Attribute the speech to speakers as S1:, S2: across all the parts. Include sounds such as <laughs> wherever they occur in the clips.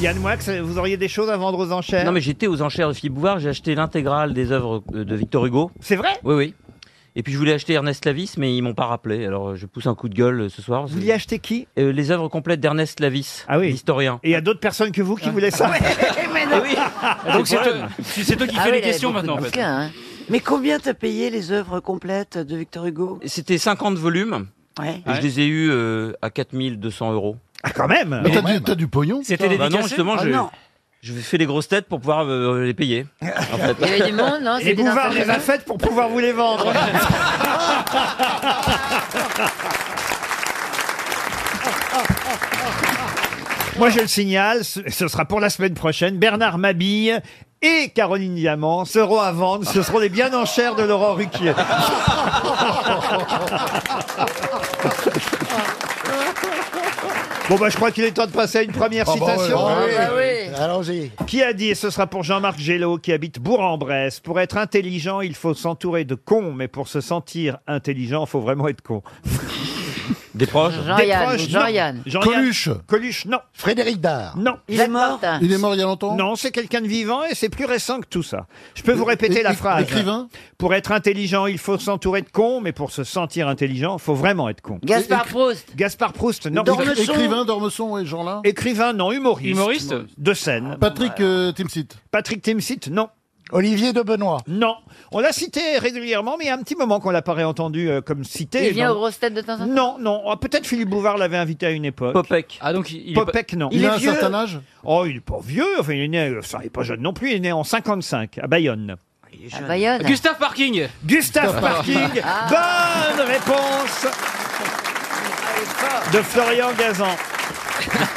S1: Yann Moix, vous auriez des choses à vendre aux enchères
S2: Non, mais j'étais aux enchères de Philippe Bouvard, j'ai acheté l'intégrale des œuvres euh, de Victor Hugo.
S1: C'est vrai
S2: Oui, oui. Et puis je voulais acheter Ernest Lavis, mais ils m'ont pas rappelé. Alors euh, je pousse un coup de gueule euh, ce soir.
S1: Vous vouliez acheter qui
S2: Euh, les œuvres complètes d'Ernest Lavis,
S1: Ah oui.
S2: l'historien.
S1: Et il y a d'autres personnes que vous qui voulaient ça Ah,
S3: Donc c'est toi, c'est
S4: Ah
S3: toi qui fais les questions maintenant en fait.
S4: hein. Mais combien t'as payé les œuvres complètes de Victor Hugo
S2: C'était 50 volumes,
S4: Ouais.
S2: et je les ai eus euh, à 4200 euros.
S1: Ah, quand même
S5: Mais t'as du, t'as du pognon
S3: C'était
S2: Bah non,
S3: dédicacé
S2: justement,
S4: Ah
S2: je,
S4: non.
S2: je fais les grosses têtes pour pouvoir euh, les
S1: <laughs>
S2: payer. en fait.
S6: Il y avait du monde, non
S1: Et
S6: C'était dans
S1: Bouvard
S6: un-
S1: les a faites pour pouvoir vous
S6: <laughs>
S1: les vendre. Moi, je le signale, ce ce sera pour la semaine prochaine. Bernard Mabille et Caroline Diamant seront à vendre. Ce seront les bien en chair de Laurent Ruquier. Bon, bah, je crois qu'il est temps de passer à une première
S5: Ah bah ouais,
S1: citation.
S5: bah ouais.
S6: Ah oui.
S5: Allons-y.
S1: Qui a dit, et ce sera pour Jean-Marc Gélo, qui habite Bourg-en-Bresse, pour être intelligent, il faut s'entourer de cons, mais pour se sentir intelligent, il faut vraiment être con.
S2: Des proches
S1: Des
S6: Jean-Yann.
S1: proches, non.
S6: Jean-Yann.
S1: Jean-Yann.
S5: Coluche,
S1: Coluche, non.
S5: Frédéric Dard.
S1: Non.
S4: Il est mort
S6: Martin.
S5: Il est mort il y a longtemps
S1: Non, c'est quelqu'un de vivant et c'est plus récent que tout ça. Je peux vous répéter la
S5: É- é-
S1: phrase.
S5: Écrivain
S1: Pour être intelligent, il faut s'entourer de cons, mais pour se sentir intelligent, il faut vraiment être con.
S6: Gaspard Proust.
S1: Gaspard Proust, non.
S4: Dormeson.
S5: Écrivain, Dormeson et gens-là
S1: Écrivain, non. Humoriste.
S3: Humoriste
S1: De scène.
S5: Patrick euh, Timsit.
S1: Patrick Timsit, non.
S5: Olivier de Benoît.
S1: Non. On l'a cité régulièrement, mais il y a un petit moment qu'on l'a pas réentendu euh, comme cité.
S6: Il vient
S1: Non.
S6: aux grosses têtes de temps en temps.
S1: Non, non. Ah, Peut-être Philippe Bouvard l'avait invité à une époque.
S2: Popek.
S3: Ah donc il est pas-
S1: Popek, non.
S5: Il, a un certain âge
S1: Oh, il est pas vieux. Enfin, il est né, ça, il est pas jeune non plus. Il est né en 55, à Bayonne.
S6: À
S7: Ah,
S6: Bayonne.
S3: Gustave Parking.
S1: Gustave Parking. Bonne réponse de Florian Gazan.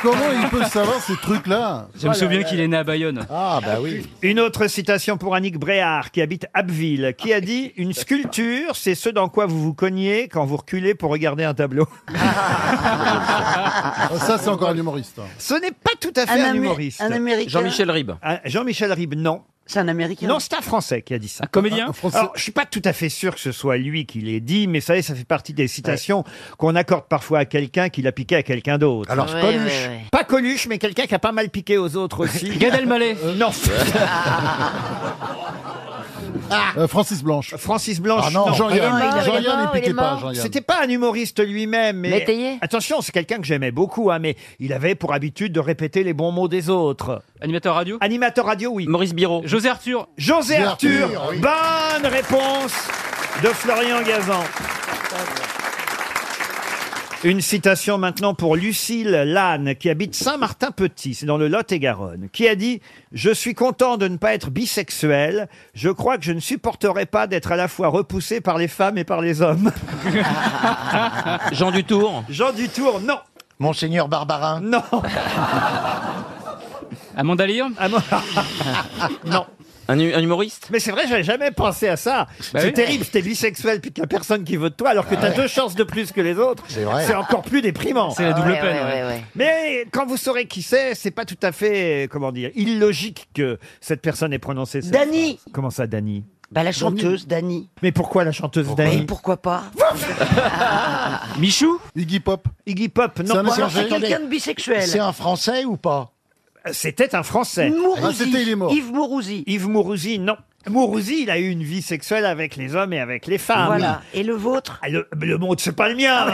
S5: Comment il peut savoir ces trucs-là
S3: Je me souviens qu'il est né à Bayonne.
S5: Ah bah oui.
S1: Une autre citation pour Annick Bréard, qui habite Abbeville, qui a dit « Une sculpture, c'est ce dans quoi vous vous cognez quand vous reculez pour regarder un tableau.
S5: Ah, <laughs> Ça c'est encore un humoriste. » hein.
S1: Ce n'est pas tout à fait
S4: Un,
S1: un,
S4: Amé-
S1: humoriste.
S4: un américain.
S2: Jean-Michel Ribes.
S1: Ah, Jean-Michel Ribes, non.
S4: C'est un américain.
S1: Non, c'est un Français qui a dit ça.
S3: Comédien.
S5: Français.
S1: Alors, je suis pas tout à fait sûr que ce soit lui qui l'ait dit, mais ça, ça fait partie des citations qu'on accorde parfois à quelqu'un qui l'a piqué à quelqu'un d'autre.
S5: Alors,
S7: Ah
S6: Ouais,
S5: Coluche.
S6: ouais, ouais.
S1: Pas Coluche, mais quelqu'un qui a pas mal piqué aux autres aussi.
S3: Gad Elmaleh.
S1: Euh, non.
S5: Euh, Francis Blanche.
S1: Ah. Francis Blanche.
S5: Ah non,
S1: non.
S6: Il est
S5: Jean-Yann.
S6: mort, il est
S5: Jean-Yann,
S6: mort,
S5: il piquait
S6: il est
S5: pas,
S6: mort.
S5: Jean-Yann.
S1: C'était pas un humoriste lui-même, mais
S6: Métayer.
S1: attention, c'est quelqu'un que j'aimais beaucoup, hein, mais il avait pour habitude de répéter les bons mots des autres.
S3: Animateur radio.
S1: Animateur radio, oui.
S2: Maurice Biro.
S3: José Arthur.
S1: José
S5: Bien
S1: Arthur,
S5: Arthur, oui.
S1: bonne réponse de Florian Gazan. Une citation maintenant pour Lucille Lannes, qui habite Saint-Martin-Petit, c'est dans le Lot-et-Garonne, qui a dit « Je suis content de ne pas être bisexuel. Je crois que je ne supporterai pas d'être à la fois repoussé par les femmes et par les hommes.
S2: Jean Dutour. »
S1: Jean Dutour, non,
S5: Monseigneur Barbarin.
S1: non,
S3: Amanda Lear.
S1: Ah, moi- <laughs> non.
S2: Un, hu- un humoriste.
S1: Mais c'est vrai, j'avais jamais pensé à ça.
S3: Bah
S1: c'est
S3: oui.
S1: terrible, t'es bisexuel puis qu'il y a personne qui veut de toi alors que t'as deux chances de plus que les autres.
S5: C'est vrai.
S1: encore plus déprimant.
S3: C'est la double
S6: Ouais,
S3: peine.
S6: ouais,
S3: ouais.
S6: ouais, ouais.
S1: Mais quand vous saurez qui c'est, c'est pas tout à fait, euh, comment dire, illogique que cette personne ait prononcé ça.
S4: Dany.
S1: Comment ça, Dany
S4: Bah, la chanteuse, Dani.
S1: Mais pourquoi la chanteuse Dany Ah.
S4: Mais pourquoi
S1: <laughs>
S4: pas
S3: Michou.
S5: Iggy Pop.
S1: Iggy Pop,
S5: C'est
S1: non.
S5: un
S4: Ou
S5: Mais
S4: alors
S5: c'est-
S4: c'est quelqu'un de bisexuel.
S5: un Français ou pas
S1: C'était un Français.
S4: Mourouzi.
S5: Ah, c'était, il est mort.
S4: Yves Mourouzi.
S1: Yves Mourouzi, non. Mourouzi, il a eu une vie sexuelle avec les hommes et avec les femmes.
S4: voilà. Et le vôtre
S1: Ah, Le, le monde, c'est pas le mien. hein.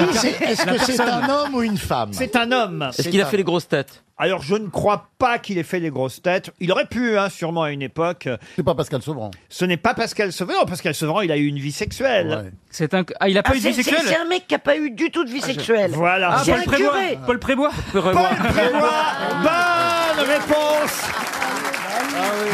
S5: Est-ce que Ah. c'est un homme ou une femme
S1: C'est un homme.
S2: Est-ce qu'il a
S5: un-
S2: fait les grosses têtes
S1: Alors, je ne crois pas qu'il ait fait les grosses têtes. Il aurait pu, hein, sûrement à une époque.
S5: C'est pas Pascal Sevran.
S1: Ce n'est pas Pascal Sevran. Pascal Sevran, il a eu une vie sexuelle.
S5: Ouais.
S3: C'est un. Ah il a pas
S4: Ah,
S3: eu de
S4: c'est-
S3: vie
S4: c'est
S3: sexuelle.
S4: c'est un mec qui a pas eu du tout de vie sexuelle.
S1: Voilà.
S3: Ah
S4: c'est
S3: Paul
S4: un
S3: Prébois.
S4: curé.
S3: Paul Prébois.
S2: Peut revoir.
S1: Paul Prébois, bonne réponse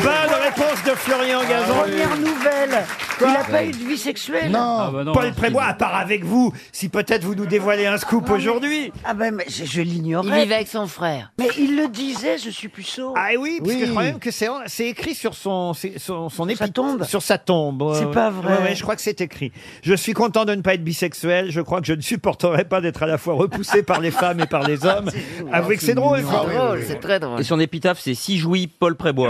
S1: Bonne réponse de Florian Gazan.
S4: Ah Première nouvelle. il a pas eu de vie sexuelle.
S3: Ah bah non.
S1: Paul Prébois, à part avec vous, si peut-être vous nous dévoilez un scoop aujourd'hui.
S4: Ah ben, mais je, je
S6: Il
S4: l'ignorais.
S6: vivait avec son frère.
S4: Mais il le disait, je suis puceau.
S1: Ah oui, parce
S5: Oui.
S1: que je crois même que c'est c'est écrit sur son, c'est- son, son
S4: Sa
S1: épi-
S4: tombe.
S1: Sur sa tombe. ouais,
S4: C'est
S1: ouais.
S4: pas vrai.
S1: Ouais, ouais, je crois que c'est écrit. Je suis content de ne pas être bisexuel. Je crois que je ne supporterai pas d'être à la fois repoussé par les femmes et par
S4: <laughs>
S1: les hommes. Avouez que c'est drôle.
S6: C'est
S1: Florian.
S7: Oh,
S6: drôle, c'est très drôle.
S2: Et son épitaphe, c'est Si jouit Paul Prébois.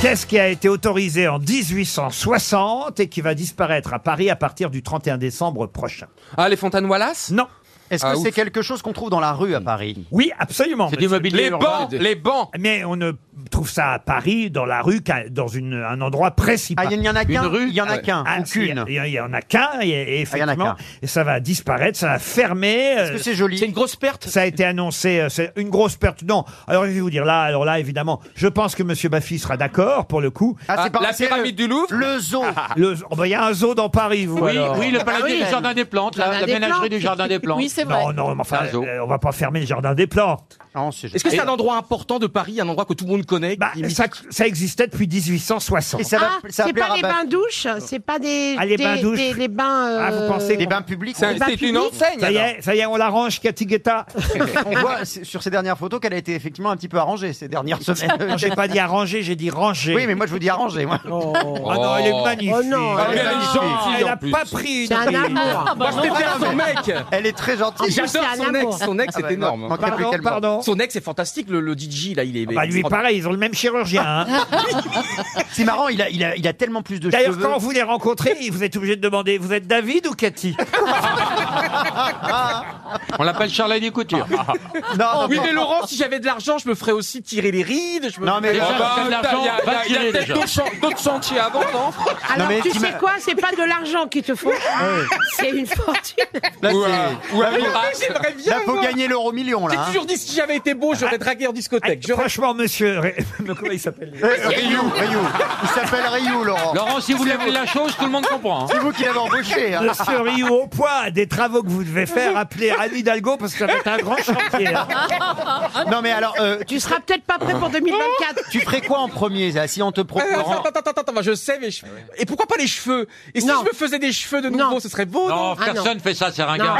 S1: Qu'est-ce qui a été autorisé en 1860 et qui va disparaître à Paris à partir du 31 décembre prochain
S8: Ah, les fontaines Wallace
S1: Non.
S9: Est-ce
S8: Ah,
S9: que c'est
S8: ouf.
S9: quelque chose qu'on trouve dans la rue à Paris
S1: Oui, absolument.
S10: C'est du mobilier
S8: Les bancs, les bancs.
S1: Mais on ne trouve ça à Paris, dans la rue, qu'à- dans une, un endroit précis.
S9: Ah, il n'y en a qu'un
S8: rue
S9: Il y en a qu'un,
S1: Ah,
S9: ou
S1: si,
S9: qu'une.
S1: Il y, en a qu'un, et, et
S9: Ah, il y en a
S1: effectivement,
S9: qu'un.
S1: et ça va disparaître, ça va fermer.
S9: Est-ce
S1: euh,
S9: que c'est joli
S10: C'est une grosse perte.
S1: Ça a été annoncé, euh, c'est une grosse perte. Non, alors je vais vous dire là, alors là, évidemment, je pense que Monsieur Baffy sera d'accord pour le coup.
S9: Ah,
S8: Ah,
S9: c'est par-
S8: la
S9: c'est le-
S8: pyramide du Louvre
S9: Le zoo
S1: Le- oh, bah, Il y a un zoo dans Paris, vous.
S10: Oui,
S1: alors.
S10: oui, le
S7: Ah
S10: palais
S11: oui.
S10: du jardin des plantes, la, la ménagerie du jardin
S7: <laughs>
S10: des plantes.
S4: Oui, c'est vrai.
S1: Non, non, mais enfin,
S10: Un zoo.
S1: euh, on va pas fermer le jardin des plantes.
S9: Non, c'est joli.
S7: Est-ce que c'est un endroit important de Paris, un endroit que tout le monde connaît
S1: Bah,
S7: qui est
S1: ça,
S7: mythique
S1: ça existait depuis 1860.
S9: Et ça va,
S4: Ah,
S9: ça va
S4: c'est
S9: plaire
S4: pas
S9: à
S4: les
S9: Baf-
S4: bains douches, c'est pas des,
S1: Ah, les
S4: des-
S1: bains douches.
S4: des- les bains. euh,
S1: Ah, vous pensez-
S9: euh, Des bains publics
S8: C'est un-
S4: Bah,
S8: c'est une
S4: public.
S8: enseigne.
S1: Ça y
S8: alors.
S1: est, ça y est, on l'arrange, Cathy Guetta.
S9: <laughs> On voit c'est- sur ces dernières photos qu'elle a été effectivement un petit peu arrangée
S7: <laughs>
S9: ces dernières semaines.
S1: J'ai pas dit arranger, j'ai dit ranger.
S9: oui, mais moi je vous dis arrangée. Moi.
S1: Ah non, elle est magnifique.
S4: Oh non,
S8: Ah, mais
S4: elle
S8: elle est
S4: est-
S8: gentille,
S1: Elle
S8: en
S1: n'a
S8: plus.
S1: pas pris une
S4: c'est un
S1: bille.
S4: amour.
S7: Moi, je préfère son mec
S9: Elle est très gentille.
S4: J'ai-
S7: J'adore
S4: c'est un
S7: son ex,
S4: amour.
S7: son ex
S9: Ah
S7: est
S9: bah,
S7: énorme.
S9: manquez plus
S1: Pardon,
S9: qu'elle ment.
S1: pardon.
S7: Son ex est fantastique, le, le DJ là, il est.
S1: Ah Bah lui, pareil, ils ont le même chirurgien.
S7: <laughs>
S1: hein.
S9: C'est marrant, il a, il, a, il a tellement plus de
S1: D'ailleurs,
S9: cheveux.
S1: quand vous les rencontrez, <laughs> vous êtes obligé de demander vous êtes David ou Cathy
S10: On l'appelle Charlie
S8: <laughs>
S10: Couture.
S9: Non, non,
S7: Oui,
S9: non.
S7: mais Laurent, si j'avais de l'argent, je me ferais aussi tirer les rides. Je me...
S9: Non, mais-
S7: Déjà,
S8: Ah bah,
S10: t'as de
S8: t'as-
S10: l'argent,
S8: y a-
S10: va
S8: y a- y a
S10: tirer
S8: peut-être
S10: déjà.
S8: d'autres chan- D'autres sentiers avant, non
S7: hein.
S9: Non,
S4: Alors
S9: mais
S4: tu
S9: tu
S4: sais
S9: m'as-
S4: quoi, c'est pas de l'argent qui te
S9: <laughs>
S4: faut, c'est une fortune.
S9: Là,
S8: Ou,
S9: c'est-
S8: euh, ou un
S7: Ah,
S8: miracle.
S7: j'aimerais bien.
S9: Là, faut
S7: moi.
S9: gagner l'euro million
S7: J'ai
S9: là. hein. Ah.
S7: toujours dit si j'avais été beau, j'aurais dragué en discothèque. J'aurais-
S1: Franchement, monsieur. Comment il s'appelle
S9: Eh, Ryu, Ryu. Il s'appelle Ryu, Laurent.
S10: Laurent, si vous voulez la chose, tout le monde comprend. hein.
S9: C'est vous qui l'avez embauché. hein.
S1: Monsieur Rio, au poids des travaux que vous devez faire, appelez Anne Hidalgo parce que ça va être un grand chantier. hein.
S4: <laughs>
S9: Non, mais alors, euh, tu,
S4: Tu seras peut-être pas prêt pour 2024.
S9: tu ferais quoi en premier là, si on te
S7: Ah,
S9: propose Ah
S7: attends, attends, attends, attends, je sais, mais je- et pourquoi pas les cheveux Et si
S4: Non.
S7: je me faisais des cheveux de nouveau,
S4: Non.
S7: ce serait beau, non
S10: Non,
S4: Ah, non.
S10: personne fait ça, c'est
S4: Non.
S10: ringard.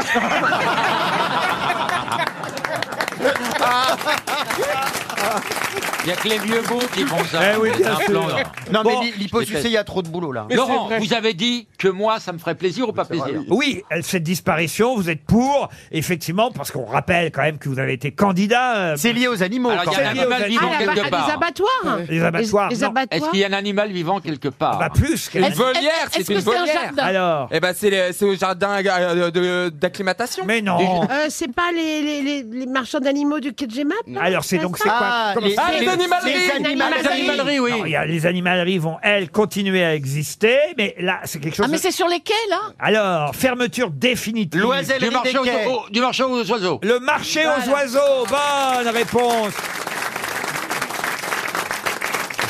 S10: Il n'y a que les vieux beaux qui font ça.
S1: Eh oui, bien
S10: C'est un
S1: sûr.
S10: plan, là.
S9: Ah, Non,
S10: Bon,
S9: mais li- l'hyposucé, il y a trop de boulot là.
S7: <laughs> Mais c'est
S10: Laurent,
S7: vrai.
S10: vous avez dit que moi, ça me ferait plaisir ou pas plaisir
S1: Oui, cette disparition, vous êtes pour, effectivement, parce qu'on rappelle quand même que vous avez été candidat. euh,
S9: C'est lié aux animaux.
S10: Alors, il
S9: quand
S10: y a un
S9: même.
S1: lié aux
S10: animal
S1: animaux.
S4: Ah,
S10: vivant
S4: la
S10: quelque
S4: ba- les
S10: part.
S4: abattoirs.
S1: Les abattoirs,
S4: Les, les
S1: non.
S4: abattoirs.
S10: Est-ce qu'il y a un animal vivant quelque part
S1: bah, plus que.
S8: Une volière,
S4: Est-ce-
S8: c'est
S4: est-ce
S8: une
S4: que c'est un
S8: volière.
S4: jardin
S1: Alors.
S8: Eh ben, c'est les- c'est au jardin euh, de- d'acclimatation.
S1: Mais non.
S4: Euh, c'est pas les, les, les, les marchands d'animaux du Kedjemap là,
S1: Alors, c'est
S4: ça
S1: donc.
S4: ça
S1: C'est quoi
S9: Ah,
S1: Comment
S9: les-
S1: ça
S8: Ah, les animaleries
S9: les
S4: animaleries.
S8: Les animaleries, oui.
S1: Non, il y a- les animaleries vont, elles, continuer à exister, mais là, c'est quelque chose.
S12: Ah, mais
S1: de-
S12: c'est sur les quais,
S4: hein
S12: là
S1: <laughs> Alors, fermeture définitive.
S9: L'oisellerie
S10: Du marché,
S9: des
S10: aux,
S9: quais.
S10: aux- du marché aux oiseaux.
S1: Le marché aux oiseaux, bonne réponse.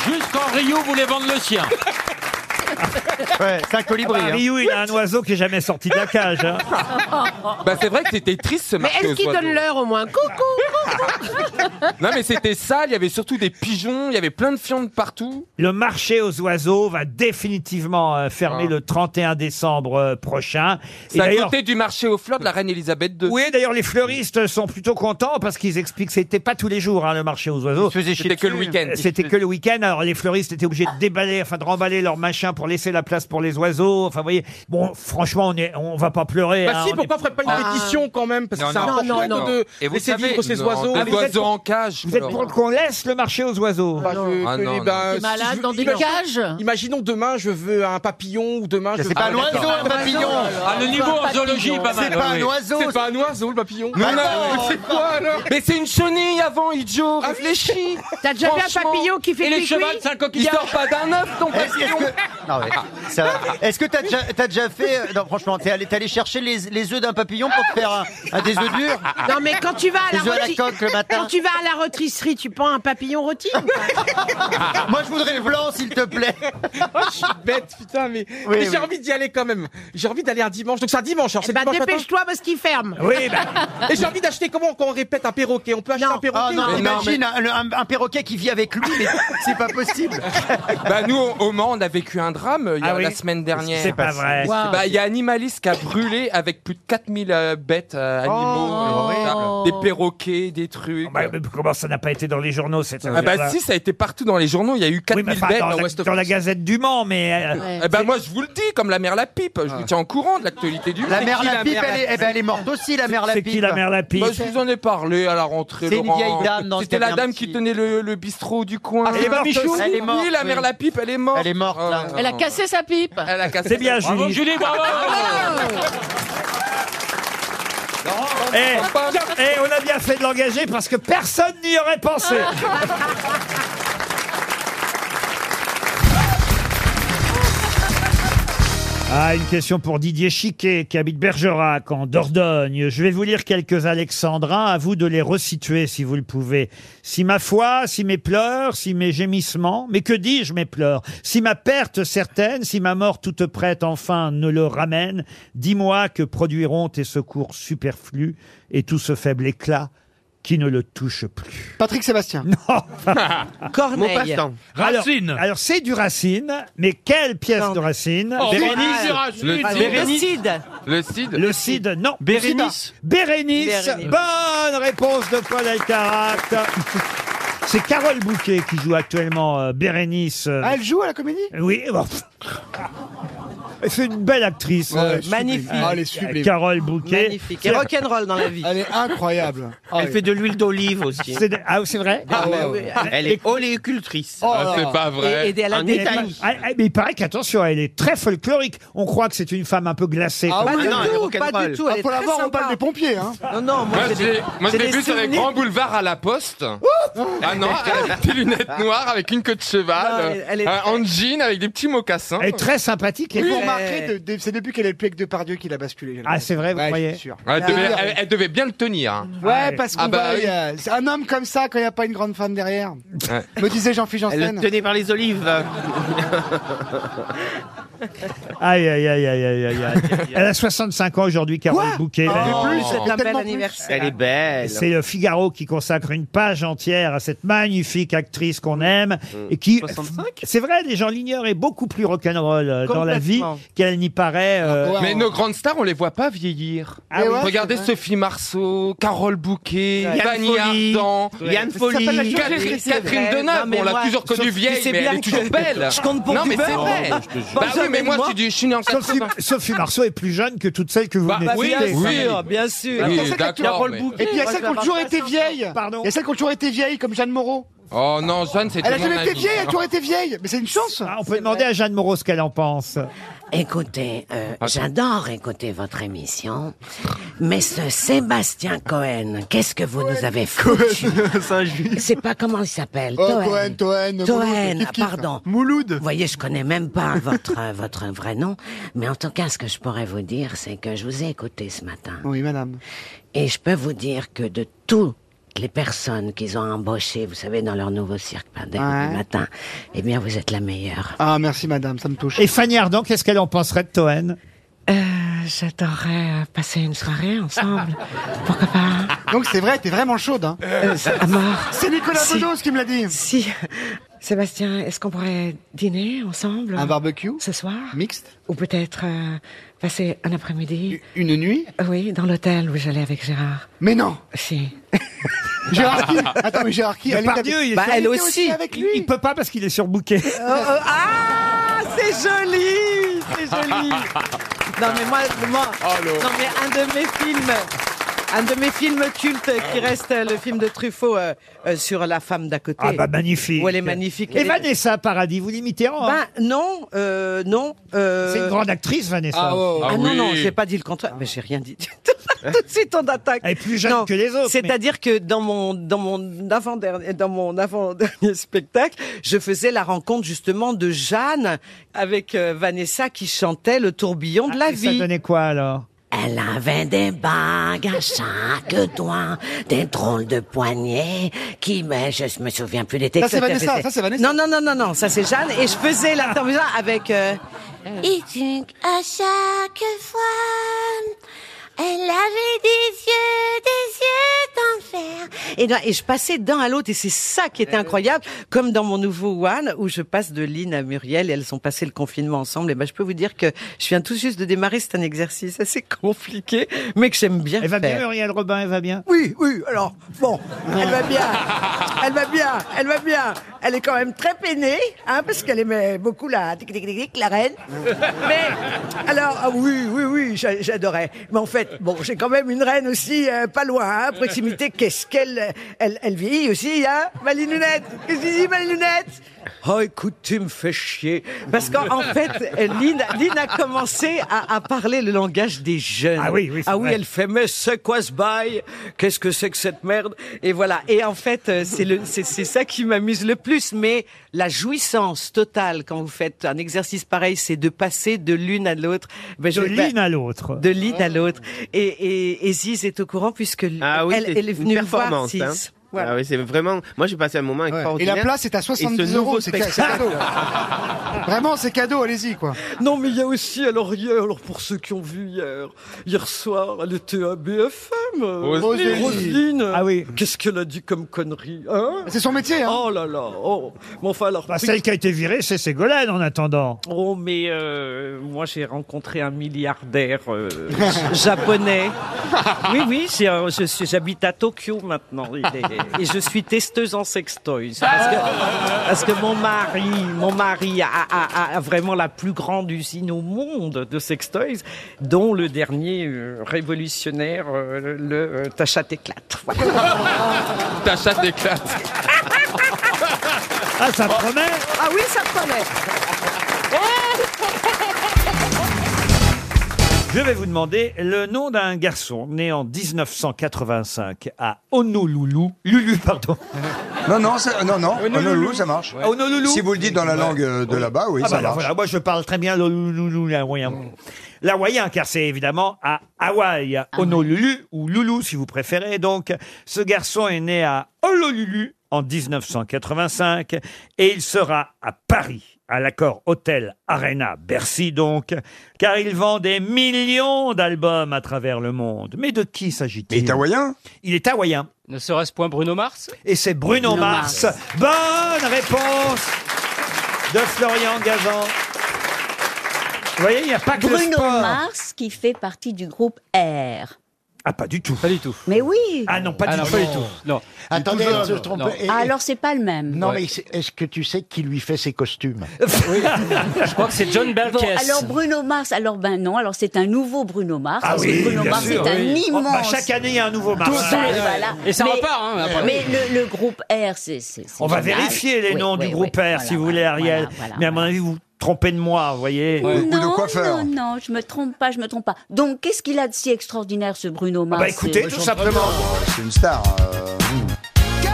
S10: Jusqu'en Rio, vous voulez vendre le sien.
S9: <laughs> Ouais, c'est un colibri.
S1: Ah,
S9: hein.
S1: Ryu, il a un oiseau qui est jamais sorti de la cage. hein.
S8: Bah, c'est vrai que c'était triste ce
S4: Mais
S8: marché
S4: est-ce
S8: aux
S4: qu'ils
S8: oiseaux.
S4: donnent l'heure au moins Coucou
S8: Non, mais c'était sale, il y avait surtout des pigeons, il y avait plein de fientes partout.
S1: Le marché aux oiseaux va définitivement euh, fermer
S8: Ah.
S1: le 31 décembre euh, prochain. Et
S8: C'est à
S1: d'ailleurs,
S8: côté du marché aux fleurs de la reine Elisabeth II.
S1: oui, d'ailleurs, les fleuristes sont plutôt contents parce qu'ils expliquent que c'était pas tous les jours hein, le marché aux oiseaux. Euh,
S9: Il se faisait chier
S8: C'était que le
S9: dessus.
S8: week-end.
S1: C'était que le week-end. Alors les fleuristes étaient obligés de déballer, enfin de remballer leur machin pour laisser la place pour les oiseaux. Enfin, vous voyez. Bon, franchement, on est, on va pas pleurer.
S7: Bah
S1: hein,
S7: si,
S1: on est-
S7: pourquoi on ferait pas une
S4: Ah.
S7: pétition quand même Parce que
S8: Non,
S7: c'est
S8: non,
S7: important
S4: non, non.
S7: de
S8: Et vous
S7: laisser
S8: savez,
S7: vivre ces
S8: non,
S7: oiseaux.
S8: Un
S1: Ah, vous êtes
S8: oiseau
S1: pour-
S8: en cage.
S1: Vous êtes
S8: Laurent.
S1: pour qu'on laisse le marché aux oiseaux
S7: Bah, je-
S8: Ah,
S7: que-
S8: non,
S7: eh ben, si
S4: malade,
S7: je-
S4: dans des
S7: imagine-
S12: Cages
S7: Imaginons demain, je veux un papillon ou demain je
S9: C'est
S7: veux-
S9: pas un
S7: Ah,
S9: oiseau, un papillon.
S10: Ah, le niveau en zoologie, pas mal.
S9: C'est pas
S10: oui,
S9: un
S10: oui.
S9: oiseau.
S7: C'est pas un oiseau le papillon
S9: Non,
S7: Ah,
S9: non.
S7: C'est quoi alors
S8: Mais c'est une chenille avant, idiot. <laughs> Réfléchis.
S4: T'as déjà vu un
S8: Franchement.
S4: papillon qui fait
S10: Et le
S4: cuicui
S10: cheval, c'est un
S8: Il
S10: coquillard.
S8: sort pas d'un œuf, ton
S9: Est-ce
S8: papillon.
S9: est-ce que non, mais ça- est-ce que t'as déjà t'as déjà fait euh, non franchement t'es allé t'es allé chercher les, les œufs d'un papillon pour te faire un, <laughs> un des œufs durs
S4: Non Ah, mais quand tu vas à
S9: les
S4: la
S9: œufs à la
S4: rôti-
S9: coque le
S4: Quand
S9: matin
S4: tu vas à la rôtisserie, tu prends un papillon rôti ou pas
S9: <laughs> moi je voudrais le blanc s'il te plaît
S7: Ah, <laughs> Je suis bête putain mais, mais
S9: oui.
S7: j'ai envie d'y aller quand même J'ai envie d'aller un dimanche Donc c'est un dimanche alors
S4: Eh
S7: c'est
S4: ben
S7: dimanche matin.
S4: dépêche-toi parce qu'il ferme.
S1: Oui, bah,
S13: <laughs>
S7: Et j'ai envie d'acheter comment quand on répète un perroquet On peut acheter
S4: Non.
S7: un perroquet
S9: Ah non
S7: ou pas
S8: Mais non,
S9: imagine
S1: <laughs>
S9: un, le- un- un perroquet qui vit avec lui mais c'est pas possible
S8: Bah, nous, au au Mans, on a vécu un Instagram euh, il y a
S1: Ah oui.
S8: la semaine dernière.
S1: C'est pas vrai.
S8: Et
S1: Wow.
S8: bah, Il y a Animalis qui a brûlé avec plus de 4000 euh, bêtes euh, animaux, et tout ça. des perroquets, des trucs.
S1: Bah, Oh. mais comment ça n'a pas été dans les journaux cette
S8: Ah bah
S1: affaire-là
S8: si, ça a été partout dans les journaux, il y a eu 4000
S1: Oui, mais enfin,
S8: bêtes
S1: dans,
S8: à
S1: la,
S8: Ouest
S1: dans la Gazette du Mans, mais. euh,
S8: Eh ben moi je vous le dis, comme la mère la pipe, je vous tiens au courant de l'actualité du
S14: La
S8: monde.
S14: mère
S8: C'est qui
S14: la pipe,
S8: mère
S14: elle est, eh ben, elle est morte aussi, la mère la
S1: C'est
S14: pipe.
S1: qui la mère la pipe
S8: Bah, je vous en ai parlé à la rentrée.
S14: C'est une
S8: Laurent.
S14: vieille dame dans ce
S8: C'était la
S14: cabinet
S8: dame
S14: petit.
S8: qui tenait le, le bistrot du coin.
S1: Ah, c'est pas Michou
S14: Elle est morte,
S8: Oui, la
S14: oui.
S8: mère la pipe, elle est morte. Oh.
S14: Elle est morte, là.
S8: ouais,
S6: Elle a
S8: ouais.
S6: cassé sa pipe.
S8: Elle a cassé.
S1: C'est bien,
S3: Bravo
S1: Julie.
S3: Julie, bravo
S1: Eh, eh, on a bien fait de l'engager parce que personne n'y aurait
S8: <laughs>
S1: pensé. <laughs>
S9: <laughs>
S1: Ah, une question pour Didier Chiquet, qui habite Bergerac, en Dordogne. Je vais vous lire quelques alexandrins, à vous de les resituer si vous le pouvez. Si ma foi, si mes pleurs, si mes gémissements, mais que dis-je mes pleurs Si ma perte certaine, si ma mort toute prête enfin ne le ramène, dis-moi que produiront tes secours superflus et tout ce faible éclat qui ne le touche plus.
S5: Patrick
S1: <laughs>
S5: Sébastien.
S2: Corneille.
S1: Alors-
S3: Racine.
S1: Alors, c'est du Racine, mais quelle pièce de Racine Ah,
S8: Le Cid. Le Cid.
S1: Le Cid, non.
S3: Bérénice.
S1: Bérénice. Bonne réponse de Paul Alcarat. C'est Carole Bouquet qui joue actuellement euh, Bérénice. euh,
S5: Ah, elle joue à la comédie
S1: Oui, bon. C'est une belle actrice, euh,
S5: Magnifique. elle est sublime.
S1: Carole Bouquet.
S2: Magnifique. Et rock'n'roll dans la vie.
S5: Elle est incroyable.
S2: Elle fait de l'huile d'olive aussi.
S1: C'est- Ah, c'est vrai
S2: Elle est oléicultrice.
S7: Oh.
S8: Ah, c'est pas vrai.
S15: à la
S2: En
S15: dé-
S2: Italie.
S1: Ah, ah, mais il paraît qu'attention, elle est très folklorique. On croit que c'est une femme un peu glacée.
S5: Ah
S15: Pas
S5: oui,
S15: du
S5: non, elle est
S15: tout, pas du tout.
S7: Ah,
S15: Elle est
S5: pour la
S15: très
S5: voir, Ah, on
S15: sympa.
S5: parle des pompiers. Hein.
S2: Non, non,
S8: Moi, je l'ai- moi, je
S2: c'est
S8: l'ai
S2: des
S8: vu sur les
S2: souvenirs.
S8: grands boulevards à la poste. ah non, elle avait des lunettes noires avec une queue de cheval,
S2: Non, elle- elle est
S8: euh, en jean avec des petits mocassins.
S1: Elle est très sympathique. et-
S5: Et vous remarquerez, de- de- c'est depuis qu'elle est le pied de Pardieu qu'il a basculé. j'ai
S1: Ah, c'est vrai, vous
S5: Ouais, je
S1: croyez
S5: suis sûr.
S8: Elle devait,
S5: Ah,
S8: elle- elle devait bien le tenir. hein.
S5: Ouais, parce qu'on
S8: Ah bah
S5: voit,
S8: oui.
S5: il y a-
S9: euh,
S5: c'est un homme comme ça, quand il n'y a pas une grande femme derrière,
S2: euh,
S8: Ouais.
S5: me disait Jean-Philippe Janssen.
S2: tenait par les olives.
S1: Aïe, aïe, aïe, aïe, aïe, aïe, aïe. Elle a 65 ans aujourd'hui, Carole Bouquet.
S9: ben,
S8: Oh.
S15: C'est un bel
S5: Tellement plus.
S15: anniversaire.
S2: Elle est belle.
S9: euh,
S1: C'est le Figaro qui consacre une page entière à cette magnifique actrice qu'on aime et qui,
S2: 65?
S1: c'est vrai, les gens l'ignorent, est beaucoup plus rock'n'roll euh, dans la vie
S2: Complètement.
S1: qu'elle n'y paraît. euh,
S5: Ouais,
S8: Mais
S5: ouais.
S8: nos grandes stars, on les voit pas vieillir.
S1: Ah oui.
S8: Regardez Sophie Marceau, Carole Bouquet,
S2: Yann
S8: Fanny
S2: Folly.
S8: Ardant,
S2: Yann Folly.
S8: Catherine, Catherine Deneuve. on l'a toujours connue vieille, Ah, mais elle est toujours belle.
S2: Je compte pour
S8: non,
S2: du
S8: mais c'est
S2: beurre.
S8: vrai. Bah oui, mais moi, je suis, du- je suis né en
S1: Sophie,
S8: 80.
S1: Sophie Marceau est plus jeune que toutes celles que vous
S8: Bah,
S1: venez de
S8: oui,
S1: citer.
S8: oui.
S2: bien sûr.
S8: Oui,
S5: pour ça que tu
S8: d'accord. mais-
S5: Et puis il y a celles qui ont toujours été vieilles.
S1: Pardon.
S5: Il y a celles qui ont toujours été vieilles, comme Jeanne Moreau.
S8: Oh non, Jeanne, c'était
S5: Elle a
S8: mon
S5: jamais été
S8: avis.
S5: vieille, elle a toujours été vieille. Mais c'est une chance.
S1: Ah, on peut demander à Jeanne Moreau ce qu'elle en pense.
S4: Écoutez, euh,
S9: Ah.
S4: j'adore écouter votre émission, mais ce Sébastien Cohen, qu'est-ce que vous nous avez
S9: <laughs>
S4: foutu C'est pas comment il s'appelle
S9: Oh,
S4: Cohen.
S5: Toen,
S4: Toen, ah, pardon.
S5: Mouloud.
S4: Vous voyez, je connais même pas <laughs> votre euh, votre vrai nom, mais en tout cas, ce que je pourrais vous dire, c'est que je vous ai écouté ce matin,
S5: Oui, madame.
S4: et je peux vous dire que de toutes les personnes qu'ils ont embauchées, vous savez, dans leur nouveau cirque Pindel
S5: Ouais.
S4: du matin, eh bien, vous êtes la meilleure.
S5: Ah, merci, madame, ça me touche.
S1: Et Fanny Ardant, qu'est-ce qu'elle en penserait de Toen
S4: Euh, J'adorerais euh, passer une soirée <laughs> ensemble. Pourquoi pas
S5: Donc c'est vrai, t'es vraiment chaude. Hein.
S2: Euh,
S4: À mort.
S5: C'est Nicolas
S4: Si.
S5: Bedos qui me l'a dit.
S4: Si. Sébastien, est-ce qu'on pourrait dîner ensemble
S5: Un barbecue
S4: ce soir
S5: mixte,
S4: Ou peut-être euh, passer un après-midi
S5: une nuit.
S4: Oui, dans l'hôtel où j'allais avec Gérard.
S5: Mais non.
S4: Si.
S5: <laughs> Gérard qui Attends, mais Gérard qui
S1: Pardieu, il est sur-
S5: elle était aussi Oh, avec lui.
S1: Il peut pas parce qu'il est sur
S5: <laughs>
S1: bouquet.
S2: euh, Ah, c'est joli, c'est joli. Non mais moi, moi- non mais un de mes films, un de mes films cultes qui reste euh, le film de Truffaut euh, euh, sur la femme d'à côté.
S1: Ah bah magnifique.
S2: Où elle est magnifique.
S1: Et
S2: elle est-
S1: Vanessa Paradis, vous l'imitez en hein
S5: Bah,
S2: Ben non, euh, non. euh,
S1: C'est une grande actrice, Vanessa.
S5: Ah, ouais, ouais.
S8: Ah
S2: Ah non,
S8: oui.
S2: non, j'ai pas dit le contraire. Mais j'ai rien dit. <laughs> du tout. Tout de suite, on attaque.
S1: Elle est plus jeune
S2: Non,
S1: que les autres, mais-
S2: C'est-à-dire que dans mon, dans mon avant-dernier, dans mon avant-dernier <laughs> spectacle, je faisais la rencontre justement de Jeanne avec euh, Vanessa qui chantait le tourbillon de la
S1: Ah, Et Ça
S2: vie.
S1: donnait quoi alors
S4: Elle avait des bagues
S2: <laughs>
S4: à chaque doigt, des drôles de poignets qui, mais je me souviens plus des textes.
S5: c'est
S4: qu'elle
S5: Vanessa,
S4: faisait.
S5: ça, c'est Vanessa.
S2: Non, non, non, non, non, ça c'est Jeanne. Et je faisais la tourbillon avec, euh,
S16: Et donc, à chaque fois,
S17: Elle avait des yeux, des yeux d'enfer.
S4: Et, là, Eh et je passais d'un à l'autre, et c'est ça qui était incroyable, comme dans mon nouveau One, où je passe de Lynn à Muriel, et elles ont passé le confinement ensemble, et ben je peux vous dire que je viens tout juste de démarrer, c'est un exercice assez <laughs> compliqué, mais que j'aime bien
S1: Elle va bien,
S4: faire.
S1: Muriel Robin, elle va bien
S4: Oui, oui, alors, bon, elle va bien, elle va bien, elle va bien, elle est quand même très peinée, hein, parce qu'elle aimait beaucoup la, tic, tic, tic, tic, la reine, mais, alors, ah oui, oui, oui, j'a- j'adorais, mais en fait, bon, j'ai quand même une reine aussi, euh, pas loin, hein, à proximité, qu'est-ce qu'elle, elle, elle vieillit aussi, hein, Malinunette, qu'est-ce que tu dis, Malinunette Oh, écoute, tu me fais chier. Parce qu'en en fait, euh, Lynn, Lynn a commencé à, à parler le langage des jeunes.
S1: Ah oui, oui, c'est
S4: Ah oui,
S1: vrai.
S4: elle fait, mais c'est quoi ce bail Qu'est-ce que c'est que cette merde Et voilà. Et en fait, euh, c'est le, c'est, c'est ça qui m'amuse le plus. Mais la jouissance totale quand vous faites un exercice pareil, c'est de passer de l'une à l'autre. Ben,
S1: De
S4: ben,
S1: l'une à l'autre.
S4: De l'une à l'autre. Et, et, et Ziz est au courant puisque
S18: Ah oui,
S4: elle,
S18: c'est
S4: elle est
S18: une
S4: venue me voir.
S18: performance,
S4: Ziz.
S18: hein.
S4: Voilà.
S18: Ah oui, c'est vraiment. Moi, j'ai passé un moment extraordinaire.
S3: Et la place est à
S18: Et ce
S3: 70
S18: nouveau
S3: euros, c'est ca- c'est
S18: spectacle-
S3: cadeau. <laughs> Vraiment, c'est cadeau, allez-y, quoi.
S4: Non, mais il y a aussi, alors hier, alors pour ceux qui ont vu hier, hier soir, elle était à BFM. euh,
S3: Roselyne.
S4: Roselyne. Ah oui. Qu'est-ce qu'elle a dit comme connerie, hein
S3: C'est son métier, hein.
S4: Oh là là, oh. Mais enfin, alors.
S1: Bah, celle qui a été virée, c'est Ségolène en attendant.
S8: Oh, mais euh, moi j'ai rencontré un milliardaire euh,
S4: <laughs> japonais.
S8: Oui, oui, c'est un- je suis- j'habite à Tokyo maintenant. Il est-
S4: Et je suis testeuse en sextoys. Parce que, parce que mon mari, mon mari a, a- a- a vraiment la plus grande usine au monde de sextoys, dont le dernier euh, révolutionnaire, euh, le euh, Ta chatte éclate. Voilà.
S19: Ta chatte éclate.
S1: Ah, ça promet
S4: Ah oui, ça promet
S1: Je vais vous demander le nom d'un garçon né en 1985 à Honolulu. Lulu, pardon.
S7: <laughs> Non, non, ça- non, non, Oh, Honolulu, ça marche.
S1: Ah, Oh, Honolulu
S7: Si vous le dites dans la langue euh, de là-bas, oui,
S1: Ah,
S7: ça
S1: bah, alors,
S7: marche. Mm.
S1: voilà, moi je parle très bien l'Honolulu, l'Hawaïen. L'Hawaïen, car c'est évidemment à Hawaï,
S20: Ah
S1: à Honolulu, ou Loulou si vous préférez. Donc, ce garçon est né à Honolulu en 1985 et il sera à Paris, à l'accord Hôtel Arena Bercy donc, car il vend des millions d'albums à travers le monde. Mais de qui s'agit-il Il est
S7: hawaïen
S1: Il est hawaïen.
S8: Ne serait-ce point Bruno Mars
S1: Et c'est Bruno,
S8: Bruno
S1: Mars.
S8: Mars.
S1: Bonne réponse de Florian Gazan. Vous voyez, il n'y a pas que le
S20: Bruno
S1: sport.
S20: Mars qui fait partie du groupe R.
S1: Ah, pas du tout.
S8: Pas du tout.
S20: Mais oui
S1: Ah non, pas
S8: Ah
S1: du
S8: non,
S1: tout.
S8: pas du tout. Non.
S20: Attendez,
S8: Tout jeune.
S20: je me trompe.
S8: Non.
S20: Ah, alors c'est pas le même.
S3: Eh, Non, mais c'est- est-ce que tu sais qui lui fait
S8: <laughs>
S3: ses costumes
S8: Je crois que c'est John
S20: Bon,
S8: Belkess.
S20: alors Bruno Mars, alors ben non, alors c'est un nouveau Bruno Mars.
S1: Ah
S20: parce que
S1: oui,
S20: Bruno
S1: bien
S20: Mars
S1: sûr,
S20: est un
S1: oui.
S20: immense.
S1: Oh, bah, chaque année, il y a un nouveau Mars.
S20: Tout-
S1: Tous les-
S20: voilà.
S1: Et ça
S20: mais,
S1: repart, hein, après.
S20: Mais le, le groupe R, c'est. c'est- c'est
S1: On va
S20: génial.
S1: vérifier les
S20: Oui,
S1: noms
S20: oui,
S1: du
S20: oui.
S1: groupe R, si vous voulez, Ariel. Mais à mon avis, vous vous trompez de moi, vous voyez.
S20: Non, non, non, je me trompe pas, je me trompe pas. Donc, qu'est-ce qu'il a de si extraordinaire, ce Bruno
S10: Ah
S20: Mars
S1: bah, écoutez,
S20: c'est-
S1: tout simplement.
S7: C'est une star. euh, hmm.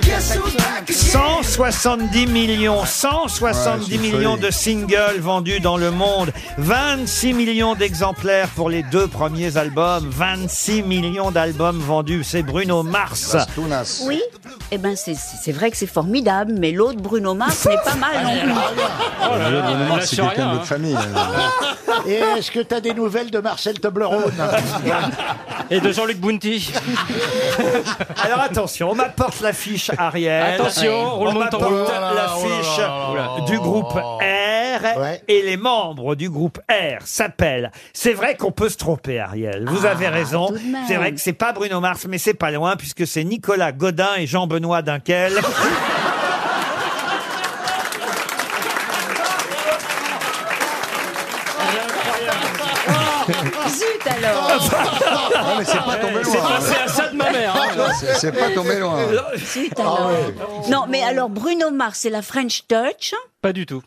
S10: Guess who's back again?
S1: 170 millions, 170
S10: Ouais, c'est
S1: millions
S10: folie.
S1: de singles vendus dans le monde, 26 millions d'exemplaires pour les deux premiers albums, 26 millions d'albums vendus, c'est Bruno Mars.
S20: Oui, eh ben c'est- c'est c'est vrai que c'est formidable, mais l'autre Bruno Mars n'est pas mal non plus.
S7: Oh Bruno Mars, c'est
S3: lâche
S7: quelqu'un
S3: rien,
S7: de notre famille.
S3: Ah, <laughs> Et est-ce que t'as des nouvelles de Marcel Toblerone
S8: Et de Jean-Luc Bounty.
S1: <laughs> Alors attention, on m'apporte l'affiche Ariel.
S8: Attention,
S1: on
S8: roulement de tambour.
S1: m'apporte
S8: Oh là là,
S1: l'affiche
S8: oh là là, oh là là.
S1: du groupe R et les membres du groupe R s'appellent. C'est vrai qu'on peut se tromper, Ariel. Vous
S10: Ah,
S1: avez raison.
S10: tout de même.
S1: C'est vrai que c'est pas Bruno Mars, mais c'est pas loin puisque c'est Nicolas Godin et
S8: <laughs>
S1: Jean-Benoît Dunkel.
S7: <laughs>
S20: Zut alors
S7: Ah, mais c'est pas tombé loin.
S10: C'est passé à ça de ma mère, hein.
S7: Non, c'est- C'est <laughs> pas tombé loin. Ah
S20: Zut alors. Non, mais alors Bruno Mars, c'est la French Touch
S8: Pas du tout.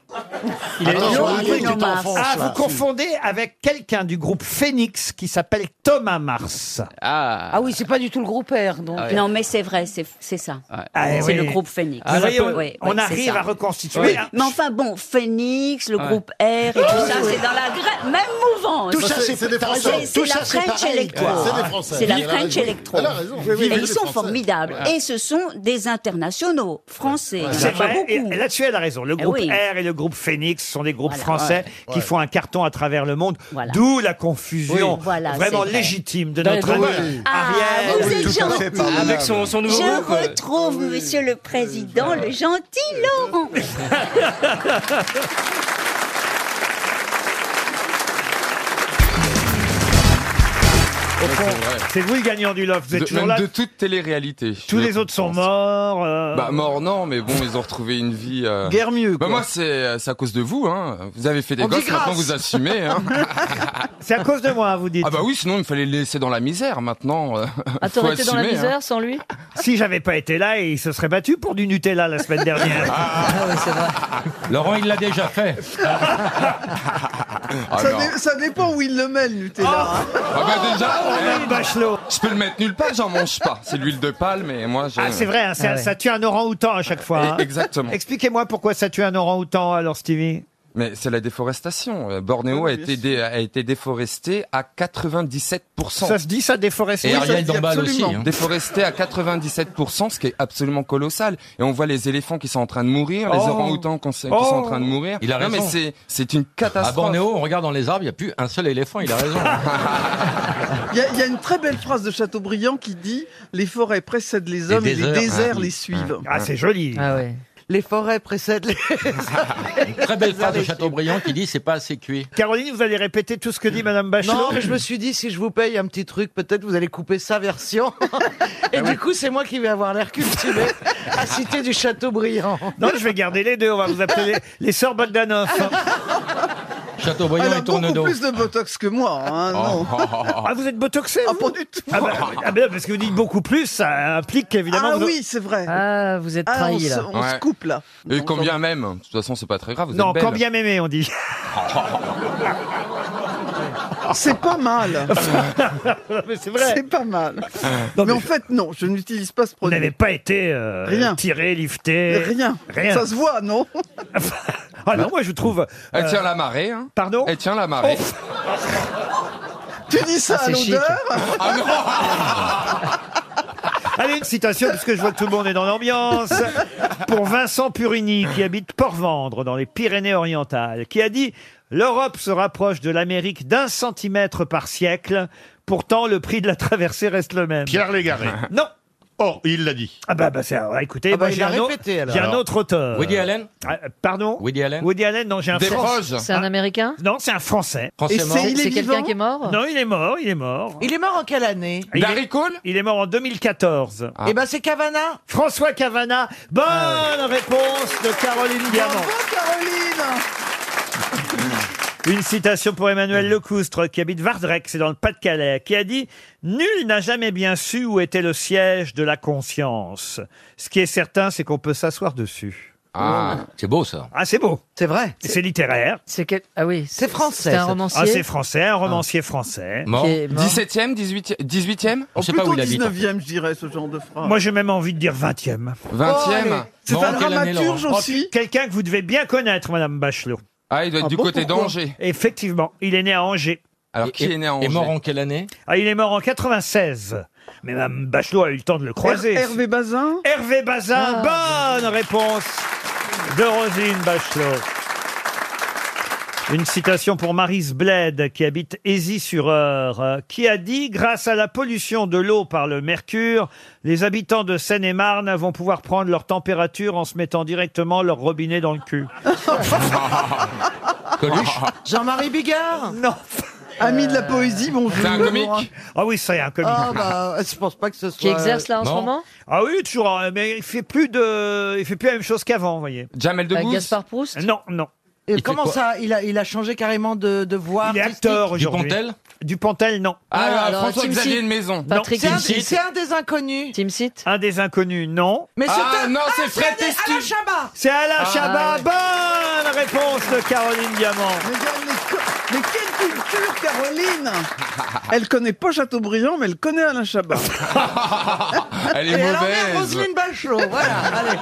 S1: Il a
S21: Ah non,
S1: une
S21: non,
S1: autre
S21: il
S1: truc.
S21: est en France,
S1: Ah,
S21: là.
S1: vous confondez avec quelqu'un du groupe Phoenix qui s'appelle Thomas Mars.
S8: Ah.
S20: Ah oui, c'est pas du tout le groupe R. Donc.
S8: Ah ouais.
S20: Non, mais c'est vrai, c'est c'est ça.
S1: Ah,
S20: c'est
S1: oui.
S20: le groupe Phoenix.
S1: Ah, ça
S20: Ouais,
S1: peut-
S20: ouais,
S1: on
S20: ouais,
S1: arrive
S20: c'est ça.
S1: à reconstituer. Ah,
S20: Oui.
S1: un- Oh.
S20: Mais enfin bon, Phoenix, le
S1: Ouais.
S20: groupe R et tout
S21: Ah,
S20: ça,
S21: oui.
S20: c'est dans la gra- même mouvance.
S21: Tout ça, c'est- c'est des Français.
S20: C'est
S21: Tout
S20: la
S21: ça, c'est
S20: French
S21: pareil.
S20: Electro.
S21: Ouais, c'est des Français.
S20: C'est la
S21: Elle a
S20: French
S21: raison.
S20: Electro.
S21: Elle a raison. Oui, oui,
S20: Et
S21: oui,
S20: ils
S21: les
S20: sont
S21: Français.
S20: formidables.
S1: Ouais.
S20: Et ce sont des internationaux français. Il y en a
S1: C'est
S20: pas
S1: vrai, et
S20: beaucoup.
S1: et là-dessus elle a raison. Le
S20: Eh
S1: groupe
S20: oui.
S1: R et le groupe Phoenix sont des groupes
S20: Voilà.
S1: français
S20: Ouais.
S1: qui
S20: Ouais.
S1: font un carton à travers le monde,
S20: Voilà.
S1: d'où la confusion
S20: Oui. Voilà,
S1: vraiment
S20: c'est vrai.
S1: légitime de
S20: Dans les
S1: notre
S20: groupes.
S1: ami
S20: Ah,
S1: Ariel.
S20: vous êtes gentil.
S10: Avec son- son nouveau
S20: Je
S10: groupe, euh.
S20: retrouve, monsieur le président, le gentil
S21: <laughs>
S20: Laurent.
S10: <laughs>
S1: Au fond, C'est vous le gagnant du love, vous êtes
S8: De-
S1: toujours
S8: même
S1: là.
S8: de toute télé-réalité.
S1: Tous les autres sont morts. euh,
S8: Bah mort non, mais bon, ils ont retrouvé une vie.
S1: <laughs>
S8: euh,
S1: Guère mieux,
S8: Bah
S1: quoi.
S8: moi, c'est euh, c'est à cause de vous. Hein. Vous avez fait des
S1: On dit
S8: gosses, maintenant
S1: grâce.
S8: vous assumez. Hein.
S1: <laughs> C'est à cause de moi, vous dites.
S8: Ah bah oui, sinon il me fallait le laisser dans la misère. Maintenant,
S1: <laughs>
S8: euh,
S22: Ah,
S8: faut
S22: t'aurais été dans la
S8: assumer, hein.
S22: misère sans lui
S1: Si j'avais pas été là, il se serait battu pour du Nutella la semaine dernière.
S20: Ah
S7: Laurent, il l'a déjà fait.
S8: Ah
S23: ça,
S8: non.
S23: dé- ça dépend où il le mène, Nutella.
S8: Ah bah déjà,
S23: Oh,
S8: eh,
S1: Bachelot.
S8: je peux le mettre nulle part, j'en mange pas. C'est l'huile de palme et moi je...
S1: Ah, c'est vrai, hein, c'est- ça tue un orang-outan à chaque fois. hein.
S8: E- Exactement.
S1: Expliquez-moi pourquoi ça tue un orang-outan alors, Stevie.
S8: Mais c'est la déforestation. Euh, Bornéo a, été dé- a été déforesté à 97%.
S1: Ça se dit, ça, déforesté
S8: Et
S1: Oui, ça se
S8: Ariel
S1: dit
S8: Dombal aussi.
S1: absolument.
S8: Déforesté à 97%, ce qui est absolument colossal. Et on voit les éléphants qui sont en train de mourir, les
S7: Oh.
S8: orang-outans qu'on sait- qui,
S7: Oh.
S8: sont en train de mourir.
S7: Il a
S8: non,
S7: raison.
S8: mais c'est- c'est une catastrophe.
S7: À Bornéo, Ah on regarde dans les arbres, il n'y a plus un seul éléphant, il a raison.
S23: hein. Il y, a- il y a une très belle phrase de Chateaubriand qui dit Les forêts précèdent les hommes et les déserts les suivent.
S1: Ah, c'est joli.
S23: Les forêts précèdent les. <laughs>
S7: Une très belle phrase de Chateaubriand qui dit c'est pas assez cuit.
S1: Caroline, vous allez répéter tout ce que dit Madame Bachelot.
S9: Non, mais je me suis dit, si je vous paye un petit truc, peut-être vous allez couper
S1: <laughs>
S9: sa version.
S1: Ah
S9: Et du coup, c'est moi qui vais avoir l'air cultivé à citer du Châteaubriand.
S1: Non, je vais garder les deux. On va vous appeler
S8: <laughs>
S1: les, les sœurs Bogdanov.
S23: Ah,
S7: Chateaubriand
S23: Elle a
S7: et Tournedos.
S23: beaucoup plus de botox que moi. hein,
S7: Oh. <laughs>
S23: non.
S1: Ah, vous êtes botoxé
S23: Ah, pas du tout.
S1: <laughs> Ah,
S8: <laughs>
S1: bah, ah, bah, parce que vous dites beaucoup plus, ça implique évidemment.
S23: Ah oui, c'est vrai.
S22: Ah, vous êtes
S23: Ah, on
S22: trahi
S23: se-
S22: là.
S23: on se coupe là.
S8: Et combien même De toute façon, c'est pas très grave. Vous
S1: Non,
S8: êtes belle.
S23: <laughs>
S1: quand bien m'aimer,
S8: <laughs>
S1: on dit.
S23: C'est pas mal.
S1: <laughs> mais c'est vrai.
S23: C'est pas mal.
S1: Non,
S23: mais, en fait, non, je n'utilise pas ce
S1: Vous
S23: produit.
S1: n'avez pas été euh,
S23: Rien.
S1: tiré, lifté.
S23: Rien.
S1: Rien.
S23: Ça se voit, non
S1: Ah non, moi je trouve.
S8: Elle
S1: euh,
S8: tient la marée. Hein.
S1: Pardon Oh.
S8: Elle tient la marée.
S23: Tu dis ça
S1: Ah,
S23: à
S1: c'est chic.
S23: l'odeur
S8: Ah,
S1: Allez, une citation, parce que je vois que tout le monde est dans l'ambiance. Pour Vincent Purini, qui habite Port-Vendre, dans les Pyrénées-Orientales, qui a dit « L'Europe se rapproche de l'Amérique d'un centimètre par siècle. Pourtant, le prix de la traversée reste le même. »
S24: Pierre Légaré.
S1: Non
S24: Oh, il l'a dit.
S1: Ah bah, bah c'est... alors, écoutez,
S24: Ah bah,
S1: moi,
S24: il
S1: j'ai
S24: a
S1: un, au-
S24: répété, alors.
S1: j'ai un autre auteur.
S7: Woody Allen
S1: Ah, euh, Pardon
S7: Woody Allen
S1: Woody Allen, non, j'ai un
S7: Des
S1: Français.
S7: proches.
S22: C'est un Américain
S1: Non, c'est un Français.
S7: Français Et mort. c'est- il est
S22: C'est quelqu'un
S7: vivant
S22: qui est mort
S1: Non, il est mort, il est mort.
S9: Il est mort en quelle année
S1: Il est-
S9: Et
S1: Il est mort en 2014.
S7: Ah.
S9: Eh ben, c'est Cavana.
S1: François Cavana, bonne réponse de Caroline Diamant.
S23: Bravo, Caroline
S1: Une citation pour Emmanuel Lecoustre, qui habite Vardrec, c'est dans le Pas-de-Calais, qui a dit « Nul n'a jamais bien su où était le siège de la conscience. Ce qui est certain, c'est qu'on peut s'asseoir dessus. »
S7: Ah, c'est beau ça.
S1: Ah, c'est beau.
S9: C'est vrai.
S1: C'est littéraire.
S22: C'est quel... Ah oui, c'est
S9: français,
S22: C'est un
S9: ça.
S22: romancier.
S1: Ah, c'est français, un romancier français.
S7: Mort. Qui est
S23: ben.
S8: 17e, 18e, 18e
S23: Oh, Plutôt 19e, je dirais, ce genre de phrase.
S1: Moi, j'ai même envie de dire 20e.
S8: 20e.
S23: Ah. Oh, C'est un dramaturge aussi.
S1: Oh, Quelqu'un que vous devez bien connaître, Madame Bachelot.
S8: Ah, il doit être
S1: Ah
S8: du
S1: bon,
S8: côté
S1: pourquoi
S8: d'Angers.
S1: Effectivement, il est né à Angers.
S8: Alors, qui est né à
S7: Et
S8: Angers
S7: mort en quelle année
S1: Ah, il est mort en 96. Mais Mme Bachelot a eu le temps de le croiser.
S23: Her- Hervé Bazin Ah.
S1: Hervé Bazin, bonne réponse de Rosine Bachelot. Une citation pour Marise Bled, qui habite Aisy-sur-Eure, euh, qui a dit « Grâce à la pollution de l'eau par le mercure, les habitants de Seine-et-Marne vont pouvoir prendre leur température en se mettant directement leur robinet dans le cul. <laughs>
S7: Coluche
S9: Jean-Marie Bigard
S1: Non.
S23: Ami de la poésie, bonjour.
S8: C'est un comique »
S1: Ah oui, c'est un comique.
S9: Ah bah, je pense pas que ce soit...
S22: Qui exerce là en ce
S1: Mort.
S22: moment
S1: Ah oui, toujours, euh, mais il fait plus de, il fait plus la même chose qu'avant, vous voyez.
S8: Jamel
S22: Euh,
S8: Debbouze
S22: Gaspard Proust
S1: Non, non.
S9: Et
S1: Il fait
S9: comment
S1: quoi
S9: ça il a, il a changé carrément de, de voix
S1: Il est acteur aujourd'hui.
S9: Dupontel
S1: Dupontel, non.
S9: Ah, Ah, alors, François-Xavier Timsit. de Maison.
S1: Non.
S9: Patrick C'est un- Timsit. c'est un des inconnus.
S1: Un des inconnus, non.
S9: Mais c'est Ah, un- non, c'est Ah, Fred
S1: Fred
S9: c'est Alain- Testu. Alain Chabat.
S1: C'est Alain
S9: Ah,
S1: Chabat.
S9: ouais.
S1: Bonne réponse de Caroline Diamant.
S25: Mais quelle culture, Caroline Elle connaît pas Chateaubriand, mais elle connaît Alain Chabat.
S1: Ah.
S8: Elle
S9: Et
S8: est
S9: alors,
S8: mauvaise.
S9: Roselyne Bachelot, voilà, allez.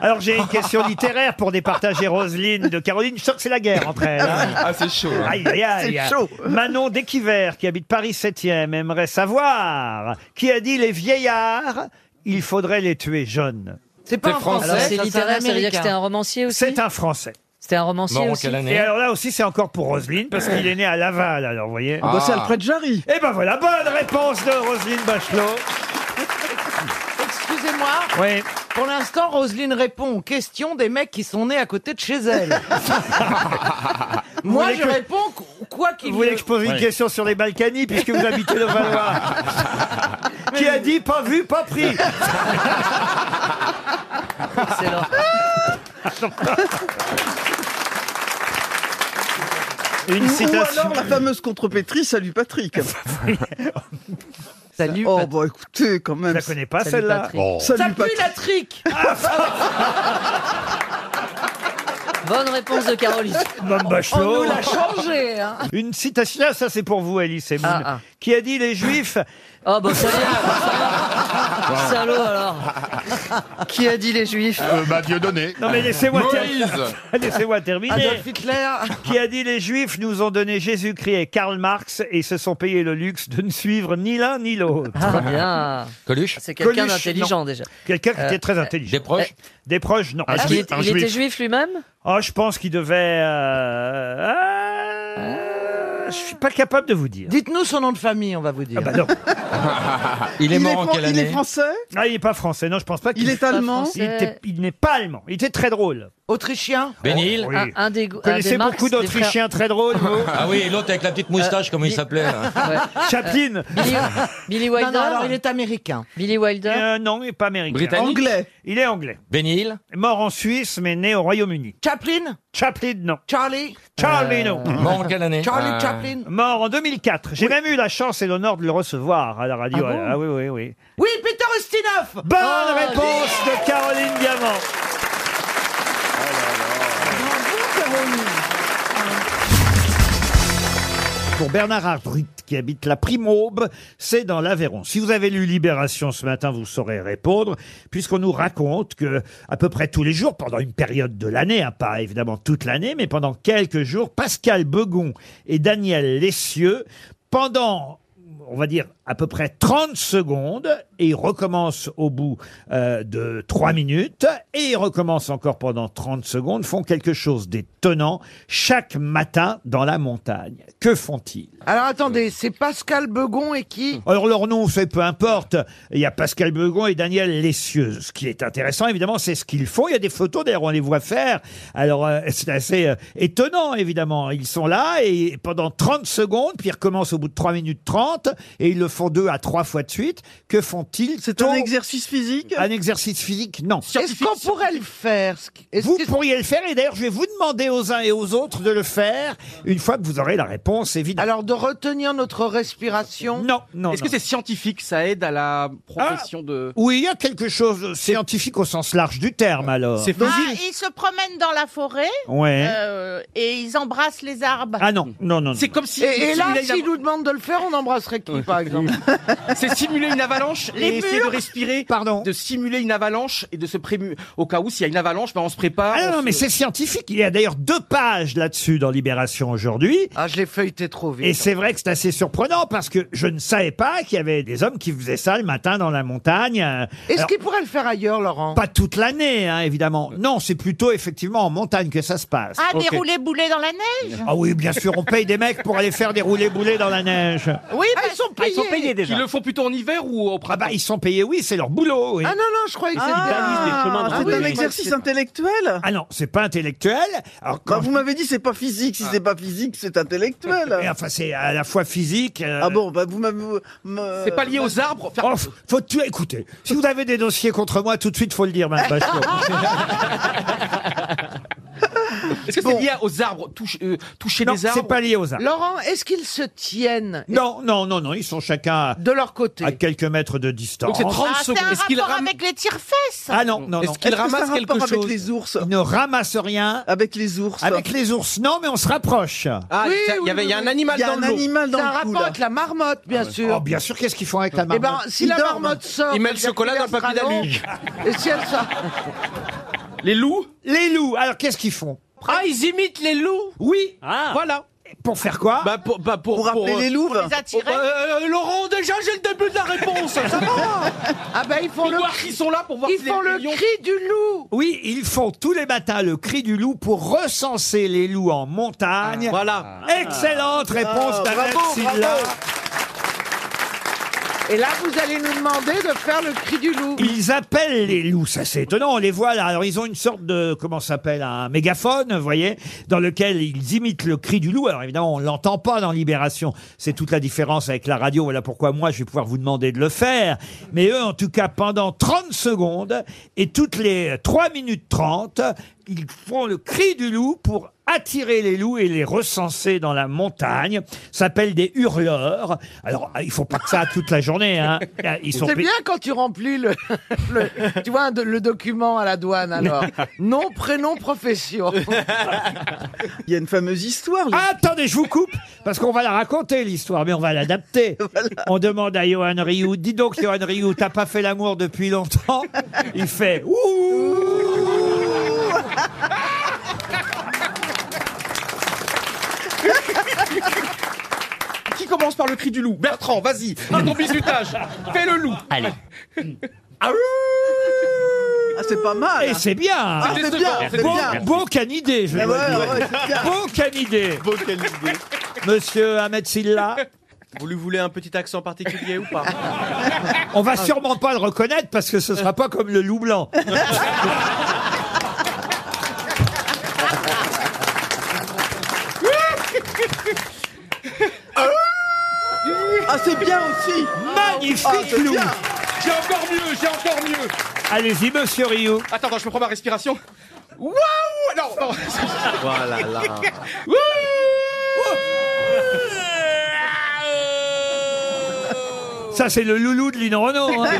S1: Alors j'ai une question littéraire pour départager Roselyne de Caroline. Je sens que c'est la guerre entre elles.
S8: Ah, c'est chaud. hein.
S1: Aïe, aïe, aïe.
S8: C'est chaud.
S1: Manon Desquiver, qui habite Paris 7e, aimerait savoir qui a dit les vieillards, il faudrait les tuer jeunes.
S26: C'est pas C'est un Français, français, c'est ça, c'est littéraire, un ça veut dire que c'était un romancier
S1: aussi C'est un français.
S26: C'était un romancier
S1: Bon,
S26: aussi.
S1: Et alors là aussi, c'est encore pour Roselyne, parce
S8: Ah.
S1: qu'il est né à Laval, alors vous voyez.
S25: Ah bah, c'est Alfred Jarry.
S1: Eh ben voilà, bonne réponse de Roselyne
S25: <laughs>
S1: Bachelot.
S9: Excusez-moi.
S1: Oui.
S9: Pour l'instant, Roselyne répond aux questions des mecs qui sont nés à côté de chez
S1: <laughs>
S9: elle. Moi,
S1: voulez
S9: je
S1: que-
S9: réponds qu- quoi qu'il
S1: Vous voulez que je pose une question sur les Balkany, puisque vous habitez le Valois
S9: <laughs>
S1: Qui a dit pas vu, pas pris
S26: Excellent.
S1: Une citation.
S25: Ou alors la fameuse contrepétrie, salut Patrick.
S1: <laughs> Salut,
S25: Oh, bah écoutez, quand même.
S1: Je la connais pas, Salut, celle-là. Patrick. Oh.
S9: Ça
S25: Salut,
S9: pue
S25: Patrick.
S9: la trique
S1: Ah,
S26: Bonne réponse de
S9: <laughs>
S26: Caroline.
S1: Mme Bachelot.
S9: <laughs> On nous l'a changé, hein.
S1: Une citation, ça c'est pour vous, Alice et Moon,
S26: Ah, ah.
S1: qui a dit les Juifs.
S26: Ah bah ça Salaud alors.
S1: Qui a dit les Juifs
S7: Euh,
S27: Bah, Dieu donné.
S1: Non mais laissez-moi ter-
S27: Moïse.
S1: <laughs> laissez-moi terminer.
S9: Adolf Hitler.
S1: Qui a dit les Juifs nous ont donné Jésus-Christ et Karl Marx et se sont payés le luxe de ne suivre ni l'un ni l'autre.
S26: Ah, bien.
S20: Coluche
S26: C'est quelqu'un
S1: Coluche,
S26: d'intelligent
S1: non.
S26: déjà.
S1: Quelqu'un qui
S26: Euh,
S1: était très intelligent. Des proches Des proches, non.
S26: Ah, il, est- il était juif lui-même
S1: Oh, je pense qu'il devait. euh, ah, je suis pas capable de vous dire.
S9: Dites-nous son nom de famille, on va vous dire.
S1: Ah
S26: <laughs>
S1: bah non.
S20: Il est mort en
S25: fran-
S20: quelle
S25: il est
S20: année
S25: français
S1: Ah, il est pas français. Non, je pense pas. qu'il-
S25: Il est allemand
S1: Il était- Il n'est pas allemand. Il était très drôle. Oh,
S9: Autrichien
S20: Bénil
S1: Oui.
S26: Un, un des,
S1: Vous
S26: un
S1: connaissez
S26: des Marx,
S1: beaucoup
S26: des frères-
S1: d'Autrichiens très drôles. vous
S20: Ah oui, et l'autre avec la petite moustache, comment il s'appelait hein
S1: Chaplin.
S26: Billy, Billy
S9: Non,
S26: Wilder
S9: non, alors, il est américain.
S26: Billy Wilder
S1: Euh, non, il n'est pas américain.
S20: Britannique Anglais.
S1: Il est anglais.
S20: Bénil
S1: Mort en Suisse, mais né au Royaume-Uni.
S9: Chaplin
S1: Chaplin, non.
S9: Charlie
S1: Charlie, non.
S20: Euh, Mort en quelle année
S9: Charlie
S20: Euh,
S9: Chaplin
S1: Mort en 2004. J'ai même eu la chance et l'honneur de le recevoir à la radio.
S9: Ah bon
S1: oui, oui, oui.
S9: Oui, Peter Ustinov
S1: Bonne réponse de Caroline Diamant. Pour Bernard Arbrit, qui habite la Primaube, c'est dans l'Aveyron. Si vous avez lu Libération ce matin, vous saurez répondre, puisqu'on nous raconte que, à peu près tous les jours, pendant une période de l'année, hein, pas évidemment toute l'année, mais pendant quelques jours, Pascal Begon et Daniel Lessieux, pendant on va dire à peu près 30 secondes et il recommence au bout euh, de 3 minutes et il recommence encore pendant 30 secondes, font quelque chose d'étonnant chaque matin dans la montagne. Que font-ils
S9: Alors attendez, c'est Pascal Begon et qui
S1: alors leur nom, c'est peu importe. Il y a Pascal Begon et Daniel Lessieux. Ce qui est intéressant, évidemment, c'est ce qu'ils font. Il y a des photos, d'ailleurs, on les voit faire. Alors euh, c'est assez euh, étonnant, évidemment. Ils sont là et pendant 30 secondes, puis ils recommencent au bout de 3 minutes 30 et ils le font deux à trois fois de suite. Que font-ils
S25: C'est un exercice physique
S1: Un exercice physique Non.
S9: Est-ce qu'on pourrait le faire ce qui- est-ce
S1: Vous
S9: que-
S1: pourriez le faire et d'ailleurs je vais vous demander aux uns et aux autres de le faire une fois que vous aurez la réponse évidemment.
S9: Alors de retenir notre respiration
S1: Non, <laughs> non.
S7: Est-ce
S1: non. Ah.
S7: que c'est scientifique Ça aide à la profession de.
S1: Oui, il y a quelque chose de scientifique au sens large du terme alors.
S7: C'est
S13: Bah,
S1: possible.
S7: physique.
S22: Ils se promènent dans la forêt
S1: Ouais.
S22: euh, et ils embrassent les arbres.
S1: Ah non, non, non. non.
S7: C'est comme si.
S9: Et, et là,
S7: simuler une
S9: s'il nous demande de le faire, on embrasserait qui, par exemple
S7: av- <laughs> C'est simuler une avalanche
S9: Les
S7: et essayer de
S9: murs
S7: respirer.
S1: Pardon.
S7: De simuler une avalanche et de se prémunir. Au cas où, s'il y a une avalanche, ben, on se prépare.
S1: Ah non,
S7: on
S1: non, mais
S7: se-
S1: c'est scientifique. Il y a d'ailleurs deux pages là-dessus dans Libération aujourd'hui.
S9: Ah, je l'ai feuilleté trop vite.
S1: Et c'est vrai que c'est assez surprenant parce que je ne savais pas qu'il y avait des hommes qui faisaient ça le matin dans la montagne. Euh,
S9: Est-ce
S1: alors,
S9: qu'il pourrait le faire ailleurs, Laurent
S1: Pas toute l'année, hein, évidemment. Non, c'est plutôt effectivement en montagne que ça se passe.
S22: Ah, des roulés-boulés dans la neige
S1: Ah oui, bien sûr,
S13: <laughs>
S1: on paye Ah, des mecs pour aller faire des roulés-boulés dans la neige.
S9: Oui, Ah, ils sont payés.
S7: Ils le font plutôt en hiver ou au printemps
S1: Ah bah, ils sont payés, oui, c'est leur boulot. oui.
S9: Ah non, non, je croyais que c'était...
S25: Ah, c'est un exercice intellectuel
S1: Ah non, c'est pas intellectuel. Alors,
S25: Bah,
S1: quand
S25: vous m'avez dit c'est pas physique, si c'est pas physique, c'est intellectuel.
S1: Et enfin, c'est à la fois physique. euh,
S25: Ah bon, bah vous m'avez. vous- me-
S7: C'est pas lié aux arbres. Faire-
S1: oh, f- faut tout écouter. Si vous avez
S25: <laughs>
S1: des dossiers contre moi, tout de suite, faut le dire, Mme Bachelot.
S7: Est-ce que c'est lié aux arbres touche- euh, Toucher
S1: Non,
S7: des arbres
S1: c'est pas lié aux arbres.
S9: Laurent, est-ce qu'ils se tiennent
S1: Non, non, non, non, ils sont chacun de
S9: leur côté,
S1: à quelques mètres de distance.
S22: Ah, c'est un rapport avec les tire-fesses
S1: Ah non, non, non.
S22: qu'il
S1: que ça a un rapport avec les
S25: ours
S1: Ils ne ramassent rien.
S25: Avec les ours.
S1: Avec les ours, non, mais on se rapproche.
S7: Ah, Oui, ça- il y avait- il y a un animal
S9: Il y a
S7: dans
S9: un
S7: le lot.
S9: animal dans
S7: Ça a
S9: le
S7: un
S9: coup,
S7: rapport
S9: là.
S7: avec
S9: la marmotte, bien sûr.
S1: Oh, bien sûr, qu'est-ce qu'ils font avec la
S9: Eh
S1: marmotte
S9: ben, si la marmotte sort, eh
S1: Ils
S9: Il met
S1: mettent
S9: le c'est-à-dire chocolat qu'il dans le papier restera d'alu. longtemps. Et si elle sort
S1: Les loups Les loups, alors qu'est-ce qu'ils font
S7: Ah, ils imitent les loups
S1: Oui
S7: Ah Voilà
S1: Pour faire quoi
S7: bah pour, bah pour,
S9: rappeler les louves. Pour les attirer.
S7: Pour- euh, euh, Laurent, déjà j'ai le début de la réponse, ça <laughs> va
S9: Ah ben ils font
S7: Pour
S9: le
S7: voir qu'ils sont là pour voir
S9: Ils
S7: si les
S9: font le
S7: lions-
S9: cri du loup.
S1: Oui, ils font tous les matins le cri du loup pour recenser les loups en montagne. Ah.
S7: voilà.
S1: Excellente réponse
S9: Ah,
S1: d'Annette
S9: bravo,
S1: Silla.
S9: bravo. Et là, vous allez nous demander de faire le cri du loup.
S1: Ils appellent les loups, ça c'est étonnant, on les voit là. Alors ils ont une sorte de, comment ça s'appelle, un mégaphone, vous voyez, dans lequel ils imitent le cri du loup. Alors évidemment, on l'entend pas dans Libération. C'est toute la différence avec la radio, voilà pourquoi moi je vais pouvoir vous demander de le faire. Mais eux, en tout cas, pendant 30 secondes, et toutes les 3 minutes 30, ils font le cri du loup pour attirer les loups et les recenser dans la montagne. Ça s'appelle des hurleurs. Alors, il faut pas que ça toute la journée.
S9: <laughs>
S1: Hein. Ils sont
S9: C'est
S1: pay-
S9: bien quand tu remplis le, <laughs> le- tu vois, un do- le document à la
S1: <laughs>
S9: douane alors. Nom, prénom, profession.
S25: Il y a une fameuse histoire.
S1: Ah, attendez, je vous coupe, parce qu'on va la raconter, l'histoire, mais on
S25: <laughs>
S1: va l'adapter. On demande à Johan Rioux, dis donc, Johan Rioux, t'as pas fait l'amour
S25: <laughs>
S1: depuis longtemps Il fait, ouh
S7: Qui commence par le cri du loup Bertrand, vas-y,
S28: <laughs>
S7: fais ton bisutage,
S1: <laughs>
S7: fais le loup. <laughs>
S1: Allez.
S25: Ah, c'est pas mal.
S1: Et c'est bien
S25: Ah, c'est bien, c'est
S1: Beau,
S25: bien.
S1: beau canidé, je
S25: Ah
S1: dois
S25: ouais,
S1: dire.
S25: ouais, c'est bien.
S1: Beau canidé Monsieur Ahmed Silla,
S28: Vous lui voulez un petit accent particulier ou
S7: <laughs>
S28: pas
S1: on va sûrement pas le reconnaître, parce que ce sera pas comme le loup blanc.
S25: Ah, c'est bien aussi.
S1: Magnifique
S7: Ah, c'est
S1: loup
S7: bien. J'ai encore mieux, j'ai encore mieux.
S1: Allez-y, monsieur Rioux.
S7: Attends, attends, je me prends ma respiration. Waouh Non, non.
S28: Voilà là.
S7: Wouh
S1: Ça, c'est le loulou de Lino Renault. hein.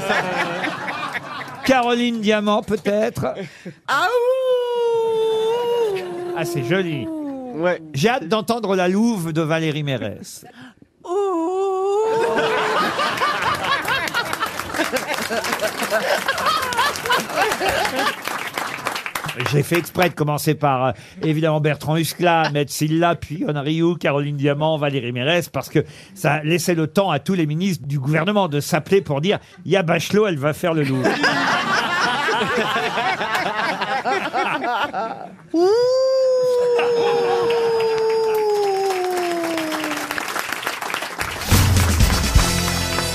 S1: Caroline Diamant, peut-être. Ah, c'est joli. J'ai hâte d'entendre la louve de Valérie Mérès. J'ai fait exprès de commencer par euh, évidemment Bertrand Huskla, Ahmed Silla, puis Yann Rioux, Caroline Diamant, Valérie Mérès, parce que ça laissait le temps à tous les ministres du gouvernement de s'appeler pour dire il y a Bachelot, elle va faire le loup.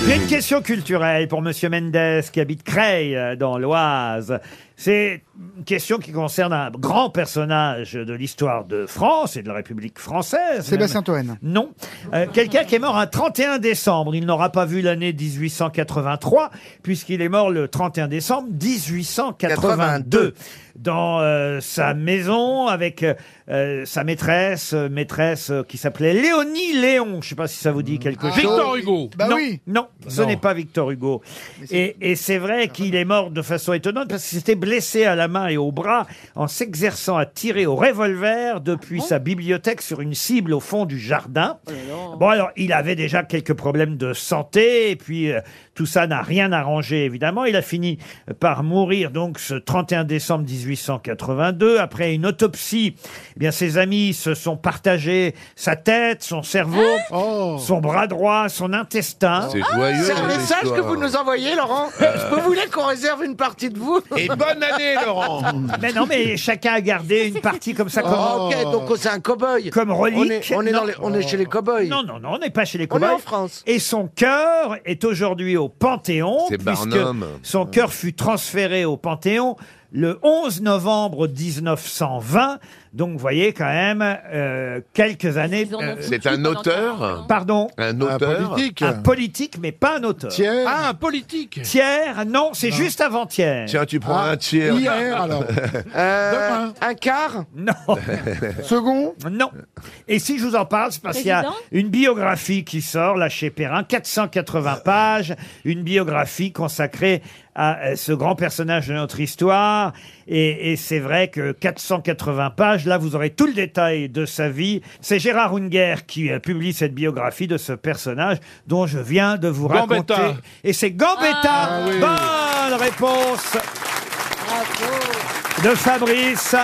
S1: J'ai une question culturelle pour Monsieur Mendes qui habite Creil euh, dans l'Oise. C'est une question qui concerne un grand personnage de l'histoire de France et de la République française.
S5: Sébastien
S1: même.
S5: Toen.
S1: Non. Euh, Quelqu'un qui est mort un 31 décembre. Il n'aura pas vu l'année 1883 puisqu'il est mort le 31 décembre 1882 dans euh, sa maison avec euh, euh, sa maîtresse, euh, maîtresse euh, qui s'appelait Léonie Léon. Je sais pas si ça vous dit quelque
S28: Ah.
S1: chose.
S28: Victor Hugo. Bah
S1: non,
S28: oui.
S1: Non, ce
S28: Non.
S1: n'est pas Victor Hugo. Et, et c'est vrai qu'il est mort de façon étonnante parce qu'il s'était blessé à la main et au bras en s'exerçant à tirer au revolver depuis sa bibliothèque sur une cible au fond du jardin. Bon, alors, il avait déjà quelques problèmes de santé, et puis euh, tout ça n'a rien arrangé, évidemment. Il a fini par mourir, donc, ce 31 décembre 1882. Après une autopsie, eh bien, ses amis se sont partagés sa tête, son cerveau, son bras droit, son intestin.
S27: C'est joyeux,
S9: Hein C'est un message que vous nous envoyez, Laurent. Vous voulez qu'on réserve une partie de vous
S27: Et bonne année, Laurent.
S1: <laughs> Mais Ah ben non,
S9: <laughs>
S1: mais chacun a gardé une partie comme ça. Comme...
S9: Ah, ok, donc c'est un cow-boy.
S1: Comme relique.
S9: On est, on est, dans
S1: Non.
S9: les- on est chez les cow-boys.
S1: Non, non, non, on n'est pas chez les
S9: On est
S1: cow-boys.
S9: en France.
S1: Et son cœur est aujourd'hui au Panthéon.
S27: C'est
S1: puisque
S27: Barnum.
S1: Son cœur fut transféré au Panthéon le 11 novembre 1920. Donc, vous voyez quand même euh, quelques années.
S13: en ont
S1: euh,
S13: foutu C'est un pendant auteur 40 ans.
S1: Pardon.
S13: Un auteur Ah, politique.
S1: Un politique, mais pas un auteur.
S13: Thiers. Ah,
S1: un politique. Thiers, non, c'est juste Ah. avant-hier.
S13: Tiens, tu prends un Euh, tiers. <laughs>
S1: Demain. Un quart Non. Second Non. Et si je vous en parle, c'est parce qu'il y a
S29: Président
S1: une biographie qui sort, là, chez Perrin,
S21: Euh,
S1: 480 pages, une biographie consacrée à euh, ce grand personnage de notre histoire. Et, et c'est vrai que 480 pages, là, vous aurez tout le détail de sa vie. C'est Gérard Unger qui euh, publie cette biographie de ce personnage dont je viens de vous raconter.
S21: Gambetta.
S1: Et c'est Gambetta.
S21: Ah oui.
S1: Bonne réponse de Fabrice.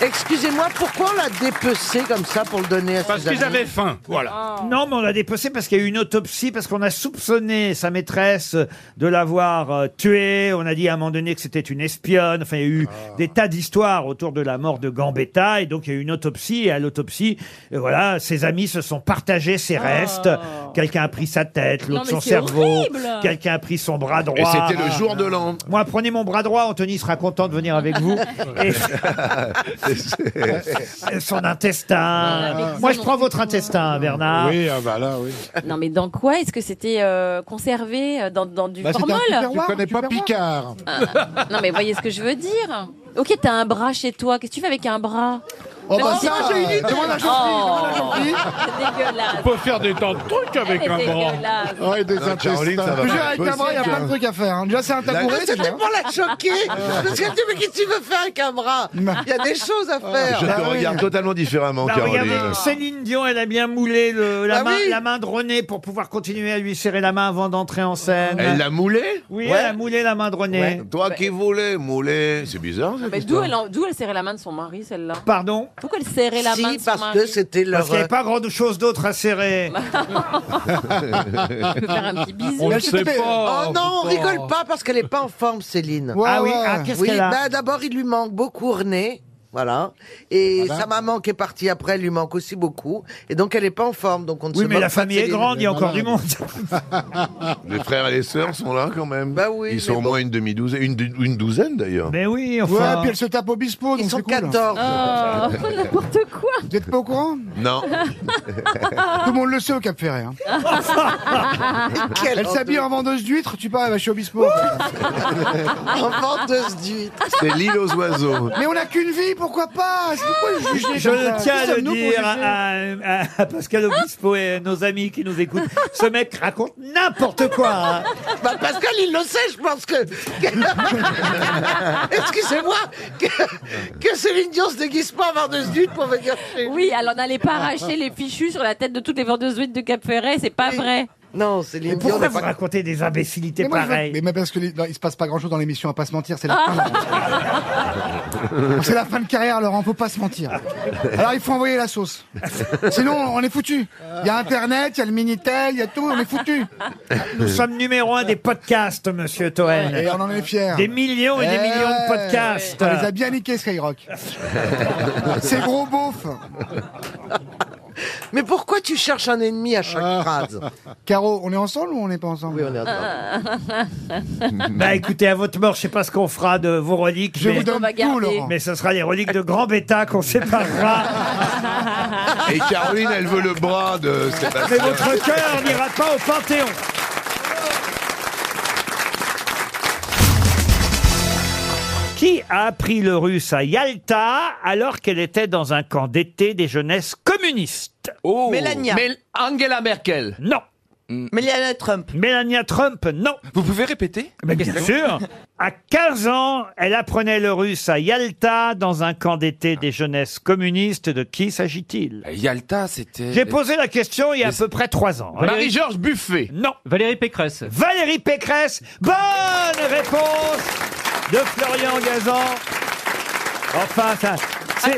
S9: Excusez-moi, pourquoi on l'a dépecé comme ça pour le donner à
S1: Parce
S9: ses
S1: qu'ils
S9: amis
S1: avaient faim,
S21: voilà.
S1: Non, mais on l'a dépecé parce qu'il y a eu une autopsie, parce qu'on a soupçonné sa maîtresse de l'avoir euh, tué. On a dit à un moment donné que c'était une espionne. Enfin, il y a eu
S21: Ah.
S1: des tas d'histoires autour de la mort de Gambetta. Et donc, il y a eu une autopsie. Et à l'autopsie, euh, voilà, ses amis se sont partagés ses restes. Quelqu'un a pris sa tête,
S21: Ah. Non,
S1: l'autre
S21: mais
S1: son
S21: c'est
S1: cerveau.
S21: horrible.
S1: Quelqu'un a pris son bras droit.
S21: Et c'était le jour
S1: de l'an. Moi, prenez mon bras droit. Anthony sera content de venir avec
S21: <laughs>
S1: vous. Et- son intestin.
S21: Voilà, mais
S1: Moi, je
S21: ça,
S1: prends votre intestin, Bernard.
S21: Oui,
S1: ah bah là, oui.
S21: Non, mais dans quoi est-ce que c'était euh, conservé euh, dans, dans
S5: Bah,
S21: du formol
S8: hein.
S5: Picard.
S21: Ah, Non, mais voyez ce que je veux dire. Ok, t'as un bras chez toi. Qu'est-ce que tu fais avec un bras
S5: Oh,
S21: Mais
S5: bah
S21: on
S5: ça,
S21: dirait-
S5: j'ai une idée. Demande à Sophie,
S21: Oh.
S5: demande
S21: Dégueulasse.
S30: On peut faire des tas de trucs avec
S21: Elle
S30: un
S21: est
S30: bras.
S21: dégueulasse.
S5: Ouais, des intestins. Je vous jure, avec un bras, il y a plein de trucs à faire. hein. Déjà, c'est un tabouret,
S9: C'était
S5: c'est bien.
S9: pour la choquer. Parce qu'elle dit, mais qu'est-ce que tu veux faire avec un bras Il y a des choses à faire.
S13: Je
S5: Bah
S13: te regarde totalement différemment,
S1: Bah, regardez,
S13: Caroline.
S1: Céline Dion, elle a bien moulé le- la,
S9: Bah
S1: main,
S9: oui.
S1: la main de René pour pouvoir continuer à lui serrer la main avant d'entrer en scène.
S13: Elle l'a moulé
S1: Oui,
S13: Ouais.
S1: elle a moulé la main de René.
S13: Ouais. Toi qui voulais mouler. C'est bizarre, cette
S21: Mais d'où
S13: histoire.
S21: elle, en- d'où elle serrait la main de son mari, celle-là
S1: Pardon
S21: Pourquoi elle serrait la
S9: Si,
S21: main de son
S9: parce
S21: mari
S9: que c'était leur-
S1: Parce qu'il n'y avait pas grand chose d'autre
S21: <laughs>
S1: à serrer.
S21: Tu peux faire un petit bisou.
S1: On le sait pas,
S9: Oh non, on
S1: putain.
S9: rigole pas parce qu'elle est pas en forme, Céline.
S1: Ouais, Ah oui, ouais. ah, qu'est-ce qu'elle a
S9: bah, D'abord, il lui manque beaucoup René. Voilà. Et
S1: Voilà.
S9: sa maman qui est partie après, elle lui manque aussi beaucoup. Et donc, elle est pas en forme. Donc on ne
S1: Oui,
S9: se
S1: mais
S9: moque
S1: la
S9: pas de
S1: famille est
S9: Céline.
S1: grande, il y a encore du
S9: <laughs>
S1: monde.
S13: Les frères et les sœurs sont là quand même.
S21: Bah
S13: Ils sont au moins une demi-douzaine, une, dou- une douzaine d'ailleurs.
S16: Ben
S1: Mais oui,
S5: Ouais,
S13: enfin.
S5: puis elle se tape au bispo, donc c'est cool. Ils sont 14.
S21: Oh,
S5: <laughs>
S21: n'importe quoi.
S5: Vous êtes pas au courant
S21: <laughs>
S9: <laughs>
S13: Non.
S5: Tout le monde le sait au Cap Ferré. hein.
S9: Quelle
S5: Elle s'habille
S9: honte.
S5: en vendeuse d'huîtres, tu parles, elle va chez Obispo.
S9: <laughs> En vendeuse d'huîtres.
S13: C'est l'île aux oiseaux.
S5: Mais on n'a qu'une vie, pourquoi pas C'est pourquoi juger comme
S1: Je
S5: ça
S1: le tiens
S5: Qui
S1: à le
S5: sommes-nous pour
S1: dire euh,
S5: juger
S1: à, à- à Pascal Obispo et nos amis qui nous écoutent. Ce mec raconte n'importe quoi. hein.
S9: Bah, Pascal, <laughs> il le sait, je
S5: <laughs>
S9: pense que. Excusez-moi, que, que Céline Dion se déguise pas en vendeuse d'huîtres pour venir chez lui.
S21: Oui, alors n'allez pas arracher les fichus sur la tête de toutes les vendeuses d'huîtres de Cap Ferret, c'est pas vrai.
S9: Non, c'est
S5: Mais
S9: les
S5: pourquoi
S1: vous racontez des imbécilités
S5: moi, je veux-
S1: pareilles
S5: Mais, mais parce que les- non, il se passe pas grand chose dans l'émission, à pas se mentir, c'est la fin.
S1: <laughs>
S7: Ah,
S5: C'est la fin de carrière, Laurent, faut pas se mentir. Alors il faut envoyer la sauce. Sinon, on est foutu. Il y a Internet, il y a le Minitel, il y a tout, on est foutu.
S1: Nous sommes numéro un des podcasts, monsieur Toen.
S5: Et on en est fiers.
S1: Des millions et des
S5: Eh
S1: millions de
S5: ouais.
S1: podcasts.
S5: On les a bien niqués, Skyrock. Ces gros beaufs.
S9: Mais pourquoi tu cherches un ennemi à chaque phrase
S5: Ah. Caro, on est ensemble ou on n'est pas ensemble Oui, on est
S21: <laughs>
S1: Bah écoutez, à votre mort, je sais pas ce qu'on fera de vos reliques.
S5: Je
S1: mais...
S5: vous donne On va tout, garder. Laurent.
S1: Mais ce sera les reliques de grand bêta qu'on séparera.
S13: <laughs> Et Caroline, elle veut le bras de Sébastien.
S1: mais votre cœur n'ira pas au Panthéon. Qui a appris le russe à Yalta alors qu'elle était dans un camp d'été des jeunesses communistes oh.
S7: Mélania. Mél-
S1: Angela Merkel. Non. Melania Trump. Melania Trump, non. Vous pouvez répéter Bien sûr. À 15 ans, elle apprenait le russe à Yalta dans un camp d'été des jeunesses communistes. De qui s'agit-il
S8: Yalta, c'était.
S1: J'ai posé la question il y a à peu près trois ans.
S8: Marie-Georges
S1: Buffet. Non. Valérie Pécresse. Valérie Pécresse. Bonne réponse de Florian Gazan. Enfin, ça, C'est-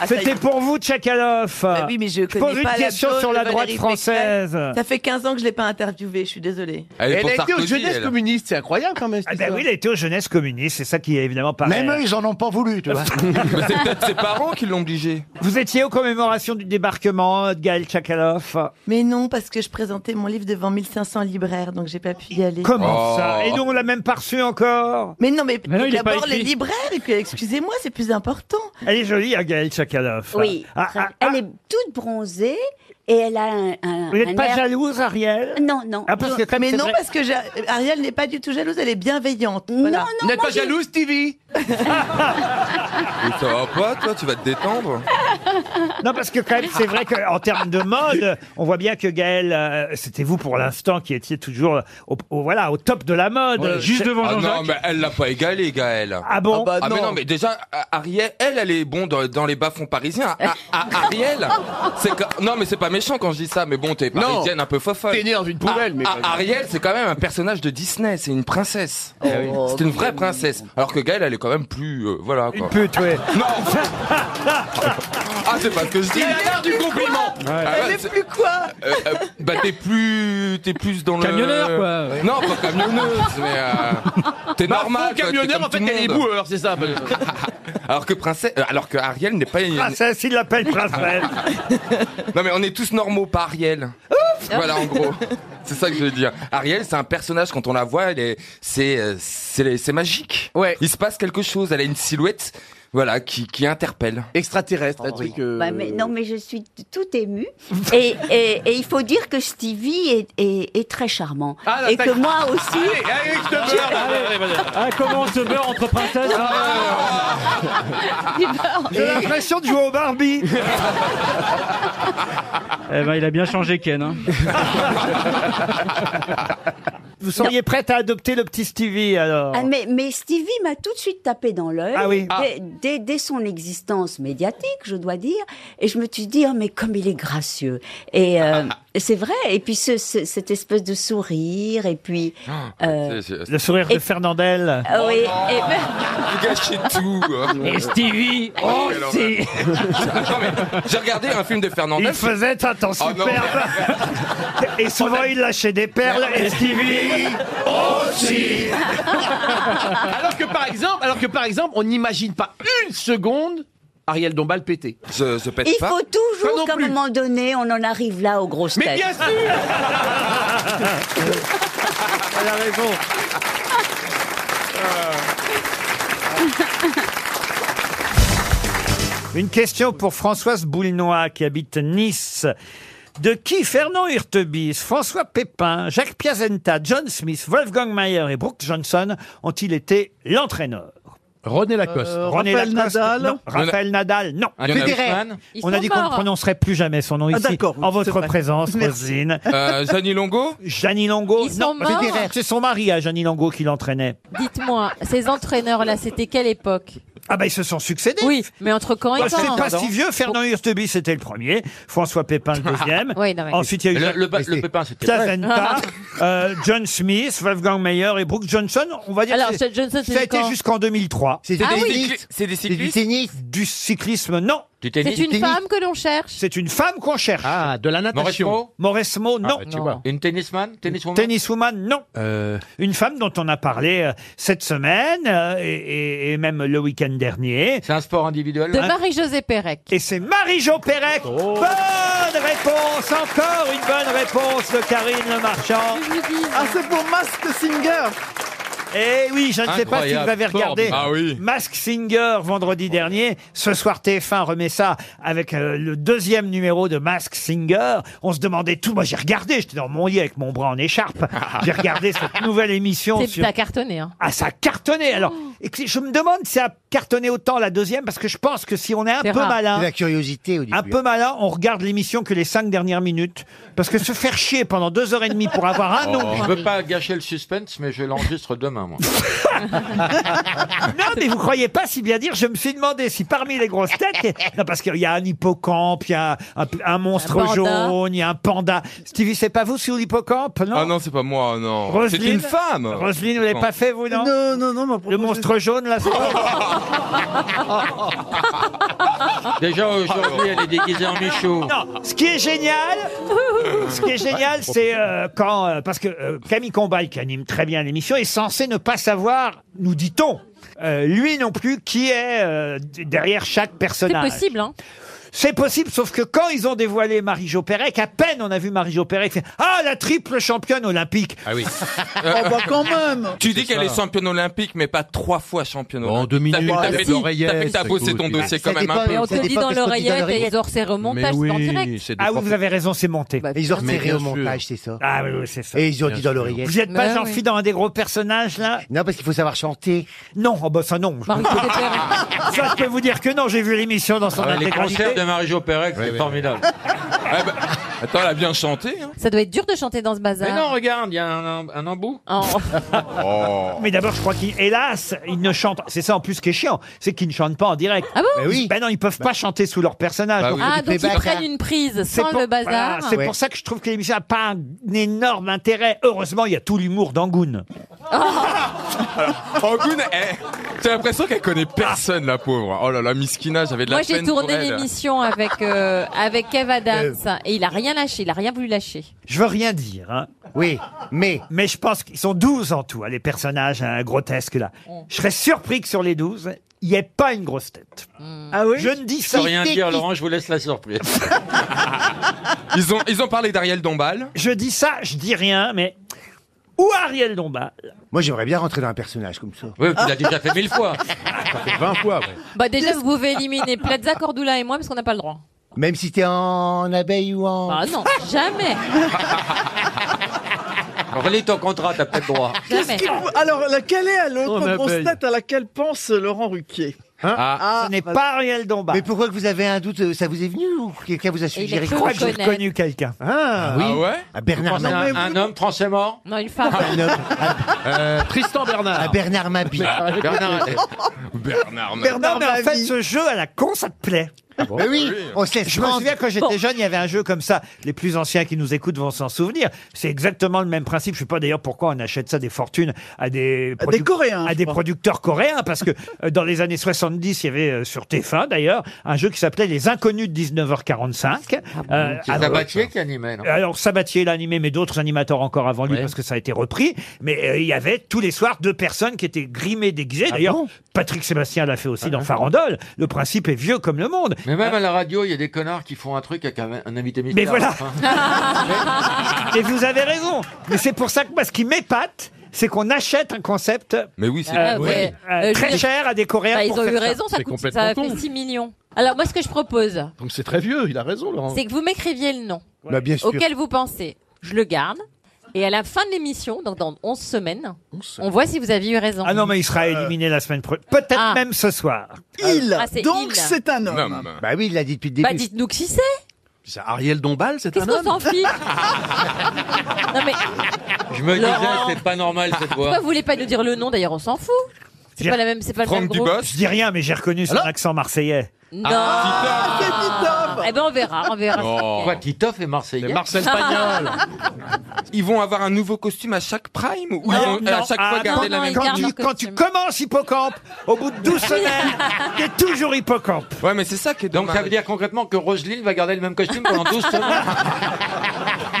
S23: Ah,
S1: C'était pour vous, Tchakaloff.
S23: Bah oui, mais je connais
S1: pose une
S23: pas la
S1: question
S23: zone
S1: sur la
S23: de
S1: droite
S23: Valérie
S1: française.
S23: Pécresse. Ça fait 15 ans que je l'ai pas interviewée, je suis désolée.
S1: Elle est Elle pour a été aux Sarkozy, Jeunesses elle.
S23: communistes, c'est incroyable quand même.
S1: Ah ben oui, il a été aux jeunesses communistes, c'est ça qui est évidemment pas
S23: Même eux, ils
S1: en ont pas voulu, <laughs> tu vois.
S8: Mais c'est peut-être ses parents qui l'ont obligé.
S1: Vous étiez aux commémorations du débarquement de Gaël Tchakaloff.
S23: Mais non, parce que je présentais mon livre devant 1500 libraires, donc j'ai pas pu y aller.
S1: Comment
S8: Oh.
S1: ça Et nous, on l'a même pas reçu encore.
S23: Mais non, mais,
S1: Mais non, il est pas
S23: d'abord les
S1: écrit.
S23: libraires, et puis excusez-moi, c'est plus important.
S1: Elle est jolie, hein, Gaël Tchakaloff.
S20: Oui.
S1: Ah,
S20: très- elle est toute bronzée et elle a un. un-
S1: Vous n'êtes
S20: un
S1: pas
S20: air-
S1: jalouse, Ariel Ah,
S20: Non, non.
S23: mais non, parce que j'a- Ariel n'est pas du tout jalouse, elle est bienveillante. Non,
S20: non, N'êtes moi, pas je-
S23: jalouse, Stevie
S8: Mais ça va pas, toi, tu vas te détendre.
S1: Non, parce que quand même, c'est vrai qu'en termes de mode, on voit bien que Gaël, euh, c'était vous pour l'instant qui étiez toujours au, au- voilà, au top de la mode. Euh, c'est-
S8: ah Non, mais elle l'a pas égalé, Gaël.
S1: Ah bon Ah bah
S8: Ah, mais
S1: non.
S8: non, mais déjà, à- Ariel, elle, elle est bon dans, dans les bas-fonds parisiens. À, à- Ariel, c'est que- non, mais c'est pas méchant quand je dis ça, mais bon, t'es
S7: Non.
S8: parisienne un peu fofolle.
S7: T'es née dans une poubelle,
S8: À-
S7: mais-
S8: à- Ah, Ariel, c'est quand même un personnage de Disney, c'est une princesse. Eh
S7: oui.
S8: c'est une vraie princesse. Alors que Gaël, elle est quand même plus, euh, voilà, quoi.
S1: Une pute, ouais. <laughs>
S8: Ah, c'est pas ce que je dis.
S23: Elle est plus quoi
S8: Ah,
S23: Elle
S8: bah,
S23: est
S8: c'est-
S23: plus
S20: <laughs>
S23: quoi
S8: euh, euh, bah t'es plus t'es plus dans le
S23: Camionneur, quoi.
S8: Non pas camionneuse mais euh, t'es
S7: Bah,
S8: normal.
S7: faux camionneur, en fait, elle est boueur, c'est ça.
S8: <laughs> alors que princesse, euh, alors que Ariel n'est pas une
S1: princesse. Il l'appelle princesse.
S8: <laughs> non mais on est tous normaux, pas Ariel. Voilà en gros. C'est ça que je veux dire. Ariel, c'est un personnage quand on la voit, elle est, c'est, euh, c'est, c'est magique. Ouais. Il se passe quelque chose. Elle a une silhouette, voilà, qui, qui interpelle.
S7: Extraterrestre, un truc. euh,
S20: Bah, mais- non, mais je suis t- tout
S1: <laughs>
S20: émue. Et, et- et il faut dire que Stevie est, est- est très charmant.
S10: là,
S20: et
S10: t'as-
S20: que moi aussi.
S10: Ah, comment on se beurre entre princesses hein
S1: Ah. J'ai l'impression de jouer au Barbie.
S10: <laughs> Eh ben, il a bien changé Ken. hein.
S1: Vous seriez prête à adopter le petit Stevie alors
S20: Ah, mais, mais Stevie m'a tout de suite tapé dans l'œil
S1: Ah
S20: dès,
S1: oui. Ah.
S20: dès- dès son existence médiatique, je dois dire. Et je me suis dit, oh, mais comme il est gracieux. Et euh, c'est vrai. Et puis ce- ce- cette espèce de sourire. Et puis. euh,
S1: Le sourire de
S20: Et-
S1: Fernandel.
S20: ah oui, et
S8: Oh, Vous gâchez tout. hein.
S20: Et Stevie
S8: Oh,
S20: aussi.
S8: alors, euh, Attends, mais J'ai regardé un film de Fernandez.
S1: Il faisait un temps
S8: Oh, non.
S1: superbe. Et souvent, il lâchait des perles. Et Stevie aussi.
S7: <laughs> alors que par exemple, alors que par exemple, on n'imagine pas une seconde Ariel Dombal péter.
S8: Se, se pète
S20: Il
S8: pas.
S20: faut
S7: Pas non
S20: toujours qu'à un
S7: plus.
S20: moment donné, on en arrive là aux grosses
S7: Mais
S20: têtes.
S7: bien sûr
S1: Elle a raison. <laughs> Une question pour Françoise Boulnois qui habite Nice. De qui Fernand Hurtebise, François Pépin, Jacques Piazenta, John Smith, Wolfgang Mayer et Brooke Johnson ont-ils été l'entraîneur René
S31: Lacoste. Euh,
S1: René
S31: Raphaël
S1: Lacoste,
S31: Nadal.
S1: non. Raphaël Nadal, non.
S31: Il y en a- Federer. Hoffman. Ils
S1: On a
S31: sont
S1: dit qu'on ne
S31: morts.
S1: prononcerait plus jamais son nom
S31: Ah,
S1: ici,
S31: d'accord,
S1: en
S31: oui, c'est
S1: votre
S31: vrai.
S1: présence,
S31: Merci.
S1: Roselyne.
S8: Euh, Zanny Longo
S1: Jeannie Longo,
S21: Ils
S1: non,
S21: sont morts.
S1: Federer. c'est son mari à Jeannie Longo qui l'entraînait.
S21: Dites-moi, ces entraîneurs-là, c'était quelle époque
S1: Ah bah ils se sont succédés.
S21: Oui, mais entre quand et
S1: Bah,
S21: quand
S1: c'est pas si vieux, Fernand Hurtebise c'était le premier, François Pépin
S21: <laughs>
S1: le deuxième.
S21: Ah, Oui, non, mais-
S1: Ensuite il y a eu
S32: Le-
S1: Jacques-
S32: le ba- le Pépin, c'était-
S21: <laughs>
S1: Piazenta, euh, John Smith, Wolfgang Mayer et Brooke Johnson. On va dire
S21: Alors,
S1: que
S21: cette Johnson, c'est
S1: ça a été
S21: quand
S1: jusqu'en 2003.
S21: C'est Ah des oui. cyclistes
S1: C'est des
S21: cyclistes
S1: du tennis Du cyclisme, non. Du
S21: C'est une femme que l'on cherche.
S1: C'est une femme qu'on cherche. Ah, de la
S32: natation. Mauresmo
S1: Mauresmo, non.
S32: Ah, bah, tu vois. Une tennisman Tenniswoman Euh.
S1: Tenniswoman, non. Une femme dont on a parlé euh, cette semaine euh, et, et- et même le week-end dernier. C'est un sport individuel.
S21: De Marie-Josée Pérec.
S1: Et c'est Marie-Jo Pérec.
S32: Oh.
S1: Bonne réponse, encore une bonne réponse de Karine Le Marchand.
S33: Ah, c'est pour Mask Singer
S1: Eh oui, je ne sais pas si vous
S33: Incroyable.
S1: avez regardé
S33: Formidable. Ah oui.
S1: Mask Singer vendredi dernier. Ce soir, TF1 remet ça avec euh, le deuxième numéro de Mask Singer. On se demandait tout. Moi, j'ai regardé. J'étais dans mon lit avec mon bras
S32: <laughs>
S1: en écharpe. J'ai regardé cette nouvelle émission.
S21: C'est
S1: Sur...
S21: t'as cartonné. Hein.
S1: Ah, ça a cartonné. Alors, et que je me demande si ça a cartonné autant la deuxième, parce que je pense que si on est un
S34: C'est
S1: peu
S34: rare.
S1: malin.
S34: C'est la curiosité au début.
S1: Un peu malin, on regarde l'émission que les cinq dernières minutes. Parce que se faire chier pendant deux heures et demie pour avoir un
S32: Oh,
S1: nom.
S32: Je veux pas gâcher le suspense, mais je l'enregistre demain, moi.
S1: Non, Ah, mais vous croyez pas si bien dire. Je me suis demandé si parmi les grosses têtes, non, parce qu'il y a un hippocampe, il y a un, un monstre
S8: Un panda.
S1: jaune, il y a un panda. Stevie, c'est pas vous sur l'hippocampe, non
S8: Ah non, Ah c'est pas moi, non. C'est
S1: Roselyne
S8: une femme.
S1: Roselyne, vous l'avez pas fait, vous, non
S33: Non, non, non.
S1: Le monstre être jaune là.
S20: Déjà aujourd'hui, Ah, oh, elle est déguisée en Michaud. Euh.
S1: Non, ce qui est génial, ce qui est
S20: <laughs>
S1: génial, c'est euh, quand euh, parce que euh, Camille Combal qui anime très bien l'émission est censé ne pas savoir, nous dit-on, euh, lui non plus qui est euh, d- derrière chaque personnage.
S21: possible, hein.
S1: C'est possible, sauf que quand ils ont dévoilé Marie-Jo Pérec, à peine on a vu Marie-Jo Pérec fait Ah, la triple championne olympique
S8: Ah oui.
S1: <laughs> Oh, bah, quand même.
S8: Tu
S1: C'est
S8: dis qu'elle
S1: ça.
S8: est championne olympique, mais pas trois fois championne olympique. En
S4: deux minutes,
S8: t'as
S4: avec
S8: fait,
S4: l'oreillette,
S8: t'as fait que t'as
S4: c'est
S8: bossé
S4: tout,
S8: ton
S4: oui.
S8: dossier
S4: Ça
S8: quand même
S4: dépend,
S8: un peu.
S21: Et on te le dit dans
S4: qu'est-ce que tu
S21: l'oreillette
S4: dis
S21: et ils ont ses remontages
S4: Mais
S21: en
S4: oui,
S21: direct.
S4: c'est des
S1: Ah oui,
S4: profs-
S1: vous avez raison, c'est monté.
S4: Et Bah, ils ont Mais retiré bien au sûr. montage,
S1: c'est ça. Ah oui, oui, c'est ça.
S4: Et ils ont dit dans l'oreillette.
S1: Vous n'êtes pas
S4: Mais
S1: jean
S4: oui.
S1: dans un des gros personnages, là
S4: Non, parce qu'il faut savoir chanter.
S1: Non, oh, bah ça non. <laughs> Ça, je peux vous dire que non, j'ai vu l'émission dans son
S20: Ah, les
S1: intégralité.
S20: concerts de Marie-Jo Pérec, c'est formidable.
S8: Attends, elle a bien chanté. hein.
S21: Ça doit être dur de chanter dans ce bazar.
S20: Mais non, regarde, il y a un, un embout.
S4: Oh.
S20: <laughs> Oh.
S1: Mais d'abord, je crois qu'hélas, ils ne chantent. C'est ça en plus qui est chiant, c'est qu'ils ne chantent pas en direct. Ah
S21: bon
S1: Ben oui. Ben non, ils
S4: Bah.
S1: peuvent pas chanter sous leur personnage.
S21: Ah, donc ils prennent
S1: une
S21: une prise
S1: C'est
S21: sans
S1: pour-
S21: le bazar.
S1: voilà, c'est pour ça que je trouve que l'émission n'a pas un, un énorme intérêt. Heureusement, il y a tout l'humour d'Angoun.
S21: Oh,
S8: Alors, Angoune, eh, j'ai l'impression qu'elle connaît personne, la pauvre. Oh là là, Miskina, j'avais de la
S21: Moi,
S8: peine
S21: j'ai
S8: pour
S21: tourné
S8: elle.
S21: l'émission avec, euh, avec Kev Adams et il a rien lâché, il a rien voulu lâcher.
S1: Je veux rien dire. Oui, mais. Mais je pense qu'ils sont 12 en tout, hein, les personnages hein, grotesques là. Je serais surpris que sur les 12, il n'y ait pas une grosse tête. Ah oui Je ne dis
S20: Je peux
S1: ça.
S20: rien dire, Laurent, je vous laisse la surprise.
S8: <laughs> Ils ont, ils ont parlé d'Ariel Dombal.
S1: Je dis ça, je dis rien, mais. Ou Ariel Dombal.
S4: Moi, j'aimerais bien rentrer dans un personnage comme ça.
S20: Oui, tu l'as déjà fait mille fois.
S4: Ça fait 20 fois, ouais.
S21: Bah déjà, vous pouvez éliminer Plaza, Cordula et moi parce qu'on n'a pas le droit.
S4: Même si t'es en abeille ou en.
S21: Ah non, jamais,
S20: Relis ton contrat, t'as pas le
S21: <laughs>
S20: droit.
S21: jamais.
S25: Alors, laquelle est à
S20: On
S25: l'autre
S20: appelle.
S25: grosse tête à laquelle pense Laurent Ruquier
S20: Ah.
S1: Ce n'est pas Ariel Dombal.
S4: Mais pourquoi que vous avez un doute euh, Ça vous est venu ou quelqu'un
S21: Eh
S4: vous a suggéré
S1: Je crois que j'ai reconnu quelqu'un.
S4: Ah, oui.
S20: Ah ouais
S4: Ah, Bernard
S20: Vous pensez à
S4: Mabille.
S20: un- un homme français mort Euh,
S21: Non, une femme.
S20: <laughs> Tristan Bernard.
S4: Ah, Bernard Mabille.
S20: Bernard-
S8: Bernard
S1: non, mais en fait, ce jeu à la con, ça te plaît.
S4: Mais Ah oui, on se laisse
S1: Je me
S4: prendre.
S1: souviens quand j'étais jeune, il y avait un jeu comme ça. Les plus anciens qui nous écoutent vont s'en souvenir. C'est exactement le même principe. Je sais pas d'ailleurs pourquoi on achète ça des fortunes à des, produ- à des producteurs coréens, parce que euh, dans les années 70, il y avait euh, sur TF1 d'ailleurs un jeu qui s'appelait Les Inconnus de 19h45. Euh,
S20: C'est
S1: alors-
S20: Sabatier qui animait, non
S1: alors Sabatier l'a animé, mais d'autres animateurs encore avant lui parce que ça a été repris. Mais euh, il y avait tous les soirs deux personnes qui étaient grimées,
S21: Ah
S1: déguisées. D'ailleurs, Patrick Sébastien l'a fait aussi dans Farandole. Le principe est vieux comme le monde. Euh,
S20: Mais même à la radio, il y a des connards qui font un truc avec un, un invité mystère. Hein.
S1: Mais
S21: <laughs>
S1: voilà.
S20: Enfin.
S1: Et vous avez raison. Mais c'est pour ça que moi, ce qui m'épate, c'est qu'on achète un concept.
S8: Mais oui, c'est-
S21: Ah ouais.
S1: euh,
S21: Euh,
S1: très
S21: je-
S1: cher à des Coréens.
S21: Bah, ils
S1: pour
S21: ont
S1: faire
S21: eu
S1: ça.
S21: raison, ça, coûte, ça fait 6 millions. Alors moi, ce que je propose,
S28: Donc c'est très vieux, il a raison, Laurent.
S21: c'est que vous m'écriviez le nom
S28: Bah, bien sûr.
S21: auquel vous pensez. Je le garde. Et à la fin de l'émission, donc dans 11 semaines, on voit si vous aviez eu raison.
S1: Ah non, mais il sera
S20: Euh,
S1: éliminé la semaine prochaine. Peut-être
S21: Ah.
S1: même ce soir.
S21: Il. Ah, c'est
S25: Donc
S21: il.
S25: c'est un homme.
S4: Bah oui, il l'a dit depuis le
S21: Bah
S4: début.
S21: dites-nous qui c'est.
S28: C'est Ariel Dombal, c'est
S21: Qu'est-ce
S28: un
S21: qu'on
S28: homme
S21: s'en fiche Non mais
S20: Je me
S21: Laurent.
S20: disais, c'est pas normal
S21: <laughs>
S20: cette
S21: pourquoi
S20: voix.
S21: vous voulez pas nous dire le nom D'ailleurs, on s'en fout. C'est
S1: J'ai-
S21: pas la même, c'est pas le même groupe. Ah.
S1: Je dis rien, mais j'ai reconnu son accent marseillais.
S21: Non.
S20: Ah,
S21: Eh ben on verra, on verra.
S20: Quoi, Titoff est marseillais
S21: <laughs>
S8: Marcel
S21: Pagnol.
S8: <laughs> Ils vont avoir un nouveau costume à chaque prime ou ils vont à chaque fois
S1: ah,
S8: garder
S1: non,
S8: la même
S1: quand, tu, quand tu commences hippocampe, au bout de
S9: <laughs>
S1: 12 semaines, t'es toujours hippocampe.
S8: Ouais, mais c'est ça qui est
S20: Donc ça veut dire concrètement que Roselyne va garder le même costume pendant 12
S1: <laughs>
S20: semaines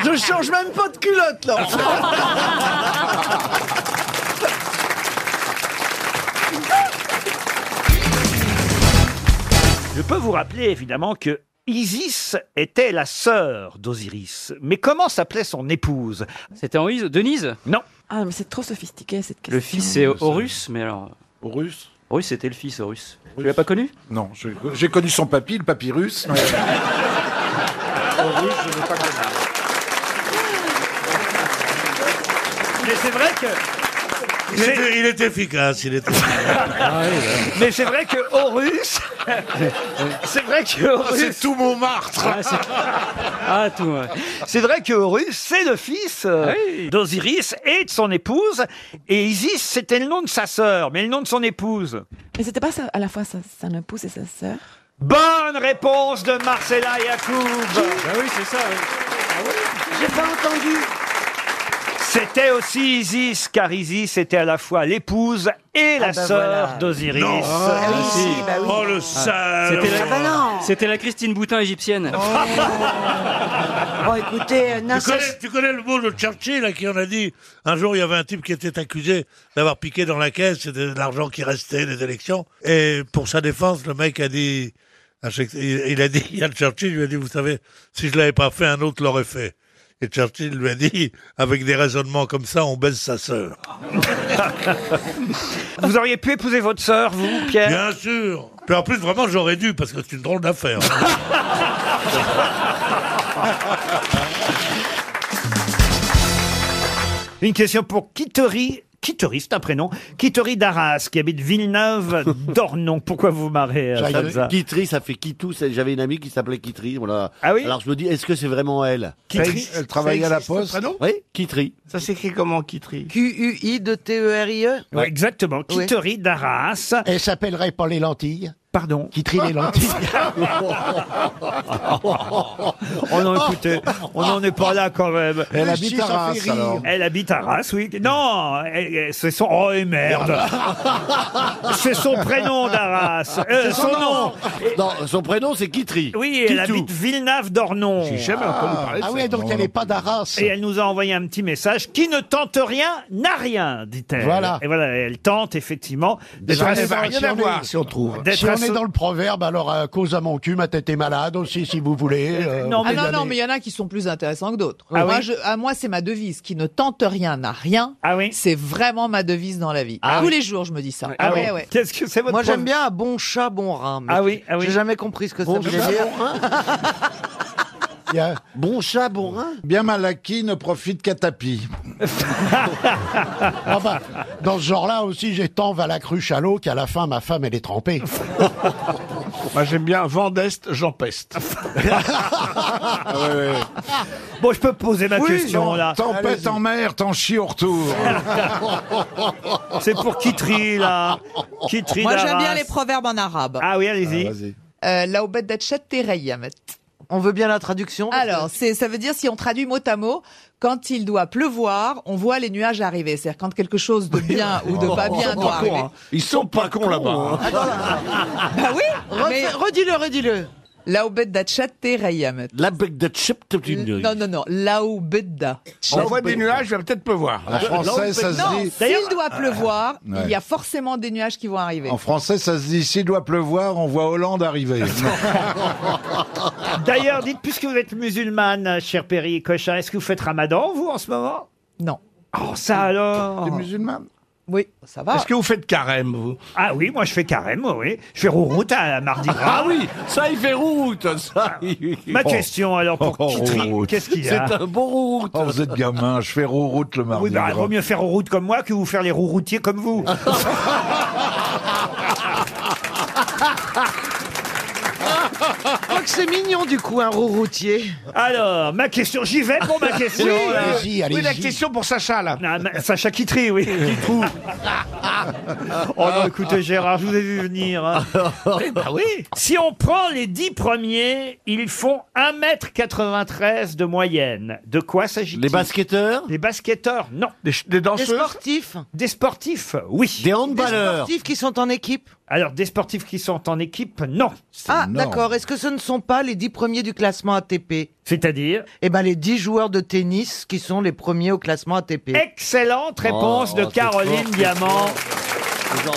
S25: Je change même pas de culotte, Laurent.
S1: Je peux vous rappeler évidemment que Isis était la sœur d'Osiris. Mais comment s'appelait son épouse C'était en Denise Non.
S15: Ah, mais c'est trop sophistiqué cette question.
S10: Le fils c'est Horus, mais alors. Horus Horus, c'était le fils Horus. Tu l'as pas connu
S16: Non, je- j'ai connu son papy, le papy russe.
S1: Mais c'est vrai que.
S29: Il est, il est efficace, il est
S1: Mais c'est vrai que Horus. c'est vrai que
S29: Ah,
S1: Horus.
S29: c'est tout Montmartre.
S1: Ah, tout. C'est vrai que Horus, c'est le fils euh, d'Osiris et de son épouse. Et Isis, c'était le nom de sa sœur, mais le nom de son épouse.
S15: Mais c'était pas ça, à la fois sa, son épouse et sa sœur
S1: Bonne réponse de Marcella Yacoub.
S15: oui, c'est ça.
S1: J'ai pas entendu. C'était aussi Isis, car Isis était à la fois l'épouse et la
S29: Ah bah
S1: sœur
S29: voilà.
S1: d'Osiris.
S29: Non. Ah oui, si, bah oui. Oh, le
S1: Ah.
S29: salaud.
S1: C'était la-
S29: Ah bah non.
S1: C'était la Christine Boutin égyptienne.
S29: Bon, écoutez, euh, tu, connais, tu connais le mot de Churchill à qui on a dit un jour il y avait un type qui était accusé d'avoir piqué dans la caisse, c'était de l'argent qui restait des élections. Et pour sa défense, le mec a dit, à chaque- il il a dit, il y a Churchill lui a dit, vous savez, si je l'avais pas fait, un autre l'aurait fait. Et Churchill lui a dit, avec des raisonnements comme ça, on baisse sa sœur.
S1: <laughs> Vous auriez pu épouser votre sœur, vous, Pierre
S29: Bien sûr. Puis en plus, vraiment, j'aurais dû, parce que c'est une drôle d'affaire. hein.
S1: Une question pour Kittery. Kittery, c'est un prénom. Kittery d'Arras, qui habite Villeneuve d'Ornon. Pourquoi vous vous marrez, euh, Plaza
S2: Kitri, ça fait Kitou. ça- J'avais une amie qui s'appelait Kitri. Voilà.
S1: Ah oui
S2: Alors je me dis, est-ce que c'est vraiment elle
S16: Kitri, Ça ex- elle travaillait ça à la existe, Poste. ce prénom
S2: Oui, Kitri.
S9: Ça s'écrit comment, Kitri Q-U-I de T-E-R-I-E
S1: Ouais, exactement. Kittery d'Arras.
S3: Elle s'appellerait pas les lentilles.
S1: Pardon.
S3: Qui trie les lentilles.
S1: Oh non, écoutez, <laughs> on n'en est pas là quand même.
S16: Elle habite Si, ça à fait Arras, rire. alors.
S1: Elle habite à Arras, oui. Non, elle- elle- c'est son. Oh, et merde C'est son prénom d'Arras. Euh,
S2: C'est
S1: son nom
S2: Non, son prénom, c'est Kitri.
S1: Oui, elle
S2: Kitou.
S1: habite Villeneuve d'Ornon.
S2: J'ai jamais entendu parler de Ah ça. ouais, donc Non, elle non. est
S1: pas d'Arras. Et elle nous a envoyé un petit message qui ne tente rien n'a rien, dit-elle.
S3: Voilà.
S1: Et voilà, elle tente effectivement d'être
S3: Si on est
S1: asso-
S3: dans- si on est- Si on trouve.
S1: D'être
S3: <laughs> Si on est
S1: asso-
S3: dans le proverbe, alors euh, cause à mon cul, ma tête est malade aussi, si vous voulez. euh,
S23: Non,
S3: on
S23: mais, ah
S3: peut
S23: non, non,
S3: donner-
S23: mais il y en a qui sont plus intéressants que d'autres.
S3: Ah
S23: moi,
S3: oui
S23: je, à moi, c'est ma devise. Qui ne tente rien n'a rien. C'est vraiment ma devise dans la vie.
S9: Ah
S23: Tous
S9: oui.
S23: les jours, je me dis ça.
S9: Ah oui.
S23: Ouais, ouais.
S1: Qu'est-ce que c'est
S9: Moi, j'aime bien un bon chat, bon rein. mais
S23: Ah oui, ah oui.
S9: J'ai jamais compris ce que
S16: Bon
S9: ça voulait
S16: chat,
S9: dire.
S16: bon
S13: hein
S16: Bon chat, bon rein. Bien mal acquis ne profite qu'à <laughs> tapis.
S3: Ah bah, dans ce genre-là aussi, j'ai tant va la cruche à l'eau qu'à la fin, ma femme, elle est trempée.
S28: <laughs> Moi, j'aime bien Vendeste, Jean
S3: <laughs>
S28: Peste. Ah
S1: Bon, je peux poser ma
S16: Oui,
S1: question là.
S16: Tempête en mer, t'en chies
S1: <laughs>
S16: au retour.
S1: C'est pour Kitri là. Kitri
S23: Moi, j'aime bien
S1: d'Arras.
S23: les proverbes en arabe.
S1: Ah oui, allez-y.
S23: Euh, La oubed d'achat terayyamet.
S9: On veut bien la traduction
S23: Alors, c'est, ça veut dire, si on traduit mot à mot, quand il doit pleuvoir, on voit les nuages arriver. C'est-à-dire quand quelque chose de
S3: <laughs>
S23: bien ou de
S3: Oh,
S23: pas bien doit arriver.
S3: hein.
S2: Ils sont pas cons là-bas. hein.
S23: Bah oui <laughs> mais... Redis-le, redis-le Laoubedda tchaté rayamet.
S2: Laoubedda tchaté
S23: Non, non, non. Laoubedda.
S28: On voit des nuages, il va peut-être pleuvoir.
S16: En français, ça se
S23: Non,
S16: dit. euh,
S23: s'il doit pleuvoir,
S16: Ouais.
S23: il y a forcément des nuages qui vont arriver.
S16: En français, ça se dit s'il doit pleuvoir, on voit Hollande arriver.
S1: D'ailleurs, dites, puisque vous êtes musulmane, cher Perry Cochin, est-ce que vous faites ramadan, vous, en ce moment
S23: Non.
S1: Oh, ça alors
S16: T'es musulmane
S23: Oui, ça va.
S28: Est-ce que vous faites carême, vous
S1: Ah oui, moi je fais carême, oui. Je fais rouroute à mardi gras. Ah,
S2: Ah oui, ça il fait route. Ça.
S1: Ma question alors pour
S16: Oh,
S1: Kitri,
S16: route.
S1: qu'est-ce qu'il y a
S16: C'est un
S2: beau route.
S16: Oh, vous êtes gamin, je fais route le mardi.
S1: Oui, bah,
S16: gras.
S1: vaut mieux faire route comme moi que vous faire les rouroutiers comme <laughs> vous.
S9: Je crois que c'est mignon, du coup, un rouroutier.
S1: Alors, ma question, j'y vais pour ma question.
S9: <laughs> Oui,
S1: là.
S9: allez-y, allez-y. Oui, la
S1: question pour Sacha, là. Ah, Sacha Kitri, oui. Kitrou. oh non, écoutez, Gérard, je vous ai vu venir. hein.
S9: <laughs> bah
S1: Si on prend les 10 premiers, ils font 1m93 de moyenne. De quoi s'agit-il Les
S2: basketteurs
S1: Les basketteurs, non.
S28: Des,
S9: Des sportifs.
S1: Des sportifs, oui.
S2: Des
S9: Des sportifs qui sont en équipe.
S1: Alors, des sportifs qui sont en équipe, non.
S9: Ah, d'accord. Est-ce que ce ne sont pas les dix premiers du classement ATP
S1: C'est-à-dire
S9: Eh ben, les dix joueurs de tennis qui sont les premiers au classement ATP. Oh,
S1: Excellente réponse de Caroline Diamant.
S9: Oh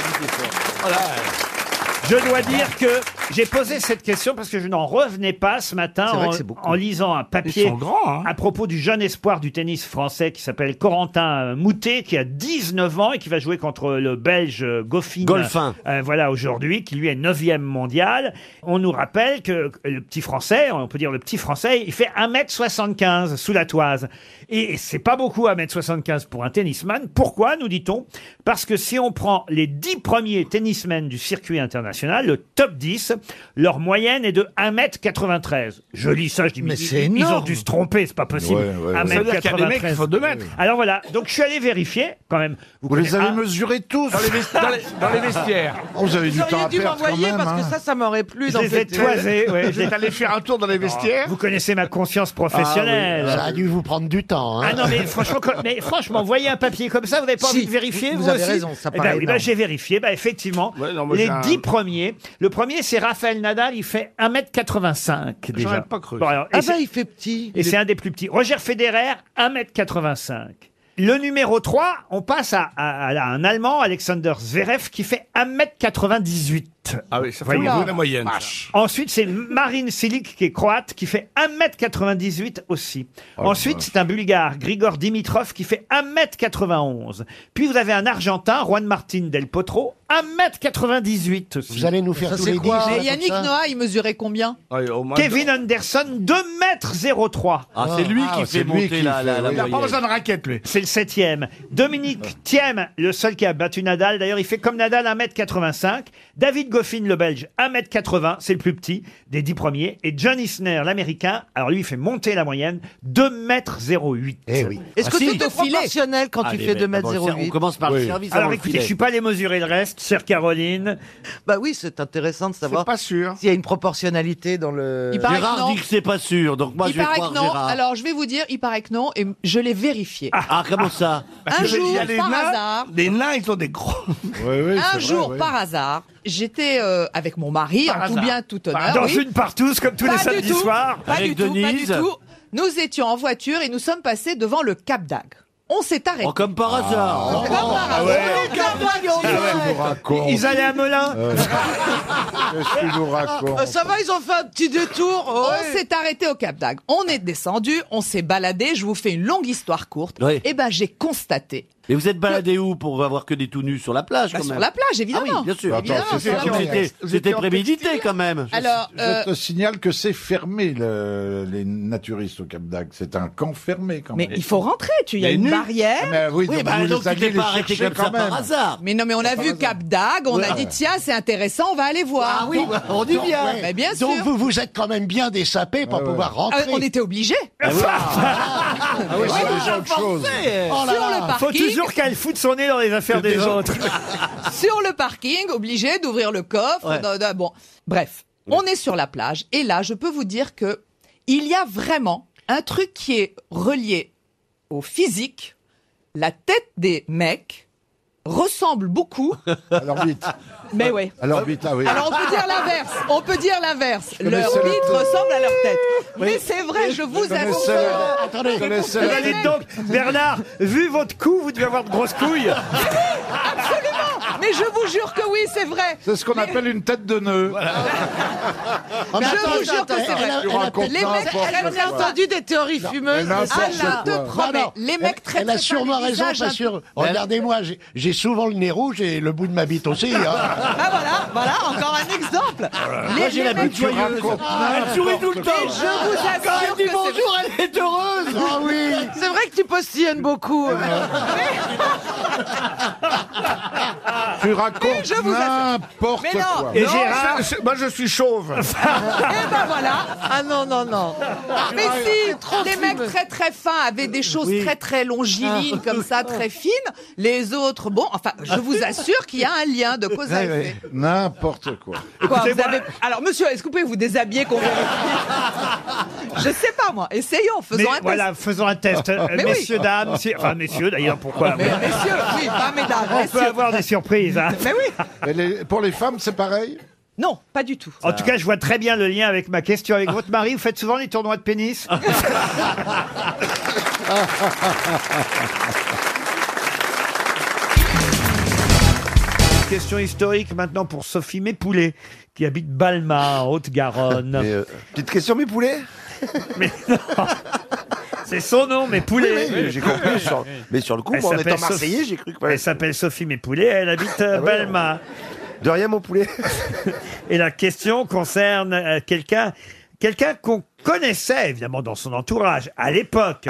S1: Je dois dire que j'ai posé cette question parce que je n'en revenais pas ce matin
S9: C'est vrai
S1: en,
S9: que c'est beaucoup.
S1: en lisant un papier
S9: Ils sont grands,
S1: à propos du jeune espoir du tennis français qui s'appelle Corentin euh, Moutet, qui a 19 ans et qui va jouer contre le Belge euh, Goffin.
S2: Golfin.
S1: Euh, voilà, aujourd'hui, qui lui est 9e mondial. On nous rappelle que le petit français, on peut dire le petit français, il fait 1m75 sous la toise. Et c'est pas beaucoup 1m75 pour un tennisman. Pourquoi, nous dit-on Parce que si on prend les 10 premiers tennismen du circuit international, internationale, le top 10. Leur moyenne est de 1m93. Je lis ça, je dis, mais,
S9: c'est
S1: ils- ils ont
S9: énorme.
S1: dû se tromper, c'est pas possible.
S9: Ouais, ouais, ouais.
S1: 1m93.
S9: Ça veut dire qu'il y a des mecs qui font deux mètres.
S1: Alors voilà, donc je suis allé vérifier quand même. Vous, Ah.
S9: les avez
S1: mesurés tous
S9: Dans les vest- dans les- dans les vestiaires. Oh, vous avez du Vous auriez temps à dû perdre quand m'envoyer même, parce que hein. ça, ça m'aurait plu
S1: Je
S9: d'en
S1: les ai
S9: fait-
S1: toisés, ouais.
S9: Vous êtes allé faire un tour dans les vestiaires
S1: Vous connaissez ma conscience professionnelle.
S3: Ah oui, Ça a dû vous prendre du temps. hein.
S1: Ah non, mais franchement, quand- mais franchement, voyez un papier comme ça, vous n'avez pas
S3: Si,
S1: envie de vérifier
S3: vous
S1: Vous,
S3: avez
S1: aussi
S3: raison, ça
S1: Eh ben
S3: paraît
S1: oui, ben,
S3: énorme.
S1: J'ai vérifié, bah, effectivement,
S3: moi,
S1: les
S3: j'ai un-
S1: 10 premiers. Le premier, c'est Raphaël Nadal, il fait 1m85 déjà.
S3: J'aurais Ah, pas cru.
S1: Bon, alors,
S3: Ah
S1: et
S3: bah,
S1: c'est-
S3: il fait petit.
S1: Et c'est un des plus petits. Roger Federer, 1m85. Le numéro 3, on passe à, à- à un Allemand, Alexander Zverev, qui fait 1m98.
S28: Ah oui, ça fait
S1: Voyez-vous.
S28: beaucoup la moyenne. ça.
S1: Ensuite, c'est Marine Silic, qui est croate, qui fait 1m98 aussi. Ensuite, c'est un Bulgare, Grigor Dimitrov, qui fait 1m91. Puis vous avez un Argentin, Juan Martin Del Potro, 1m98 aussi. Vous allez nous faire
S23: Mais Yannick Noah, il mesurait combien
S1: Kevin Anderson, 2m03.
S28: Ah, c'est lui qui fait monter la- la- la
S1: Il a pas
S28: moyenne.
S1: besoin de raquette, lui. C'est le septième.
S28: Ah.
S1: Dominique Thiem, le seul qui a battu Nadal. D'ailleurs, il fait comme Nadal 1m85. David Goffin, le belge, 1m80. C'est le plus petit des dix premiers. Et John Isner, l'américain. Alors lui, il fait monter la moyenne, 2m08. Eh oui.
S9: Est-ce que Ah, si. tout est proportionnel quand tu fais 2m08?
S1: On commence par
S9: Oui.
S1: le service.
S9: avant
S1: Alors
S9: le
S1: écoutez,
S9: filet.
S1: je suis pas allé mesurer le reste, chère Caroline.
S9: Bah oui, c'est intéressant de savoir.
S1: pas
S9: sûr. S'il y a une proportionnalité dans le.
S23: Il paraît que non.
S9: c'est pas sûr, donc
S23: il paraît que non. Alors, je vais vous dire, il paraît que non, et je l'ai vérifié.
S9: Ah, comment ça
S23: <laughs>
S28: Bah,
S23: Un jour,
S28: les
S23: par
S28: nains,
S23: hasard.
S28: Les nains, ils ont des gros.
S23: un jour, par hasard, j'étais euh, avec mon mari,
S28: Par
S23: en tout
S28: hasard.
S23: bien, tout
S28: Par
S23: honneur.
S28: hasard.
S1: Dans
S23: oui.
S1: une partouze, comme tous les
S23: Pas du
S1: samedis
S23: tout,
S1: soirs.
S23: Pas du tout, pas du tout. Nous étions en voiture et nous sommes passés devant le Cap d'Agde. On s'est arrêté.
S5: Oh,
S1: comme par
S3: Ah.
S1: hasard.
S8: Oh,
S23: Comme par
S8: ah
S23: hasard. Le Cap d'Agde, on s'est
S1: Ils allaient à Melun.
S3: Euh,
S23: Qu'est-ce
S9: qu'il nous raconte
S23: Euh, ça va, ils ont fait un petit
S16: <laughs>
S23: détour. On s'est arrêté au Cap d'Agde. On est descendu, on s'est baladé. Je vous fais une longue histoire courte.
S5: Oui.
S23: Eh ben, j'ai constaté.
S5: Et vous êtes baladé où pour avoir que des tout nus sur la plage
S23: Bah,
S5: quand
S23: sur
S5: même
S23: la plage, évidemment.
S5: Ah oui, bien sûr.
S23: Attends, Évidemment, c'est sur la sûr. plage.
S5: C'était-
S23: Vous
S5: C'était
S23: étiez en
S5: prémédité quand même.
S23: Alors,
S16: je
S23: euh,
S16: te signale que c'est fermé, le- les naturistes au Cap d'Agde. C'est un camp fermé quand même.
S23: Mais bah, il faut rentrer, tu il y a
S16: Mais
S23: une
S16: nu.
S23: barrière.
S16: Ah, mais oui, donc
S3: bah,
S16: vous les alliez les chercher quand même.
S23: Mais non, mais on a vu Cap d'Agde, on a
S3: Ouais.
S23: dit tiens, c'est intéressant, on va aller voir.
S3: Ah oui, on dit bien.
S23: Mais bien sûr.
S3: Donc vous vous êtes quand même bien dessapé pour pouvoir rentrer.
S23: Ah, on était obligés.
S3: Ah oui.
S5: Ah
S16: Ah
S23: oui, c'est
S3: Ouais.
S23: déjà autre chose.
S3: Oh là
S23: Sur
S3: là.
S23: le parking.
S1: Faut toujours qu'elle foute son nez dans les affaires des autres.
S23: sur le parking, obligé d'ouvrir le coffre.
S1: Ouais.
S23: d'un- d'un- bon, bref, on est sur la plage et là, je peux vous dire que il y a vraiment un truc qui est relié au physique. La tête des mecs ressemble beaucoup.
S16: À l'orbite.
S23: <laughs> Mais ouais.
S16: À l'orbite, ah oui.
S23: Alors on peut dire l'inverse. On peut dire l'inverse.
S16: connaissais
S23: Leur
S16: le-
S23: bite ressemble à leur tête. Mais c'est vrai, je vous
S16: connaissais
S23: assure.
S16: le-
S1: Attendez,
S16: Je connaissais
S1: Eh
S16: la-
S1: ben, dites donc, Bernard, vu votre cou, vous devez avoir de grosses couilles.
S23: Absolument. Mais je vous jure que oui, c'est vrai.
S16: C'est ce qu'on appelle une tête de nœud. Ah,
S23: Je
S9: Mais attends,
S23: vous jure
S9: attends,
S23: que c'est
S9: elle
S23: vrai.
S9: a- elle a-
S23: les mecs,
S9: elle a- elle a
S23: très
S9: entendu des théories fumeuses.
S23: Ah
S9: Ah,
S23: là,
S9: là.
S23: te promets,
S3: Non, non.
S23: les
S3: Elle-
S23: mecs très
S3: Elle a sûrement raison, pas sûr.
S5: Oh.
S3: Regardez-moi, j'ai- j'ai souvent le nez rouge et le bout de ma bite aussi. hein.
S23: Ah voilà, voilà, encore un exemple.
S3: Moi, j'ai la
S23: mecs-
S3: bite joyeuse.
S5: Ah,
S9: Elle sourit tout le temps.
S23: Et je vous assure
S9: Quand elle dit
S23: que c'est-
S9: bonjour, elle est heureuse. Ah oui. C'est vrai que tu postillonnes beaucoup.
S23: <laughs>
S16: Tu racontes
S23: je vous assure.
S16: n'importe
S23: Mais non,
S16: quoi.
S23: Et non, Gérard
S28: c'est- c'est- Moi, je suis chauve.
S23: Eh ben voilà. Ah non, non, non. Mais
S26: Ah,
S23: si, les mecs très très fins avaient des choses très très longilignes
S26: Ah.
S23: comme ça, très fines. Les autres, bon, enfin, je vous assure qu'il y a un lien de cause à
S16: Ouais,
S23: effet.
S16: ouais. N'importe quoi.
S23: Quoi, vous avez- Alors, monsieur, est-ce que vous pouvez vous déshabiller qu'on
S1: <laughs>
S23: vérifie Je sais pas, moi. Essayons, faisons
S1: Mais
S23: un test.
S1: voilà, faisons un test. Euh,
S23: Mais oui.
S1: messieurs, dames, si- enfin messieurs d'ailleurs, pourquoi
S23: Mais messieurs, oui, pas mesdames.
S1: On peut
S23: messieurs.
S1: avoir des surprises. hein.
S23: Mais oui
S16: Et les- pour les femmes, c'est pareil
S23: Non, pas du tout.
S1: En tout cas, je vois très bien le lien avec ma question avec votre mari. Vous faites souvent les tournois de
S16: <laughs>
S1: pénis Question historique maintenant pour Sophie Mépoulet, qui habite Balma, en Haute-Garonne.
S5: euh,
S1: Petite question Mépoulet <laughs> Mais non C'est son nom, Mépoulet
S5: Oui, oui, j'ai compris, sur- mais sur le coup, moi, en
S1: s'appelle
S5: étant Marseillais, j'ai cru que-
S1: Elle s'appelle Sophie Mépoulet, elle habite euh,
S5: Ah ouais.
S1: Balma. De rien, mon poulet. <laughs> Et la question concerne euh, quelqu'un quelqu'un qu'on connaissait, évidemment, dans son entourage, à l'époque.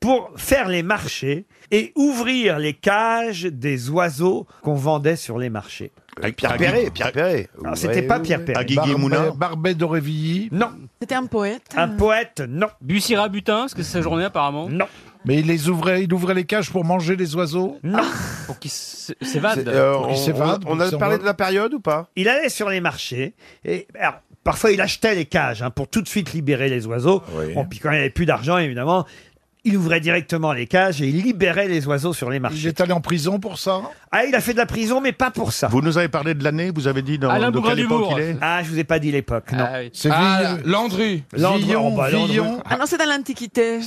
S1: pour faire les marchés et ouvrir les cages des oiseaux qu'on vendait sur les marchés.
S5: Avec Pierre Perret, Pierre Perret.
S1: Alors, c'était pas Pierre Perret. Guigui Moulin.
S16: Barbet d'Aurevilly.
S1: Non.
S15: C'était un poète.
S1: Un poète, non.
S30: Bussy Rabutin, parce que c'est sa journée apparemment.
S1: Non.
S16: Mais il les ouvrait, il ouvrait les cages pour manger les oiseaux
S1: Non.
S30: Ah, Pour qu'il s- s'évade.
S16: C'est- euh, on- on- on a parlé de
S1: la période ou pas Il allait sur les marchés et alors, parfois il achetait les cages hein, pour tout de suite libérer les oiseaux. Bon, puis quand il n'y avait plus d'argent, évidemment, il ouvrait directement les cages et il libérait les oiseaux sur les marchés. Il est allé en prison pour ça Ah, il a fait de la prison, mais pas pour ça. Vous nous avez parlé de l'année, vous avez dit
S16: dans- Alain de quelle Bougrain-Dubourg. époque il est
S1: Ah, je vous ai pas dit l'époque, non.
S16: C'est Ah, Villon.
S1: Landry.
S16: Villon, Villon.
S15: Ah non, c'est dans l'Antiquité.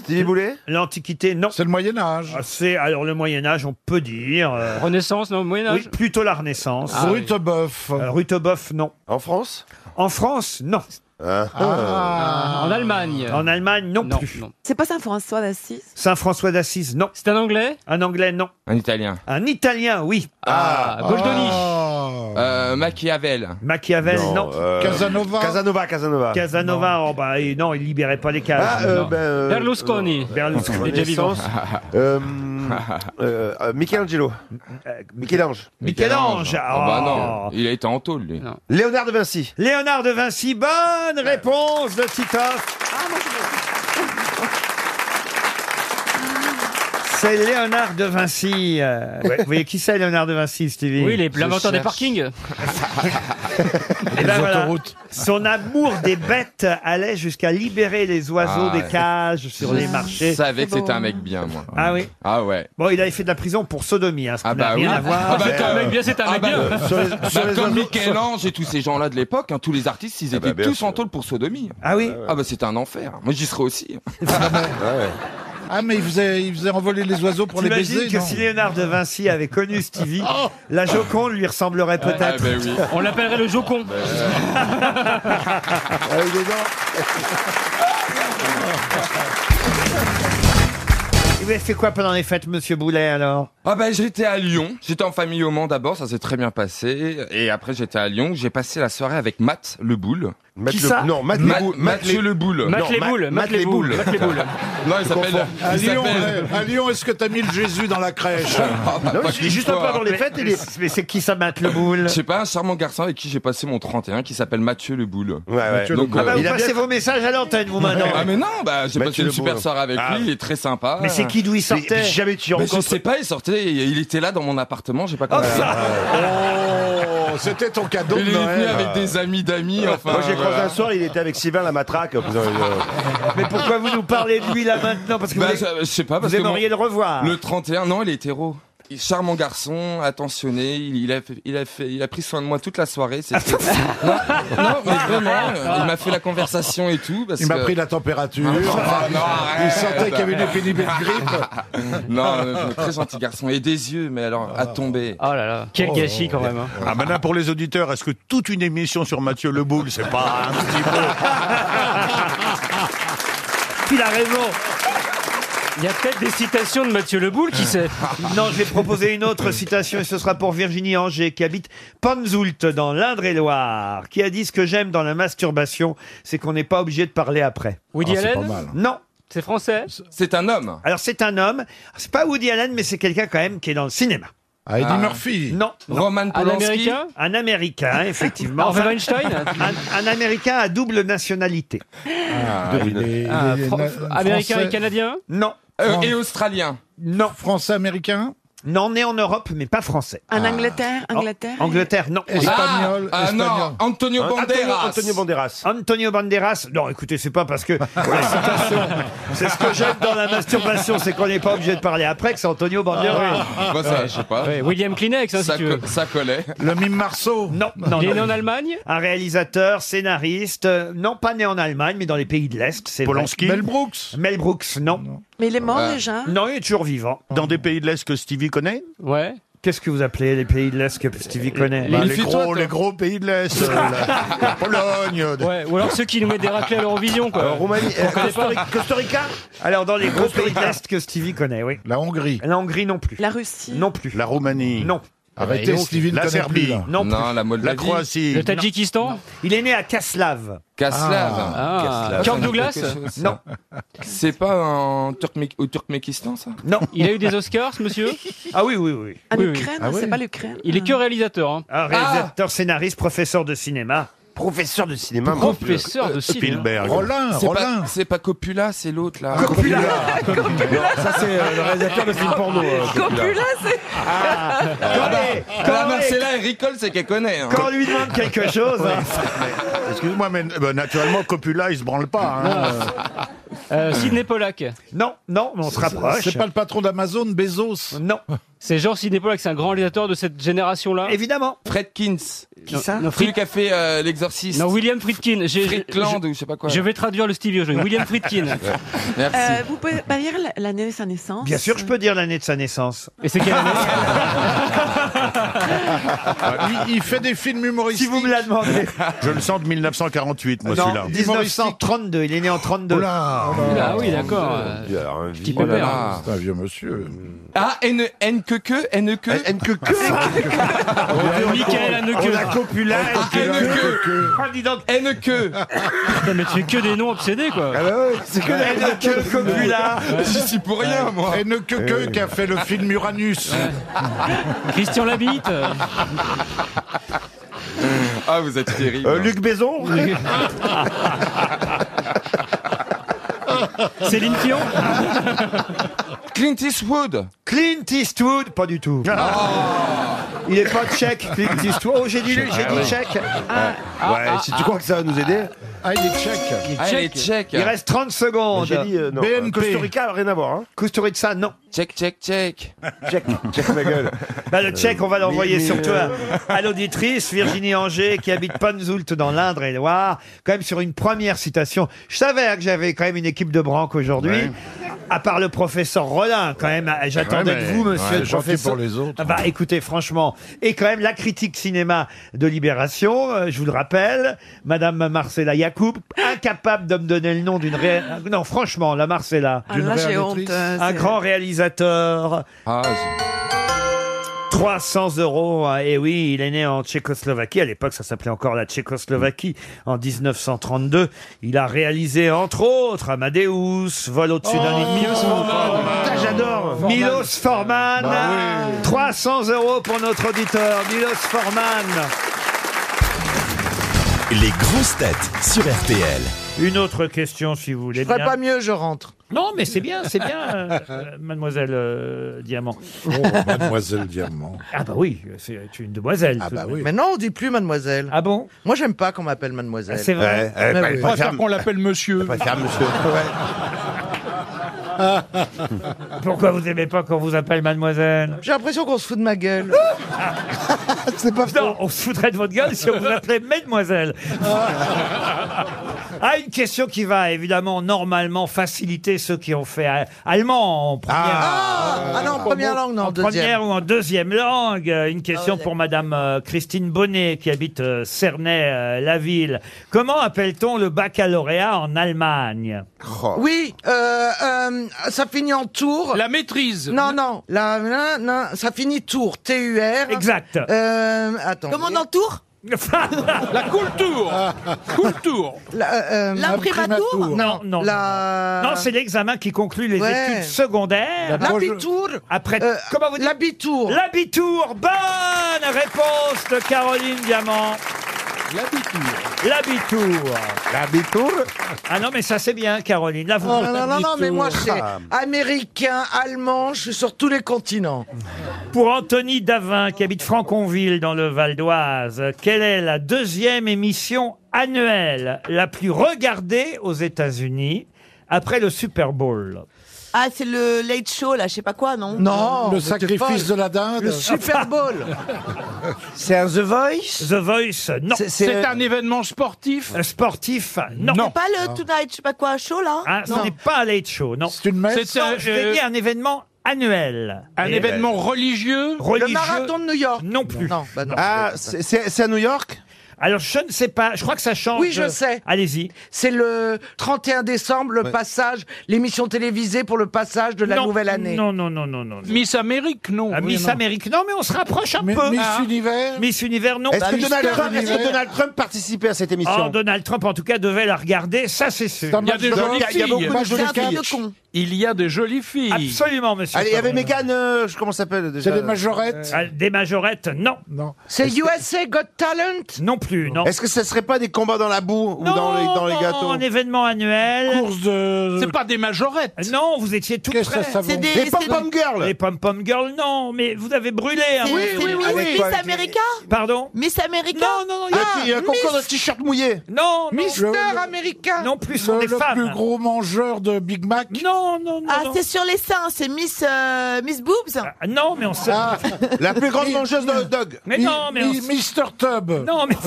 S1: L'Antiquité, non. C'est le Moyen Âge. c'est alors le Moyen Âge, on peut dire. Renaissance, non, Moyen
S30: Âge
S1: Oui, plutôt la Renaissance. Euh,
S30: Ah, oui.
S1: Ruteboeuf. Ruteboeuf, non. En France En France, non.
S30: Ah. En Allemagne.
S1: En Allemagne, non, plus.
S15: C'est pas Saint-François d'Assise
S1: Saint François d'Assise, non. C'est un Anglais Un Anglais, non.
S8: Un italien.
S1: Un Italien, oui.
S8: Ah, Goldoni. Euh, Machiavel.
S1: Machiavel, non.
S8: euh, Casanova.
S1: Casanova, Casanova. Casanova, oh bah et non, il libérait pas les cages.
S5: Ah, euh, ben, euh,
S30: Berlusconi.
S1: Berlusconi.
S5: Renaissance. Euh, euh, euh, Michelangelo. Michel-Ange.
S1: Michel-Ange.
S8: Ah bah
S1: Oh.
S8: non, il a été en tôle, lui.
S1: Léonard de Vinci. Léonard de Vinci, bonne réponse de Titoff. <laughs> C'est Léonard de Vinci. euh, ouais, vous voyez qui c'est Léonard de Vinci, Stevie
S30: Oui, il est
S1: Je
S30: l'inventeur des
S1: cherche.
S30: parkings.
S1: <laughs>
S7: <laughs>
S1: Eh ben voilà. Son amour des bêtes allait jusqu'à libérer les oiseaux
S8: Ah,
S1: des
S8: ouais.
S1: cages sur
S7: Mmh.
S1: les marchés.
S8: Je savais que c'était un mec bien, moi.
S1: Ah oui
S8: Ah ouais.
S1: Bon, il avait fait de la prison pour sodomie, hein, ce qui n'a rien à voir. euh, ah
S8: bah,
S30: c'est un mec bien, c'est un mec
S8: bah,
S30: bien.
S8: euh, <laughs>
S1: <laughs>
S30: Sur les-
S8: bah,
S30: sur les
S8: comme
S30: oiseaux.
S8: Michel-Ange et tous ces gens-là de l'époque, hein, tous les artistes, ils étaient
S5: bien
S8: tous
S5: sûr.
S8: en tôle pour sodomie.
S1: Ah oui
S8: Ah bah c'était un enfer. Moi j'y serais aussi.
S16: Ah, mais il faisait, il faisait envoler les oiseaux pour les
S1: T'imagines
S16: baiser,
S1: que
S16: non Oh
S1: si Léonard de Vinci avait connu
S16: <laughs>
S1: Stevie, la Joconde lui ressemblerait peut-être. Ah,
S8: Ah, ben oui. Ben, euh.
S30: On l'appellerait le Jocon.
S1: Il avait fait quoi pendant les fêtes, Monsieur Boulet, alors
S8: Ah bah j'étais à Lyon, j'étais en famille au Mans d'abord, ça s'est très bien passé, et après j'étais à Lyon, j'ai passé la soirée avec Matt Le Boule.
S5: Matt Le- ça non, Matt Le Boule- Matt
S8: Mathieu
S5: Les-
S8: Le Boule.
S5: Matt Les Boules, Matt Les Boules. Matt Les
S16: <laughs>
S5: Boules.
S8: non,
S5: Je
S8: il s'appelle...
S5: confonds.
S8: il
S16: À Lyon,
S8: s'appelle-
S16: eh, à Lyon, est-ce que t'as mis le Jésus dans la crèche
S8: <laughs> Ah, bah, pas qu'une fois.
S1: Mais, mais c'est qui ça, Matt Le Boule
S8: Je sais pas, un charmant garçon avec qui j'ai passé mon 31 qui s'appelle Mathieu Le Boule. Ouais,
S1: Mathieu Le Boule. Ah bah, vous passez vos messages à l'antenne, vous, maintenant.
S8: Ah, mais non, bah, j'ai
S1: Mathieu
S8: passé une
S1: Le Boule.
S8: super soirée avec
S1: Ah.
S8: lui, il est très sympa.
S1: Mais c'est qui, d'où il
S8: Mais-
S1: sortait
S8: mais
S1: Mais
S8: Je sais pas, il sortait, il il était là dans mon appartement, j'ai pas
S1: Ah,
S8: compris.
S16: Oh, c'était ton cadeau de
S8: Il est venu
S16: Noël.
S8: avec des amis d'amis, enfin.
S5: Moi, j'ai croisé
S8: voilà.
S5: un soir, il était avec Sylvain la matraque.
S1: Mais pourquoi vous nous parlez de lui là maintenant Parce que
S8: Bah,
S1: vous,
S8: ça, je sais pas,
S1: vous
S8: parce que
S1: aimeriez
S8: mon-
S1: le revoir.
S8: Le 31, non, il est hétéro. Charmant garçon, attentionné, il, il a, fait- il, a fait, il a pris soin de moi toute la soirée. c'était- non, non, mais vraiment, euh, il m'a fait la conversation et tout. Parce
S16: Il m'a
S8: que-
S16: pris la température.
S8: Ah, non, arrête.
S16: il sentait qu'il y avait une épidémie de grippe.
S8: <laughs> Non, euh, très gentil garçon. Et des yeux, mais alors, à tomber.
S30: Oh là là. Quel gâchis quand même. hein.
S27: Ah
S16: bah
S27: maintenant pour les auditeurs, est-ce que toute une émission sur Mathieu Leboul, c'est pas un petit
S5: <laughs>
S27: peu
S1: Il a raison.
S30: Il y a peut-être des citations de Mathieu Leboul qui sait.
S1: <laughs> Non, je vais proposer une autre citation et ce sera pour Virginie Anger qui habite Panzoult dans l'Indre-et-Loire, qui a dit ce que j'aime dans la masturbation, c'est qu'on n'est pas obligé de parler après.
S30: Woody Ah, c'est Allen pas mal.
S1: Non.
S30: C'est français
S8: C'est un homme.
S1: Alors c'est un homme. C'est pas Woody Allen, mais c'est quelqu'un quand même qui est dans le cinéma.
S16: Ah, Eddie
S1: Ah.
S16: Murphy.
S1: Non. non.
S8: Roman Un Polanski Américain
S1: Un Américain, effectivement.
S30: Harvey Weinstein
S1: un, un Américain à double nationalité.
S30: Ah, Fran- Américain et canadien
S1: Non.
S8: Euh, et australien
S1: Non.
S16: Français, américain
S1: Non, né en Europe, mais pas français.
S6: Ah.
S15: En Angleterre, Angleterre.
S1: Angleterre, non.
S16: Espagnol,
S8: Ah, ah, non, espagnol. Antonio Banderas.
S1: Antonio Banderas. Antonio Banderas. Non, écoutez, c'est pas parce que la citation, c'est ce que j'aime dans la masturbation, c'est qu'on n'est pas obligé de parler après que c'est Antonio
S30: Ah,
S7: Ah,
S1: Banderas.
S8: Bah, ça, je sais pas.
S30: William Kleenex, hein,
S8: ça,
S30: si tu veux.
S8: co- ça collait.
S16: Le mime Marceau.
S1: Non, non,
S30: Il est né
S1: non.
S30: en Allemagne
S1: Un réalisateur, scénariste, euh, non pas né en Allemagne, mais dans les pays de l'Est, c'est vrai.
S27: Polanski
S1: Mel
S27: Mel
S1: Brooks. Mel Brooks, non. Euh,
S25: Mais il est mort
S27: Ah.
S25: déjà
S1: Non, il est toujours vivant.
S27: dans des pays de l'Est que Stevie connaît
S30: Ouais.
S1: Qu'est-ce que vous appelez les pays de l'Est que Stevie connaît
S27: Bah, les, gros, les gros pays de l'Est, euh, la, la Pologne.
S30: Ouais, ou alors ceux qui nous mettent des raclés à l'Eurovision, quoi. On connaît pas.
S1: euh, Costa Rica Alors, dans les gros pays de l'Est que Stevie connaît, oui.
S16: La Hongrie.
S1: La Hongrie non plus.
S15: La Russie.
S1: Non plus.
S27: La Roumanie.
S1: Non.
S8: Ah,
S16: Arrêtez, Ah, bah, Stevie ne
S27: La
S16: connaît plus,
S27: Serbie.
S16: là.
S1: Non,
S8: non, la Moldavie.
S27: La Croatie.
S1: Non. Non. Il est né à Kaslav.
S8: Kaslav.
S1: Ah.
S8: Kaslav.
S1: Kirk
S8: Ça me dit
S1: Douglas
S8: quelque chose, ça.
S1: Non.
S8: C'est pas en Turkmé- au Turkmékistan, ça
S1: Non.
S30: Il a eu des Oscars, ce monsieur
S1: <laughs> Ah oui, oui, Ah oui.
S30: En
S15: Ukraine,
S6: Ah
S15: c'est pas l'Ukraine.
S30: Il est que réalisateur. hein.
S1: Un réalisateur, scénariste, professeur de cinéma.
S5: Professeur de cinéma,
S1: mon
S30: Professeur de cinéma. Spielberg.
S1: Rollin,
S8: C'est
S1: Rollin.
S8: pas- C'est pas Ah, Coppola, c'est l'autre là.
S1: Coppola.
S8: <laughs> Non, ça c'est euh, le réalisateur de film porno. euh,
S30: Coppola,
S8: c'est. Ah,
S1: Ah bah,
S8: la Marcella Ericole, c'est qu'elle connaît. hein.
S1: Quand on lui demande quelque chose.
S27: Ouais.
S1: hein.
S27: Mais, Excuse-moi, mais bah, naturellement, Copula, il se branle pas. hein.
S30: Euh, Sidney Pollack.
S1: Non, non, mais on se rapproche.
S16: C'est pas le patron d'Amazon, Bezos.
S1: Non.
S30: C'est genre Sidney Pollack, c'est un grand réalisateur de cette génération-là
S1: Évidemment.
S8: Fredkins.
S30: Qui ça Non,
S8: Celui
S30: Fred-
S8: qui a fait euh, l'exorciste.
S30: Non, William Friedkin. J'ai-
S8: Friedland ou je sais pas quoi.
S30: Je vais traduire le Stevie aujourd'hui.
S5: <laughs>
S30: William Friedkin.
S8: <laughs>
S15: Euh, vous pouvez pas dire l'année de sa naissance
S1: Bien sûr, je peux dire l'année de sa naissance.
S30: Et c'est quelle année
S5: <laughs>
S16: il, il fait des films humoristiques.
S1: Si vous me la demandez.
S27: Je le sens de 1948, moi,
S1: Non,
S27: celui-là.
S1: 1932. Il est né en 32. bah,
S30: Ah oui, d'accord.
S27: Il a un
S30: Petit
S27: vieux-
S30: pépère.
S27: Oh là là, C'est un vieux monsieur.
S8: Ah, N, N que que, N que. Ah, N
S27: que que.
S30: Michael Haneke. Ah,
S1: Copula,
S8: Ah, dis donc. N que.
S30: Putain, Mais tu fais que des noms obsédés, quoi.
S1: Ah bah C'est que la que
S7: Ah,
S1: Copula.
S8: J'y suis pour rien, moi.
S16: Et ne que
S1: Eh
S16: que qui a
S7: Eh.
S16: fait le film Uranus.
S30: <laughs> Christian Labitte.
S8: Ah, vous êtes terrible.
S5: Euh, Luc
S7: <laughs>
S5: Besson
S30: Céline Dion.
S8: Clint Eastwood.
S1: Clint Eastwood, pas du tout. <laughs>
S7: Ah.
S1: Il est pas tchèque, Clint Eastwood. Oh, j'ai dit, j'ai
S5: Ah,
S1: dit
S5: oui.
S1: tchèque. ah,
S5: ouais, si tu crois que ça va nous aider.
S16: Ah, il est tchèque.
S8: Ah, il est tchèque.
S1: Il reste 30 secondes.
S5: J'ai dit euh, non.
S16: BNP.
S5: Costa Rica, rien à voir. Hein.
S1: Kusturica, non.
S8: Check, check,
S1: <laughs>
S8: check.
S5: Check, check ma gueule.
S1: Bah, le tchèque, on va l'envoyer
S5: mais,
S1: surtout à,
S5: euh,
S1: <laughs> à l'auditrice Virginie Anger qui habite Panzoult dans l'Indre-et-Loire. Quand même sur une première citation. Je savais hein, que j'avais quand même une équipe de branques aujourd'hui. À part le professeur Rollin, quand même, j'attendais
S16: Ouais, mais-
S1: de vous, monsieur
S16: ouais,
S1: le
S16: gentil
S1: professeur.
S16: pour les autres.
S1: Ah bah écoutez, franchement, et quand même la critique cinéma de Libération, euh, je vous le rappelle, Madame Marcella Yacoub, incapable de me donner le nom d'une ré... Non, franchement, la Marcella.
S15: Ah, là, j'ai honte. euh,
S1: Un
S15: c'est-
S1: grand réalisateur. 300 euros, hein. et oui, il est né en Tchécoslovaquie, à l'époque ça s'appelait encore la Tchécoslovaquie, en 1932. Il a réalisé entre autres Amadeus, Vol au-dessus d'un lit, Oh, Milos Forman,
S5: Putain, j'adore.
S1: Milos Forman,
S5: Bah
S1: 300 euros pour notre auditeur, Milos Forman.
S6: <laughs> Les grosses têtes sur RTL.
S1: Une autre question si vous voulez
S9: Je ferais
S1: bien.
S9: pas mieux, je rentre.
S1: Non, Oh, mais c'est bien, c'est bien,
S16: <laughs>
S1: euh, euh, mademoiselle euh, Diamant.
S16: Oh, Mademoiselle Diamant.
S1: Ah bah oui, c'est une demoiselle.
S16: Ah
S1: tout
S16: bah
S1: de
S16: oui.
S1: même.
S9: Mais non, on dit plus mademoiselle.
S1: Ah bon
S9: Moi, j'aime pas qu'on m'appelle mademoiselle.
S1: C'est vrai.
S16: Eh, eh,
S9: Mais
S16: bah,
S9: oui.
S16: il préfère qu'on l'appelle monsieur.
S1: Pourquoi vous aimez pas qu'on vous appelle mademoiselle
S9: J'ai l'impression qu'on se fout de
S1: <laughs>
S9: ma gueule.
S1: C'est pas Non, on se foutrait de votre gueule si on vous appelait mademoiselle. Ah, une question qui va évidemment normalement faciliter ceux qui ont fait euh, allemand en première.
S9: Ah, ah non, en première langue, non, en
S1: en
S9: deuxième. Ah,
S1: première ou en deuxième langue. Euh, Une question pour Madame euh, Christine Bonnet qui habite euh, Cernay, euh, la ville. Comment appelle-t-on le baccalauréat en Allemagne
S9: Oui, euh, euh, ça finit en tour.
S7: La maîtrise.
S9: Non, non, la, la- la- ça finit tour, T-U-R.
S1: Exact.
S9: Euh, attends.
S26: Comme on
S1: <laughs>
S26: entoure
S7: La culture.
S16: <laughs>
S7: Culture.
S9: euh, L'imprimatur
S1: Non, non.
S9: La...
S1: Non, c'est l'examen qui conclut les
S9: Ouais.
S1: études secondaires.
S9: L'abitur
S1: Après,
S9: Euh,
S1: comment vous dites
S9: L'abitur
S1: L'habitour, bonne réponse de Caroline Diamant. L'habitour. L'habitour. L'habitour Ah non, mais ça c'est bien, Caroline. Là, vous
S9: Oh, non, non, non, non, mais moi, c'est
S1: Ah.
S9: américain, allemand, je suis sur tous les continents.
S1: Pour Anthony Davin, qui habite Franconville dans le Val d'Oise, quelle est la deuxième émission annuelle la plus regardée aux États-Unis après le Super Bowl
S26: Ah, c'est le late show, là, je sais pas quoi, non
S16: le sacrifice de la dinde.
S9: Le Super Bowl
S1: <laughs> C'est un The Voice Ah, The Voice, non.
S7: C'est un événement sportif.
S1: Euh, Sportif, non.
S26: C'est pas le Tonight, je sais pas quoi, show, là
S1: Ah, ce
S26: Non.
S1: n'est pas un late show, non. C'est une
S7: messe C'est un-
S1: Je vais
S7: euh,
S1: dire un événement annuel.
S7: Un
S1: Et-
S7: événement religieux.
S1: religieux.
S9: Le marathon de New York
S1: Non plus.
S9: Non, bah non.
S5: Ah, c'est- c'est c'est à New York
S1: Alors, je ne sais pas. Je crois que ça change.
S9: Oui, je sais.
S1: Allez-y.
S9: C'est le 31 décembre, le
S1: Ouais.
S9: passage, l'émission télévisée pour le passage de la
S1: Non,
S9: nouvelle année.
S1: Non, non, non, non, non.
S9: Miss Amérique, non.
S1: Ah, Miss Amérique, non, mais on se rapproche un
S9: Mais-
S1: peu.
S9: Miss
S1: Univers Miss Univers, non. Bah,
S9: Est-ce que Mister Donald Trump- est-ce que Univers Donald
S1: Trump participait à cette
S5: émission
S1: Oh, Donald Trump, en tout cas, devait la regarder, ça c'est sûr.
S5: C'est un Il y a match des de- jolies il y a- il y a filles. beaucoup de jolies C'est un filles. vieux con.
S1: Il y a des jolies filles. Absolument, monsieur.
S5: Allez, il y avait
S1: Cameron.
S5: Mégane, euh, je- comment ça s'appelle déjà
S1: Ah, Des majorettes, non. non.
S9: C'est USA Got Talent
S1: Non plus, non.
S5: Est-ce que ça serait pas des combats dans la boue ou dans les, dans les gâteaux
S1: un événement annuel.
S5: Course de- C'est
S1: pas des majorettes. Non, vous étiez tout près.
S5: Qu'est-ce que ça, ça C'est vaut des- Les pom-pom c'est- girls.
S1: Les pom-pom girls, non. Mais vous avez brûlé. hein.
S26: C'est- c'est Miss, Miss America
S1: Pardon
S26: Miss America
S1: Non, non, non.
S26: il y a,
S5: t-shirt mouillé.
S1: Non,
S26: Mister
S9: America.
S1: Non plus,
S26: sont
S16: le,
S26: des
S16: le
S26: femmes.
S16: plus gros mangeur de Big Mac.
S1: Non, non, non.
S26: Ah, c'est sur les seins, c'est Miss, euh, Miss Boobs
S1: Non, mais on sait.
S5: La plus grande mangeuse de hot dog.
S1: Mais non, mais on s-
S16: Mister Tub.
S1: Non, mais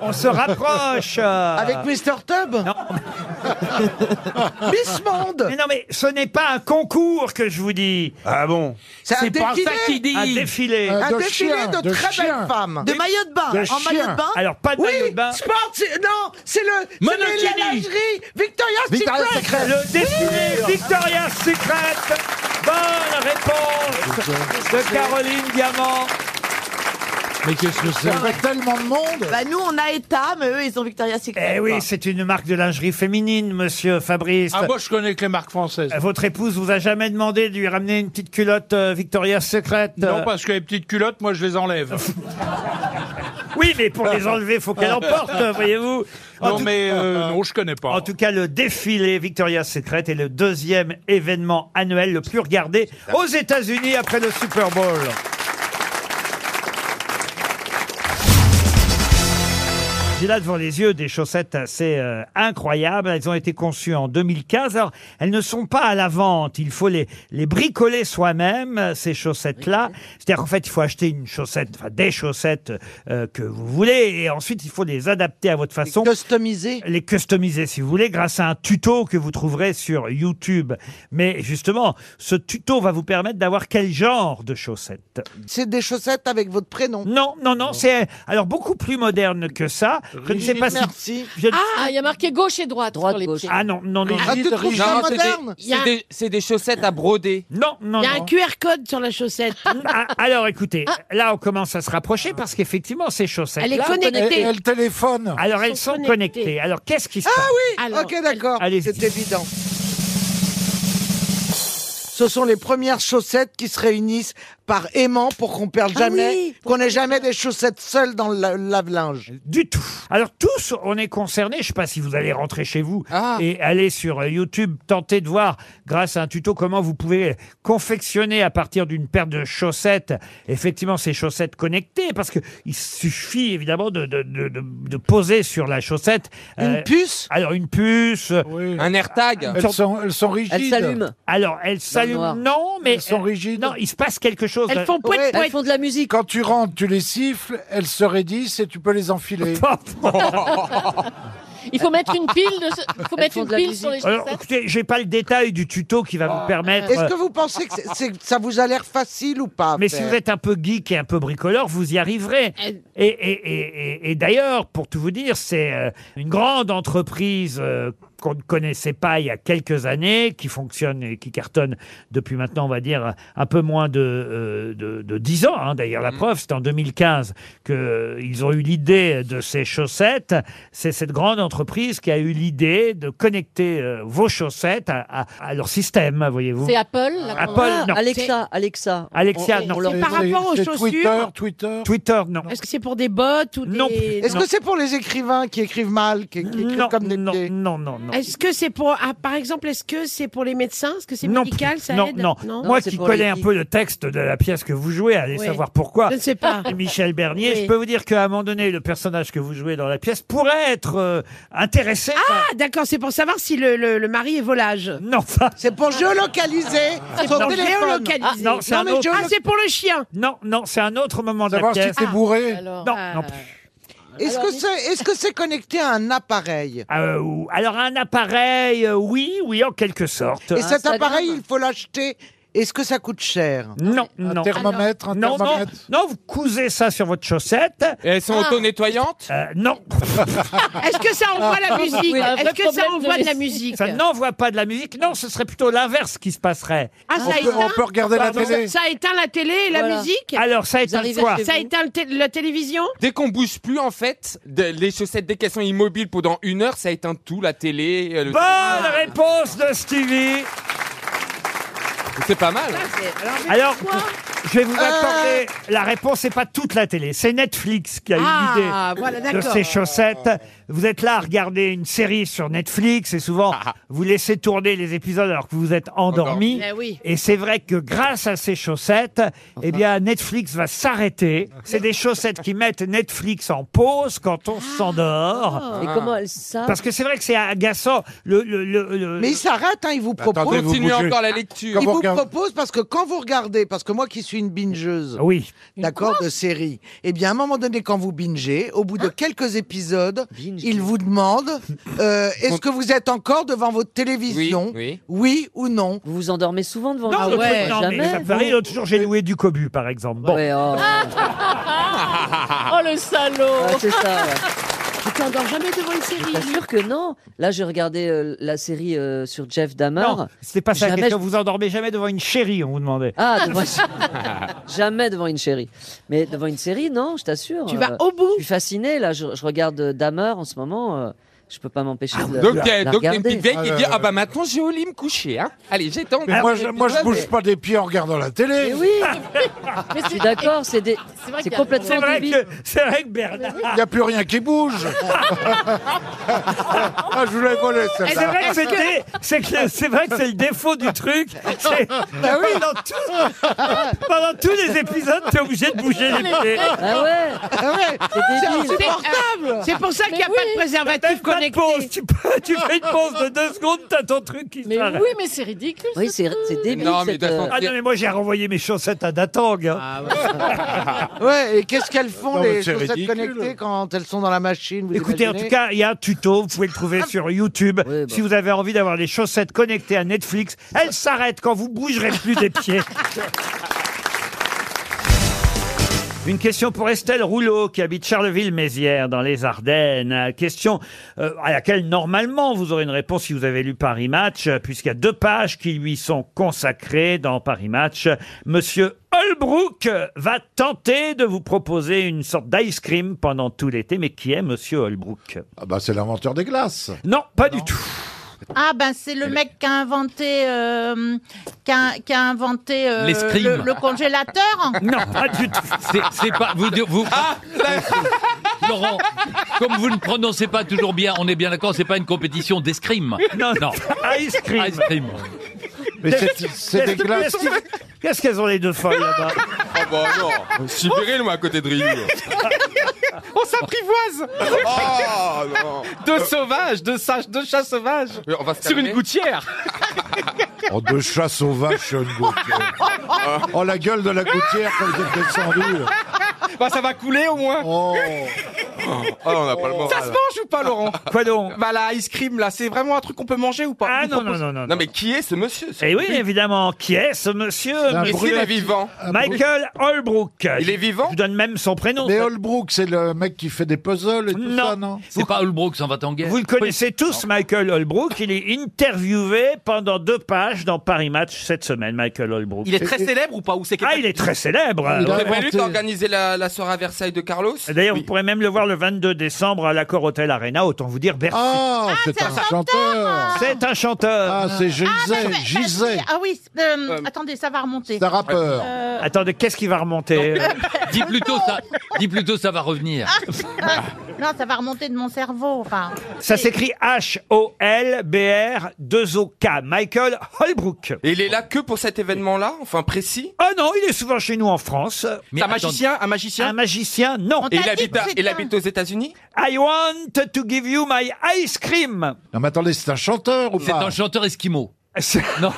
S1: on se rapproche. euh.
S9: Avec Mister Tub Miss Monde
S1: Mais non, mais ce n'est pas un concours que je vous dis.
S5: Ah bon
S9: C'est un
S1: C'est pas
S9: défilé.
S1: ça qu'il dit. Un défilé.
S9: Un Un défilé Euh, de chien, de très chien. belles femmes.
S26: De maillot de bain,
S1: De
S26: en
S1: chien.
S26: maillot de bain
S1: Alors, pas de
S9: oui,
S1: maillot de bain.
S9: Sport, c'est- non, c'est le. c'est
S1: Monokini.
S9: le- la lingerie. Victoria's
S1: Victoria's
S9: Secret.
S1: Secret. Le défilé Victoria's Secret. Bonne réponse de Caroline Diamant.
S28: Mais qu'est-ce que c'est
S1: tellement de monde.
S26: Bah nous on a ETA, mais eux ils ont Victoria's Secret.
S1: Eh oui,
S26: quoi.
S1: c'est une marque de lingerie féminine, monsieur Fabrice. Euh,
S28: Ah, moi, je connais que les marques françaises.
S1: Votre épouse vous a jamais demandé de lui ramener une petite culotte euh, Victoria's Secret euh,
S28: Non, parce que les petites culottes, moi, je les enlève.
S1: Oui, mais pour les enlever, faut qu'elle
S28: <laughs>
S1: en porte, voyez-vous. En
S28: Non,
S1: tout-
S28: mais euh,
S1: <laughs>
S28: non, je connais pas.
S1: En tout cas, le défilé Victoria's Secret est le deuxième événement annuel le plus regardé aux États-Unis après le Super Bowl. J'ai là devant les yeux des chaussettes assez euh, incroyables. Elles ont été conçues en 2015. Alors, elles ne sont pas à la vente. Il faut les, les bricoler soi-même, euh, ces chaussettes-là. C'est-à-dire qu'en fait, il faut acheter une chaussette, enfin des chaussettes euh, que vous voulez. Et ensuite, il faut les adapter à votre façon. Les customiser Les customiser, si vous voulez, grâce à un tuto que vous trouverez sur YouTube. Mais justement, ce tuto va vous permettre d'avoir quel genre de chaussettes
S9: C'est des chaussettes avec votre prénom.
S1: Non, non, non, c'est alors beaucoup plus moderne que ça. Je ne sais pas si.
S9: Merci.
S1: je ne-
S4: Ah, il y a marqué gauche et droite. Droite, gauche.
S1: Ah non, non, non.
S4: Ah, tu trouves Rigide, ça rigide. moderne
S30: C'est des- c'est des chaussettes à broder.
S1: Non, non,
S4: Il y a
S1: non.
S4: un QR code sur la chaussette.
S1: <laughs> Ah, Alors écoutez, là on commence à se rapprocher parce qu'effectivement ces chaussettes.
S4: Elle est connectée. Elle- elle
S1: téléphone. Alors elles sont connectées. Alors qu'est-ce qui se passe
S9: Ah oui Ok, d'accord. C'est évident. Ce sont les premières chaussettes qui se réunissent par aimant pour qu'on perde
S4: Ah
S9: jamais,
S4: oui,
S9: qu'on n'ait jamais des chaussettes seules dans le la- lave-linge.
S1: Du tout. Alors tous, on est concernés. Je ne sais pas si vous allez rentrer chez vous et aller sur euh, YouTube, tenter de voir, grâce à un tuto, comment vous pouvez confectionner à partir d'une paire de chaussettes, effectivement, ces chaussettes connectées, parce que il suffit évidemment de, de- de- de- de poser sur la chaussette. Une
S9: puce
S1: Alors une puce. euh,
S30: Un AirTag.
S1: Une
S30: Elles
S1: sorte-
S30: sont- elles sont rigides. Elles s'allument.
S1: Alors elles
S30: noir.
S1: s'allument, non, mais...
S30: Elles sont
S1: rigides. Non, il se passe quelque chose.
S16: Ouais, elles font de la musique. Quand tu rentres, tu les siffles, elles se raidissent et tu peux les <laughs> enfiler.
S4: Il faut mettre une pile, de... ce- il faut mettre une pile sur les
S1: Alors,
S4: chaussettes. Ah.
S1: écoutez, j'ai pas le détail du tuto qui va vous permettre. euh,
S9: Est-ce que vous pensez que c'est- c'est- ça vous a l'air facile ou pas à
S1: Mais si
S9: faire
S1: vous êtes un peu geek et un peu bricoleur, vous y arriverez. Et, et- et- et- et d'ailleurs, pour tout vous dire, c'est euh, une grande entreprise euh, qu'on ne connaissait pas il y a quelques années, qui fonctionne et qui cartonne depuis maintenant, on va dire, un peu moins de, euh, de, de 10 ans. hein. D'ailleurs,
S9: Mm.
S1: la preuve, c'est en 2015 qu'ils euh, ont eu l'idée de ces chaussettes. C'est cette grande entreprise qui a eu l'idée de connecter euh, vos chaussettes à, à- à leur système, voyez-vous.
S4: C'est Apple. la
S1: Apple,
S4: grande-
S1: non.
S4: Alexa,
S30: Alexa.
S1: Alexia, non.
S4: C'est par rapport aux chaussures.
S9: <laughs>
S1: Twitter. Twitter, non.
S4: Est-ce que c'est pour des bottes ou des...
S9: Est-ce que c'est pour les écrivains qui écrivent mal, qui, qui écrivent comme des
S1: non, non, non, non.
S4: Est-ce que c'est pour, ah, par exemple, est-ce que c'est pour les médecins Est-ce que c'est
S1: Non,
S4: médical ça
S1: non,
S4: aide
S1: non. Moi qui connais un peu le texte de la pièce que vous jouez, allez
S4: Oui.
S1: savoir pourquoi.
S4: Je ne sais pas.
S1: <laughs> Michel Bernier,
S4: Oui.
S1: je peux vous dire qu'à un moment donné, le personnage que vous jouez dans la pièce pourrait être euh, intéressé. par-
S4: Ah, d'accord, c'est pour savoir si le, le- le mari est volage.
S1: Non,
S4: C'est
S9: pour géolocaliser
S4: C'est
S9: son
S4: pour
S9: téléphone.
S1: Ah,
S4: géolocaliser.
S1: non, c'est un
S4: mais
S1: autre-
S4: géolo- Ah, c'est pour le chien.
S1: Non, non, c'est un autre moment de la
S4: Savoir si
S1: pièce.
S4: t'es bourré. Ah, alors,
S1: Non,
S4: euh,
S1: non plus.
S9: Est-ce que c'est est-ce que c'est connecté à un appareil
S1: Euh, ou- alors un appareil, euh, oui, oui, en quelque sorte.
S9: Et cet appareil, il faut l'acheter Est-ce que ça coûte cher
S1: Non, non. non, non, non, vous cousez ça sur votre chaussette. elles
S9: sont Ah.
S1: auto-nettoyantes Euh, Non.
S4: <laughs>
S1: Ah.
S4: Est-ce que ça envoie la musique Oui, un vrai Est-ce que ça problème de envoie de la lessive. musique
S1: Ça n'envoie pas de la musique. Non, ce serait plutôt l'inverse qui se passerait.
S4: Ah, ça éteint Pardon, Ça éteint la télé et la
S1: Voilà.
S4: musique
S1: Alors, ça éteint quoi
S4: Ça éteint le té- la télévision
S14: Dès qu'on bouge plus, en fait, de- les chaussettes, dès qu'elles sont immobiles pendant une heure, ça éteint tout, la télé. euh, le-
S1: Bonne réponse de Stevie.
S14: C'est pas mal. hein.
S1: Alors, je
S4: Euh.
S1: vais vous accorder la réponse. C'est pas toute la télé. C'est Netflix qui a
S4: Ah,
S1: eu l'idée
S4: voilà,
S1: de
S4: d'accord.
S1: ces chaussettes. Vous êtes là à regarder une série sur Netflix et souvent
S14: Ah,
S1: vous laissez tourner les épisodes alors que vous êtes endormi.
S4: Eh oui.
S1: Et c'est vrai que grâce à ces chaussettes, eh bien Netflix va s'arrêter. C'est des chaussettes qui mettent Netflix en pause quand on
S4: Ah.
S1: s'endort.
S22: Et Oh, comment elle ça
S1: Parce que c'est vrai que c'est agaçant. Le, le- le- le-
S9: Mais il s'arrête, hein, il vous propose.
S1: Attendez, vous Continuez bougez. encore la
S9: Il
S1: lecture.
S9: vous,
S1: Quand vous regardez-
S9: propose parce que quand vous regardez, parce que moi qui suis une bingeuse,
S1: Ah oui.
S9: d'accord, de séries, eh bien à un moment donné, quand vous bingez, au bout de
S22: Ah.
S9: quelques épisodes, il
S22: <laughs>
S9: vous demande euh, est-ce que vous êtes encore devant votre télévision
S14: Oui,
S9: ou non
S22: Vous vous endormez souvent devant
S1: Non,
S22: votre
S1: l'autre
S22: télé
S1: jour- non, mais ça euh, me fait rire, l'autre jour, j'ai loué du cobu, par exemple. Bon.
S22: Oh le salaud C'est ça, ouais. Tu t'endors jamais devant une série Je jure que non. Là, j'ai regardé euh, la série euh, sur Jeff Dahmer.
S1: Non, c'était pas ça la
S22: Jamais
S1: question.
S22: je-
S1: Vous endormez jamais devant une chérie, on vous demandait.
S22: Ah,
S1: <laughs>
S22: devant... <laughs> jamais devant une chérie. Mais devant une série, non, je t'assure.
S4: Tu vas au
S22: bout Je suis fasciné, là. Je, je regarde euh, Dahmer en ce moment. euh, je peux pas m'empêcher de Euh, la-
S14: Ah, Donc, il y
S22: la
S14: a- donc, il y a
S22: regarder.
S14: une petite vieille qui dit Ah bah maintenant, j'ai au lit me coucher. Hein. Allez, j'étends.
S16: Mais moi, je, moi, je bouge pas des pieds en regardant la télé.
S22: Mais
S16: <laughs>
S22: oui Je suis d'accord, c'est des...
S16: vrai
S22: c'est
S16: qu'il y a-
S22: complètement
S16: C'est vrai
S22: débile.
S16: que-
S1: <laughs> C'est vrai que Bernard.
S16: Il n'y a plus rien
S1: <laughs>
S3: <laughs>
S16: qui bouge. ah, je voulais voler
S1: Et
S16: celle-là.
S1: C'est vrai que c'est le dé- c'est que- c'est vrai que c'est le défaut du truc. C'est-
S22: Ah
S16: Bah oui.
S1: pendant, tout- pendant tous les épisodes, t'es obligé de bouger les pieds.
S22: Ah ouais.
S4: C'est euh, C'est pour ça qu'il n'y a pas de préservatif connecté.
S1: tu, <laughs> tu fais une pause de deux secondes, t'as ton truc qui Mais
S22: oui,
S4: mais c'est ridicule.
S22: Oui, c'est c'est débile.
S1: Non, mais
S22: cette, euh,
S1: Ah non, mais moi j'ai renvoyé mes chaussettes à Datang. hein. Ah,
S9: <laughs> Ouais, et qu'est-ce qu'elles font
S1: Non, mais
S9: les
S1: c'est
S9: chaussettes
S1: ridicule.
S9: connectées quand elles sont dans la machine vous
S1: Écoutez, en
S9: imaginez Ah.
S1: tout cas, il y a un tuto, vous pouvez le trouver sur YouTube.
S22: bah.
S1: Si vous avez envie d'avoir les chaussettes connectées à Netflix, elles s'arrêtent quand vous bougerez plus
S22: <laughs>
S1: des pieds. Une question pour Estelle Rouleau, qui habite Charleville-Mézières, dans les Ardennes. Question euh, à laquelle, normalement, vous aurez une réponse si vous avez lu Paris Match, euh, puisqu'il y a deux pages qui lui sont consacrées dans Paris Match. Monsieur Holbrook va tenter de vous proposer une sorte d'ice cream pendant tout l'été. Mais qui est Monsieur Holbrook ah bah C'est l'inventeur des glaces. Non, pas du tout.
S13: Ah ben c'est le mec qui a inventé euh, qui, a, qui a inventé euh,
S1: L'escrime.
S13: le, le congélateur.
S1: <laughs> Non, pas du tout.
S21: Ah, C'est pas. Vous, vous, <laughs> Laurent, comme vous ne prononcez pas toujours bien, on est bien d'accord, c'est pas une compétition d'escrime.
S1: Non,
S21: non. Ah,
S1: Ice cream.
S21: Ice cream.
S1: Mais c'est- c'est des glaces. Qu'est-ce qu'elles ont les deux folles là-bas
S14: Ah
S8: Oh bah non. Sibéril, moi, à côté de
S14: <laughs>
S8: Rio.
S14: On s'apprivoise
S8: Oh non
S14: Deux sauvages, deux, sages, deux chats sauvages Sur une gouttière
S16: Oh, de chasse aux vaches, une gouttière. Oh, la gueule de la gouttière quand vous êtes descendu.
S14: Bah ça va couler au moins <laughs>
S16: Oh,
S14: on n'a
S16: pas le
S14: Ça
S16: moral.
S14: se mange ou pas Laurent
S1: <laughs> Quoi donc
S14: Bah la ice cream là, c'est vraiment un truc qu'on peut manger ou pas
S1: Ah
S14: Vous
S1: non, non,
S14: proposez-
S1: non, non.
S14: mais qui est ce monsieur
S1: Eh oui, évidemment. Qui est ce monsieur
S14: C'est un
S1: monsieur-
S14: brut. Est-ce qu'il est vivant
S1: Michael Holbrook.
S14: Il est
S1: vivant Je vous donne même son prénom.
S16: Mais Holbrook, c'est le mec qui fait des puzzles et tout ça, non
S21: C'est pas Holbrook, ça va en guerre.
S1: Vous le connaissez tous, Michael Holbrook. Il est interviewé pendant deux pages dans Paris Match cette semaine, Michael Holbrook.
S14: Il est très célèbre ou pas ou c'est
S1: Ah, il est très célèbre.
S14: C'est pas lui qui a organisé la, la soirée à Versailles de Carlos
S1: Et D'ailleurs, vous pourrez même le voir le 22 décembre à l'Accor Hotel Arena. Autant vous dire Bercy.
S16: Ah, c'est un chanteur.
S1: C'est un chanteur.
S16: Ah, c'est
S13: Ah,
S16: Gisèle.
S13: mais-
S16: Gisèle.
S13: Ah oui, euh,
S16: Euh,
S13: attendez, ça va remonter.
S16: c'est un rappeur.
S13: Euh,
S1: Attendez, qu'est-ce qui va remonter
S21: Dis plutôt ça. Dis plutôt ça va
S16: <laughs>
S21: revenir.
S13: <laughs> non, ça va remonter de mon cerveau. Enfin,
S1: Ça s'écrit H-O-L-B-R-2-O-K. Michael Holbrook.
S14: Et il est là que pour cet événement-là, enfin précis
S1: Ah non, il est souvent chez nous en France.
S14: C'est un magicien Un magicien
S1: Un magicien, non.
S14: Et il habite, à- il habite aux États-Unis
S1: I want to give you my ice cream.
S16: Non, mais attendez, c'est un chanteur ou
S21: C'est
S16: pas
S21: un chanteur esquimau. <laughs> Non.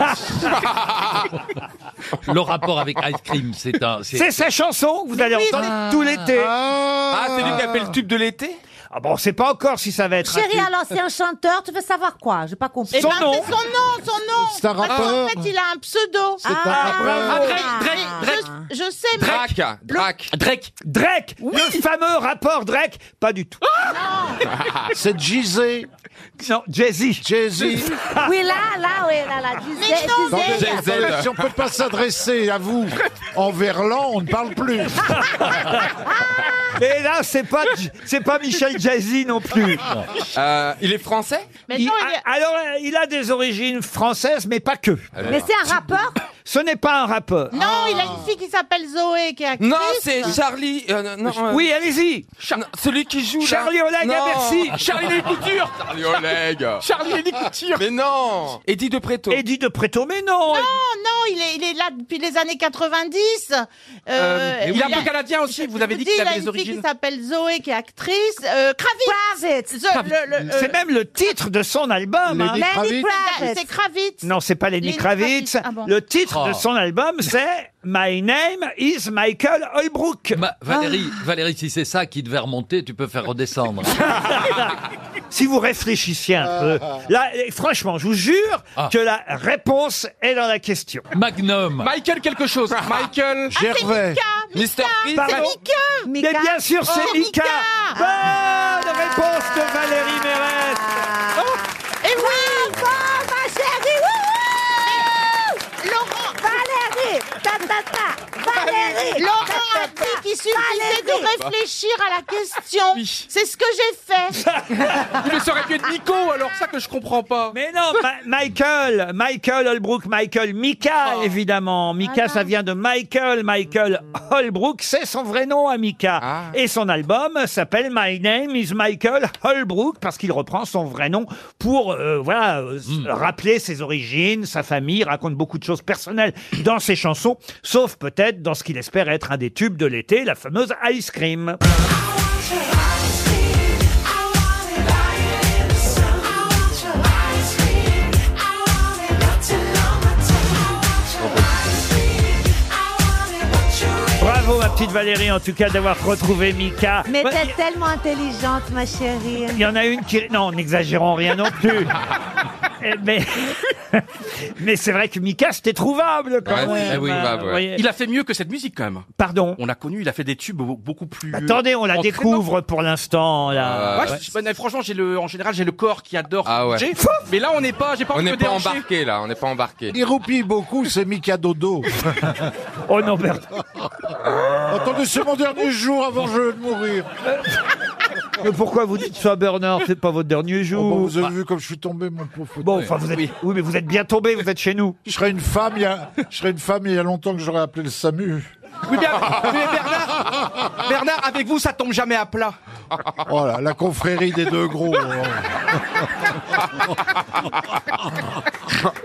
S21: le rapport avec ice cream, c'est un.
S1: C'est sa chanson que vous allez entendre tout l'été.
S14: Ah, c'est lui qui a fait le tube de l'été
S1: Ah bon, on sait pas encore si ça va être.
S2: Chérie,
S1: inclus.
S2: alors c'est un chanteur, tu veux savoir quoi J'ai pas compris. Bah,
S1: Eh Son ben, nom.
S13: Son nom, son nom.
S1: C'est un
S13: Parce qu'en
S1: rappeur.
S13: fait, il a un pseudo.
S2: Ah,
S1: C'est un rappeur.
S13: Drake, Drake,
S9: Ah,
S1: Ah.
S13: Je, je sais, mais...
S1: Drake, Drake, Drake, Drake, le fameux rapport Drake, pas du
S2: <laughs>
S1: tout.
S2: Ah.
S1: C'est Jay-Z. <laughs> Non, Jay-Z. Jay-Z.
S2: Oui, là, là, oui, là, là. Tu sais, tu sais.
S16: Attendez, attendez, Si on peut pas s'adresser à vous en verlan, on ne parle plus.
S1: Et là, c'est pas, c'est pas Michel Jay-Z non plus.
S8: il est français
S1: Il- a- Alors, euh, il a des origines françaises, mais pas que.
S13: Mais c'est un rappeur
S1: Ce n'est pas un rappeur.
S13: Non, il a une fille qui s'appelle Zoé, qui est actrice.
S8: Non, Ah, c'est
S1: Ah.
S8: Charlie. euh, non, euh,
S1: Oui, allez-y.
S8: Non, celui qui joue. là.
S1: Charlie Oleg,
S8: Non.
S1: à
S8: <laughs>
S1: Bercy.
S8: Charlie
S1: <laughs>
S8: Oleg.
S1: Mais non. Eddie de Préto. Eddie de Préto, mais non.
S13: Non, non, il est, il est là depuis les années 90. Euh,
S1: Euh, il est un peu
S13: canadien aussi, vous
S1: avez dit qu'il
S13: il
S1: avait
S13: a
S1: des
S13: une fille
S1: origines.
S13: qui s'appelle Zoé, qui est actrice. Euh, Kravitz The- le- le-
S1: C'est
S13: euh,
S1: même le titre de son album. hein.
S13: C'est Kravitz
S1: Non, c'est pas Lenny
S13: Lenny
S1: Kravitz.
S13: Kravitz, ah bon.
S1: Le titre
S21: Oh.
S1: de son album, c'est My Name is Michael Holbrook.
S21: Valérie, Valérie, si c'est ça qui devait remonter, tu peux faire redescendre.
S1: Si vous réfléchissiez un peu,
S13: Ah.
S1: là, eh, franchement, je vous jure que la réponse est dans la question.
S21: Magnum.
S1: Michael quelque chose.
S13: Ah.
S1: Michael
S21: Gervais.
S1: Mister
S13: Mika, c'est
S1: Mais
S13: Mika.
S1: bien sûr, c'est
S13: Oh,
S1: Mika.
S13: Mika.
S1: Bonne réponse de Valérie Mérès.
S13: Ah. Et oui Bravo, ma chérie Laurent Valérie ta, ta, ta. Valérie Laurent a dit qu'il suffisait de réfléchir à la question. C'est ce que j'ai
S1: <laughs>
S13: fait.
S7: Mais ça aurait pu être Nico, alors ça que je comprends pas.
S1: Mais non, Ma- Michael, Michael Holbrook, Michael
S7: Oh.
S1: Mika, évidemment. Mika, ça vient de Michael, Michael Holbrook, c'est son vrai nom à Mika.
S7: Ah.
S1: Et son album s'appelle My Name is Michael Holbrook, parce qu'il reprend son vrai nom pour, euh, voilà, euh, s-
S7: Hmm.
S1: rappeler ses origines, sa famille, raconte beaucoup de choses personnelles dans ses chansons, sauf peut-être dans ce qu'il espère être un des tubes de l'été, la fameuse Ice Cream. Bravo ma petite Valérie en tout cas d'avoir retrouvé Mika.
S2: Mais
S1: Ouais,
S2: t'es tellement intelligente, ma chérie.
S1: Il y en a une qui... Non, n'exagérons rien non plus. Eh, Mais, <laughs> mais c'est vrai que Mika, c'était trouvable quand
S7: Ah oui,
S1: même.
S7: ah oui, bah,
S1: Vous
S7: ouais.
S1: voyez.
S7: Il a fait mieux que cette musique quand même.
S1: Pardon.
S7: On l'a connu, il a fait des tubes be- beaucoup plus.
S1: Attendez, on la
S7: entraînants.
S1: découvre pour l'instant.
S8: Euh,
S1: là.
S7: Ouais, je- je- mais franchement, j'ai le, en général, j'ai le corps qui adore.
S8: Ah ouais.
S7: bouger. Mais là, on n'est pas, j'ai pas
S8: On
S7: envie de
S8: n'est
S7: me
S8: pas
S7: déranger.
S8: embarqué là, on n'est pas embarqué.
S16: Il roupille beaucoup, c'est Mika Dodo.
S1: oh non, merde.
S16: Attendez, c'est mon dernier jour avant je de mourir.
S1: <laughs> Mais pourquoi vous dites ça, Bernard C'est pas votre dernier jour.
S16: Oh, bah, vous avez vu comme je suis tombé, mon pauvre.
S7: Oh,
S1: Bon, enfin, vous êtes... oui. mais vous êtes bien tombé, vous êtes chez nous.
S16: Je serais une femme, il y a, je serais une femme, il y a longtemps que j'aurais appelé le SAMU.
S7: Oui, bien- mais Bernard, Bernard, avec vous, ça tombe jamais à plat.
S16: Oh là, la confrérie des deux gros. hein.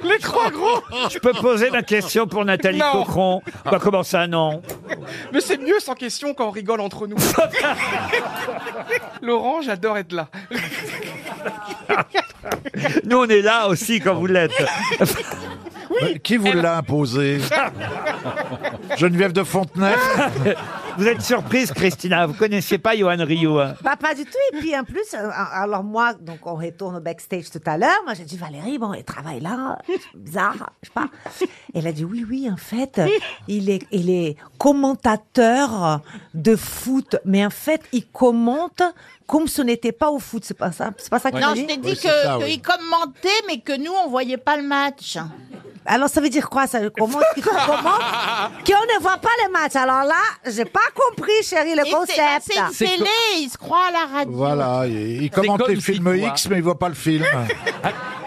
S1: Les trois gros Je peux poser ma question pour Nathalie
S7: Non.
S1: Cochron. Bah, comment ça, non
S7: Mais c'est mieux sans question quand on rigole entre
S1: <laughs>
S7: nous. Laurent, j'adore être là.
S1: <laughs> Nous, on est là aussi quand vous l'êtes.
S16: Bah, Qui vous
S2: <laughs>
S16: l'a imposé Geneviève de Fontenay
S1: <laughs> Vous êtes surprise, Christina. Vous connaissiez pas Johan Rio. hein
S2: Bah, pas du tout. Et puis, en plus, euh, alors moi, donc on retourne au backstage tout à l'heure. Moi, j'ai dit, Valérie, bon, il travaille là. C'est Bizarre, je sais pas. Elle a dit, oui, oui, en fait, il est, il est commentateur de foot. Mais en fait, il commente comme ce n'était pas au foot. C'est pas ça, c'est pas ça que
S13: Non,
S2: t'as
S13: je t'ai dit
S2: Oui,
S13: que
S2: c'est ça,
S13: qu'il
S2: oui.
S13: commentait, mais que nous, on voyait pas le match.
S2: Alors, ça veut dire quoi ça Comment est-ce qu'il faut- comment
S13: <laughs>
S2: Qu'on ne voit pas le match. Alors là, j'ai pas compris, chérie, le
S13: Et
S2: concept.
S13: C'est bah, c'est une télé, il se croit à la radio.
S16: Voilà, il, il commente
S21: comme
S16: les
S21: si
S16: films
S21: toi-
S7: hein.
S16: X, mais il voit pas
S7: <laughs>
S16: le film.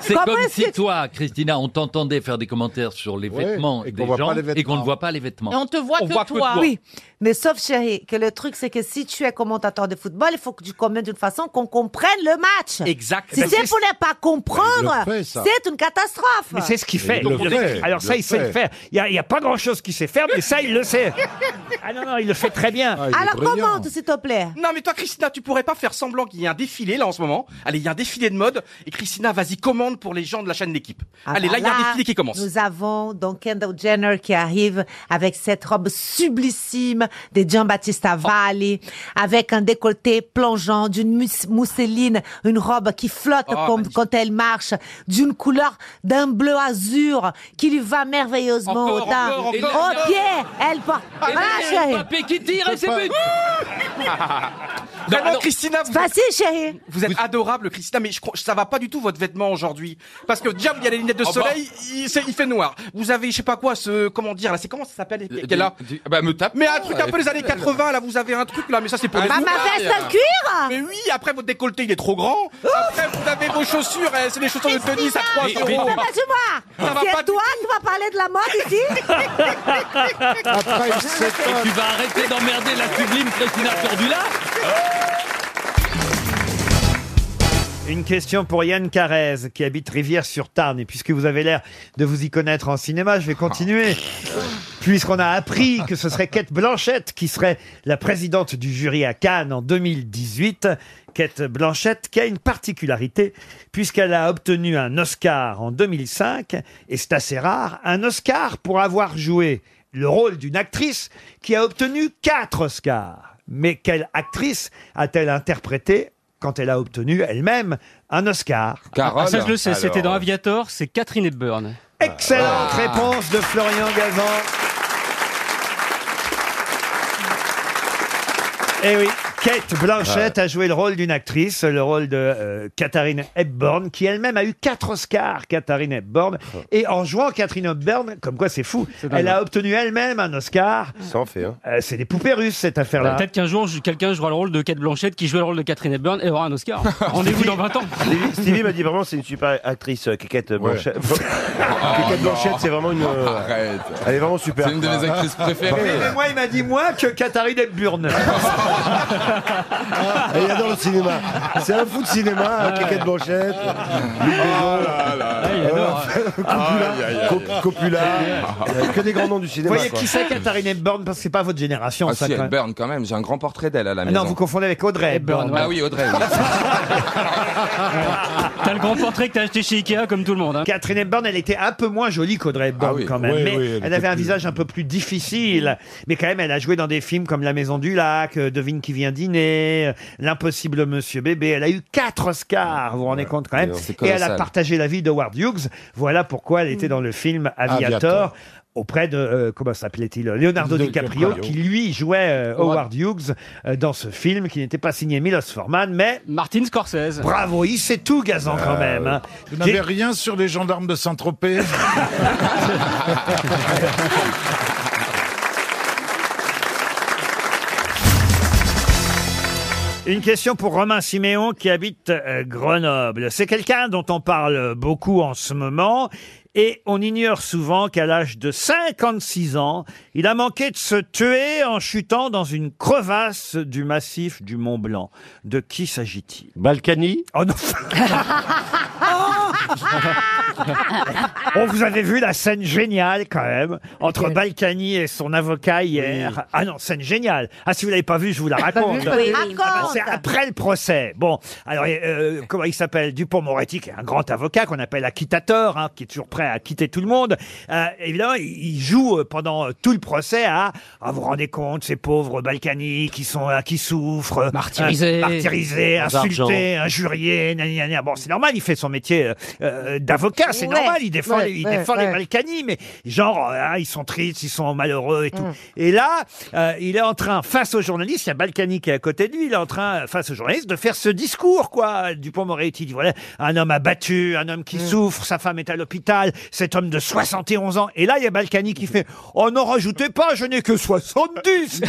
S21: C'est
S2: Comment
S21: comme
S2: est-ce
S21: si toi, Christina, on t'entendait faire des commentaires sur les
S16: Ouais,
S21: vêtements
S16: et qu'on
S21: des
S16: voit pas
S21: gens
S16: les
S21: et qu'on ne voit pas les vêtements.
S2: Et on te voit
S21: On que voit que toi. toi.
S2: Oui, mais sauf chérie, que le truc c'est que si tu es commentateur de football, il faut que tu commentes d'une façon qu'on comprenne le match.
S7: Exact.
S2: Si
S7: Ben,
S2: c'est
S7: c'est-
S2: pour ne pas comprendre,
S7: Il le fait, ça.
S2: c'est une catastrophe.
S1: Mais c'est ce qu'il fait.
S7: Donc, on est
S1: des-
S16: fait,
S1: Alors
S16: il
S1: ça,
S16: le
S1: il sait le
S16: fait.
S1: faire. Il n'y a, il y a pas grand-chose qui sait faire, mais ça, il le sait. Ah non, non, il le fait très bien.
S2: <laughs>
S7: Ah,
S2: Alors commente, s'il te plaît.
S7: Non, mais toi, Christina, tu pourrais pas faire semblant qu'il y ait un défilé là en ce moment. Allez, il y a un défilé de mode et Christina, vas-y, commande pour les gens de la chaîne d'équipe.
S2: Ah
S7: Allez,
S2: bah
S7: là, il y a un défilé qui commence. <laughs>
S2: Nous avons donc Kendall Jenner qui arrive avec cette robe sublissime de
S7: Oh.
S2: Giambattista Valli, avec un décolleté plongeant, d'une mousse- mousseline, une robe qui flotte
S3: Oh,
S2: comme- quand elle marche, d'une couleur d'un bleu azur qui lui va merveilleusement
S3: Encore,
S2: au teint.
S3: encore, encore,
S2: au
S3: encore.
S2: pied, elle porte.
S3: Et
S2: Voilà,
S3: là, il y a
S2: chérie.
S3: Mbappé qui tire et c'est but.
S7: Vraiment, Christina, vous,
S2: Facile, chérie.
S7: vous êtes adorable, Christina, mais je, crois- ça va pas du tout votre vêtement aujourd'hui. Parce que déjà, il y a les lunettes de
S8: Oh, bah.
S7: soleil, il, c'est- il fait noir. Vous avez, je sais pas quoi, ce, comment dire, là, c'est comment ça s'appelle qu'elle a
S8: Du- du- bah, me tape.
S7: Mais un
S8: pas,
S7: truc un peu
S8: elle
S7: des années
S8: est belle.
S7: 80, là, vous avez un truc là, mais ça c'est pour
S8: Ah,
S7: les
S8: ma
S7: fous.
S8: veste en
S2: cuir
S7: Mais oui, après votre décolleté, il est trop grand. Après, vous avez vos chaussures, eh, c'est des chaussures de tennis à 3
S2: Mais-
S7: euros.
S2: mais- mais tu vois,
S7: Ça va
S2: c'est
S7: pas
S2: toi qui vas parler de la mode ici
S21: Et tu vas arrêter d'emmerder la sublime Christina Cordula
S1: Une question pour Yann Carrez, qui habite Rivière-sur-Tarn. Et puisque vous avez l'air de vous y connaître en cinéma, je vais continuer. Puisqu'on a appris que ce serait Kate Blanchett qui serait la présidente du jury à Cannes en 2018. Kate Blanchett qui a une particularité, puisqu'elle a obtenu un Oscar en 2005, et c'est assez rare, un Oscar pour avoir joué le rôle d'une actrice qui a obtenu quatre Oscars. Mais quelle actrice a-t-elle interprété quand elle a obtenu elle-même un Oscar.
S30: Ah, ça, je le sais, c'était dans Aviator, c'est Catherine Hepburn.
S1: Excellente
S30: Ah.
S1: réponse de Florian Gazan. Eh oui, Kate Blanchett
S5: Ah.
S1: a joué le rôle d'une actrice, le rôle de euh, Katharine Hepburn, qui elle-même a eu quatre Oscars, Katharine Hepburn.
S5: Ah.
S1: Et en jouant Katharine Hepburn, comme quoi c'est fou, elle a obtenu elle-même un Oscar.
S5: Sans fait, hein. Bah,
S1: Euh, c'est des poupées russes, cette affaire-là.
S30: Bah, Peut-être qu'un jour, je- quelqu'un jouera le rôle de Kate Blanchett qui jouait le rôle de Catherine Hepburn et aura
S10: <laughs>
S30: un Oscar. Rendez-vous dans 20 ans.
S10: Stevie, Stevie m'a dit vraiment c'est une super actrice, euh, Kate
S8: <laughs>
S10: Blanchett. Kate
S8: non.
S10: Blanchett, c'est vraiment une. euh,
S8: Arrête.
S10: Elle est vraiment super.
S8: C'est une de mes actrices
S1: Mais, mais moi, il m'a dit moi que
S8: <laughs>
S1: Katharine Hepburn.
S10: Et il adore le cinéma.
S28: Ah.
S10: C'est un fou de cinéma, hein, Kate Blanchett. Luc
S29: Ah
S10: Besson,
S29: hein.
S10: <laughs> euh, Coppola,
S1: Aïe, aïe, aïe.
S10: Cop- Coppola. Il y a Que des grands noms du cinéma.
S1: Vous Ah, voyez
S10: quoi.
S1: qui c'est Katharine Hepburn Parce que c'est pas votre génération,
S8: Ah
S1: ça,
S8: si,
S1: quand
S8: elle
S1: même.
S8: burn quand même. J'ai un grand portrait d'elle à la
S1: Ah
S8: maison.
S1: Non, vous confondez avec Audrey Hepburn.
S8: Ah oui, Audrey. oui.
S30: T'as le grand portrait que t'as acheté chez Ikea comme tout le monde. hein.
S1: Catherine Hepburn, elle était un peu moins jolie qu'Audrey Hepburn
S30: Ah oui.
S1: quand même,
S30: Oui,
S1: mais
S30: oui, elle
S1: elle,
S30: était
S1: avait un
S30: plus-
S1: visage un peu plus difficile. Mais quand même, elle a joué dans des films comme La Maison du Lac, euh, Devine qui vient dîner, euh, L'impossible Monsieur Bébé. Elle a eu quatre Oscars, vous vous rendez compte quand même.
S8: C'est
S1: Et elle a
S8: colossal.
S1: partagé la vie de Ward Hughes. Voilà pourquoi elle était dans le film Aviator.
S8: Aviator.
S1: Auprès de, euh, comment s'appelait-il Leonardo
S8: De
S1: DiCaprio,
S8: DiCaprio.
S1: qui lui jouait euh,
S30: Ouais.
S1: Howard Hughes euh, dans ce film qui n'était pas signé Milos Forman, mais.
S30: Martin Scorsese.
S1: Bravo, il sait tout, Gazan,
S6: Euh,
S1: quand même. hein.
S16: Vous n'avez
S1: J'ai-
S16: rien sur les gendarmes
S7: <laughs>
S16: de Saint-Tropez
S1: Une question pour Romain Siméon qui habite euh, Grenoble. C'est quelqu'un dont on parle beaucoup en ce moment et on ignore souvent qu'à l'âge de 56 ans, il a manqué de se tuer en chutant dans une crevasse du massif du Mont Blanc. De qui s'agit-il Balkany Oh non <laughs> <laughs> On vous avait vu la scène géniale quand même entre Balkany et son avocat hier. Ah non, scène géniale. Ah si vous l'avez pas vue, je vous la raconte.
S2: pas vu.
S1: Ah bah,
S2: Raconte.
S1: C'est après le procès. Bon, alors euh, comment il s'appelle Dupont-Moretti, qui est un grand avocat qu'on appelle acquittateur, hein, qui est toujours prêt à acquitter tout le monde. Euh, évidemment, il- il joue euh, pendant euh, tout le procès à ah, vous vous rendez compte ces pauvres Balkany qui sont euh, qui souffrent, euh,
S30: Martyrisés.
S1: martyrisés,
S30: Sans
S1: insultés,
S30: argent.
S1: injuriés. gna, gna, gna. Bon, c'est normal, il fait son métier euh, euh, d'avocat, c'est
S30: Ouais.
S1: normal, il défend,
S30: Ouais,
S1: les, il
S30: ouais,
S1: défend les
S30: ouais.
S1: Balkany, mais genre, euh, ah, ils sont tristes, ils sont malheureux et tout. Et là, euh, il est en train, face au journaliste, il y a Balkany qui est à côté de lui, il est en train, euh, face au journaliste, de faire ce discours, quoi. Dupont-Moretti dit, voilà, un homme abattu, un homme qui souffre, sa femme est à l'hôpital, cet homme de 71 ans. Et là, il y a Balkany qui fait, oh, n'en rajoutez pas, je n'ai que 70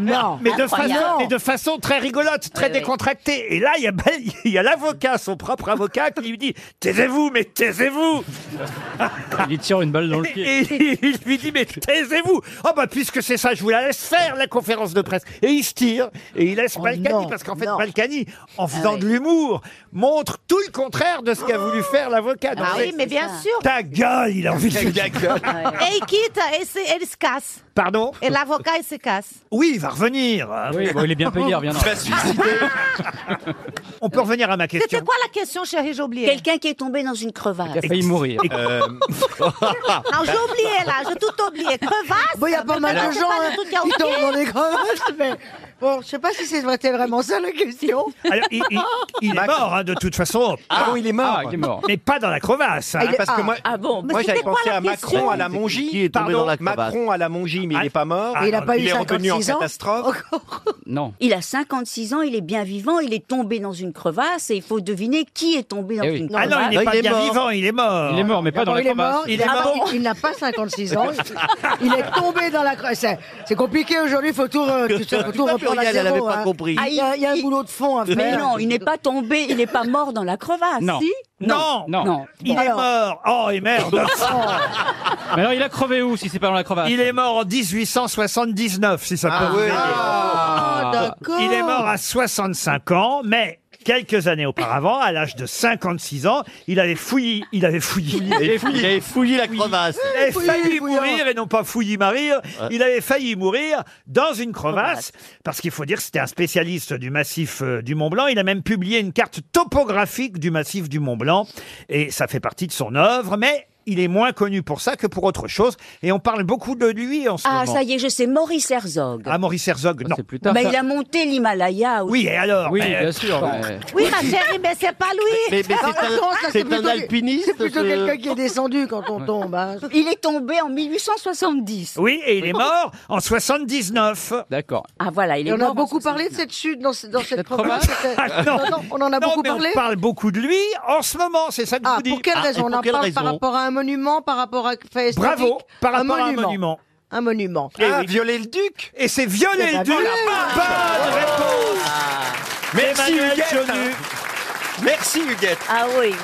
S1: Non, mais de,
S30: Incroyable.
S1: façon, mais de façon très <laughs> rigolote, très décontractée. Et là, il y a, Bal- il y a l'avocat, son propre avocat, qui lui dit Taisez-vous taisez-vous, mais taisez-vous
S14: <laughs> Il tire une balle dans le
S1: Et et il lui dit, mais taisez-vous Oh bah puisque c'est ça, je vous la laisse faire, la conférence de presse. Et il se tire, et il
S2: Oh
S1: laisse Balkany, parce qu'en fait, Balkany,
S2: Ah
S1: en faisant de l'humour, montre tout le contraire de ce qu'a voulu faire l'avocat. Donc,
S2: Oh. Ah oui, mais bien sûr.
S1: Ta gueule, il a envie de
S2: Ta <laughs> Et il quitte, et c'est- elle se casse.
S1: Pardon
S2: Et l'avocat, il se casse.
S1: Oui, il va revenir.
S14: Oui, bon, il est bien payé, il
S1: <laughs>
S14: reviendra.
S1: On peut revenir à ma question.
S2: C'était quoi la question, chérie J'ai oublié. Quelqu'un qui est tombé dans une crevasse.
S20: <laughs>
S14: mourir.
S20: Euh,
S1: Euh,
S2: Non, j'ai oublié là, j'ai tout oublié. Crevasse
S30: Bon, il y a pas
S2: mais
S30: mal
S2: non,
S30: de
S2: c'est
S30: gens
S2: pas
S30: hein,
S2: du tout qu'il y a
S30: qui tombent
S2: oublié.
S30: dans les crevasses, mais bon, je sais pas si c'est c'était vraiment ça la question.
S1: Alors, il, il- il est mort, hein, de toute façon.
S30: Ah,
S1: oui, il est mort. Mais pas dans la crevasse. hein.
S30: Ah, il est- Parce que ah, moi- ah bon. moi, j'avais pensé à Macron à la
S1: Mongie.
S30: Qui est tombé dans la crevasse
S1: Macron à la Mongie, mais il n'est pas mort.
S30: Il a pas eu 56 ans.
S1: catastrophe. Non.
S20: Il a 56 ans, il est bien vivant, il est tombé dans une crevasse et il faut deviner qui est tombé dans
S1: Eh oui.
S20: une
S1: Ah
S20: crevasse.
S1: non, il n'est pas bien vivant, il est mort.
S14: Il est mort, mais pas dans
S30: Ah Bon,
S14: la
S30: il est mort,
S14: crevasse.
S30: il, a- il- il n'a pas 56 ans. Il est tombé dans la crevasse. C'est- C'est compliqué aujourd'hui, il faut tout, re- tout, faut tout reprendre à
S20: Pluriel, elle
S30: zéro,
S20: avait pas
S30: hein.
S20: compris.
S30: Ah, il, y a, il y a un boulot de fond à faire.
S20: Mais non, il n'est pas tombé, il n'est pas mort dans la crevasse.
S30: Non.
S20: Si
S1: Ah, Non.
S20: Non.
S1: Il est mort. <laughs> Oh, et merde.
S14: Mais alors, il a crevé où si c'est pas dans la crevasse
S1: Il est mort en 1879, si ça peut vous aider. Ah,
S30: d'accord.
S1: Il est mort à 65 ans, mais quelques années auparavant, à l'âge de 56 ans, il avait fouillé, il avait fouillé, il
S30: avait fouillé. Il avait
S1: fouillé la crevasse. Il avait
S30: Fouillé,
S1: failli
S30: fouillant.
S1: mourir et non pas fouilli mourir. Il avait failli mourir dans une crevasse, parce qu'il faut dire que c'était un spécialiste du massif euh, du Mont Blanc. Il a même publié une carte topographique du massif du Mont Blanc, et ça fait partie de son œuvre, mais il est moins connu pour ça que pour autre chose, et on parle beaucoup de lui en ce
S20: Ah,
S1: moment.
S20: ça y est, je sais, Maurice Herzog.
S1: Ah, Maurice Herzog, non.
S20: Bah, il a monté l'Himalaya. aussi.
S1: Oui, et alors
S20: Oui,
S1: Mais-
S20: bien
S14: sûr.
S2: Oui, ma chérie, mais c'est pas lui.
S30: C'est plutôt quelqu'un qui est descendu quand on tombe. hein.
S20: Il est tombé en 1870.
S1: Oui, et il est mort en 79.
S14: D'accord.
S20: Ah voilà, il
S30: Et
S20: est
S30: on a
S20: mort.
S30: beaucoup parlé de cette chute dans, ce- dans cette
S20: crevasse
S30: crevasse. c'était-
S1: Ah,
S30: Euh,
S1: Non.
S30: non, non, on en a
S1: Non,
S30: beaucoup
S1: mais
S30: parlé.
S1: On parle beaucoup de lui en ce moment, c'est ça que je
S30: Ah,
S1: vous dis.
S30: pour quelle raison On en parle par rapport à un monument, par rapport à fait esthétique,
S1: Bravo, par rapport à un monument.
S30: Un monument.
S10: Eh
S1: Ah, oui.
S30: violer le duc
S1: Et c'est
S10: ben
S1: violer le duc. Bonne réponse.
S30: Merci,
S1: Emmanuel
S30: Huguette.
S1: Chenu.
S30: Merci Huguette.
S20: Ah oui.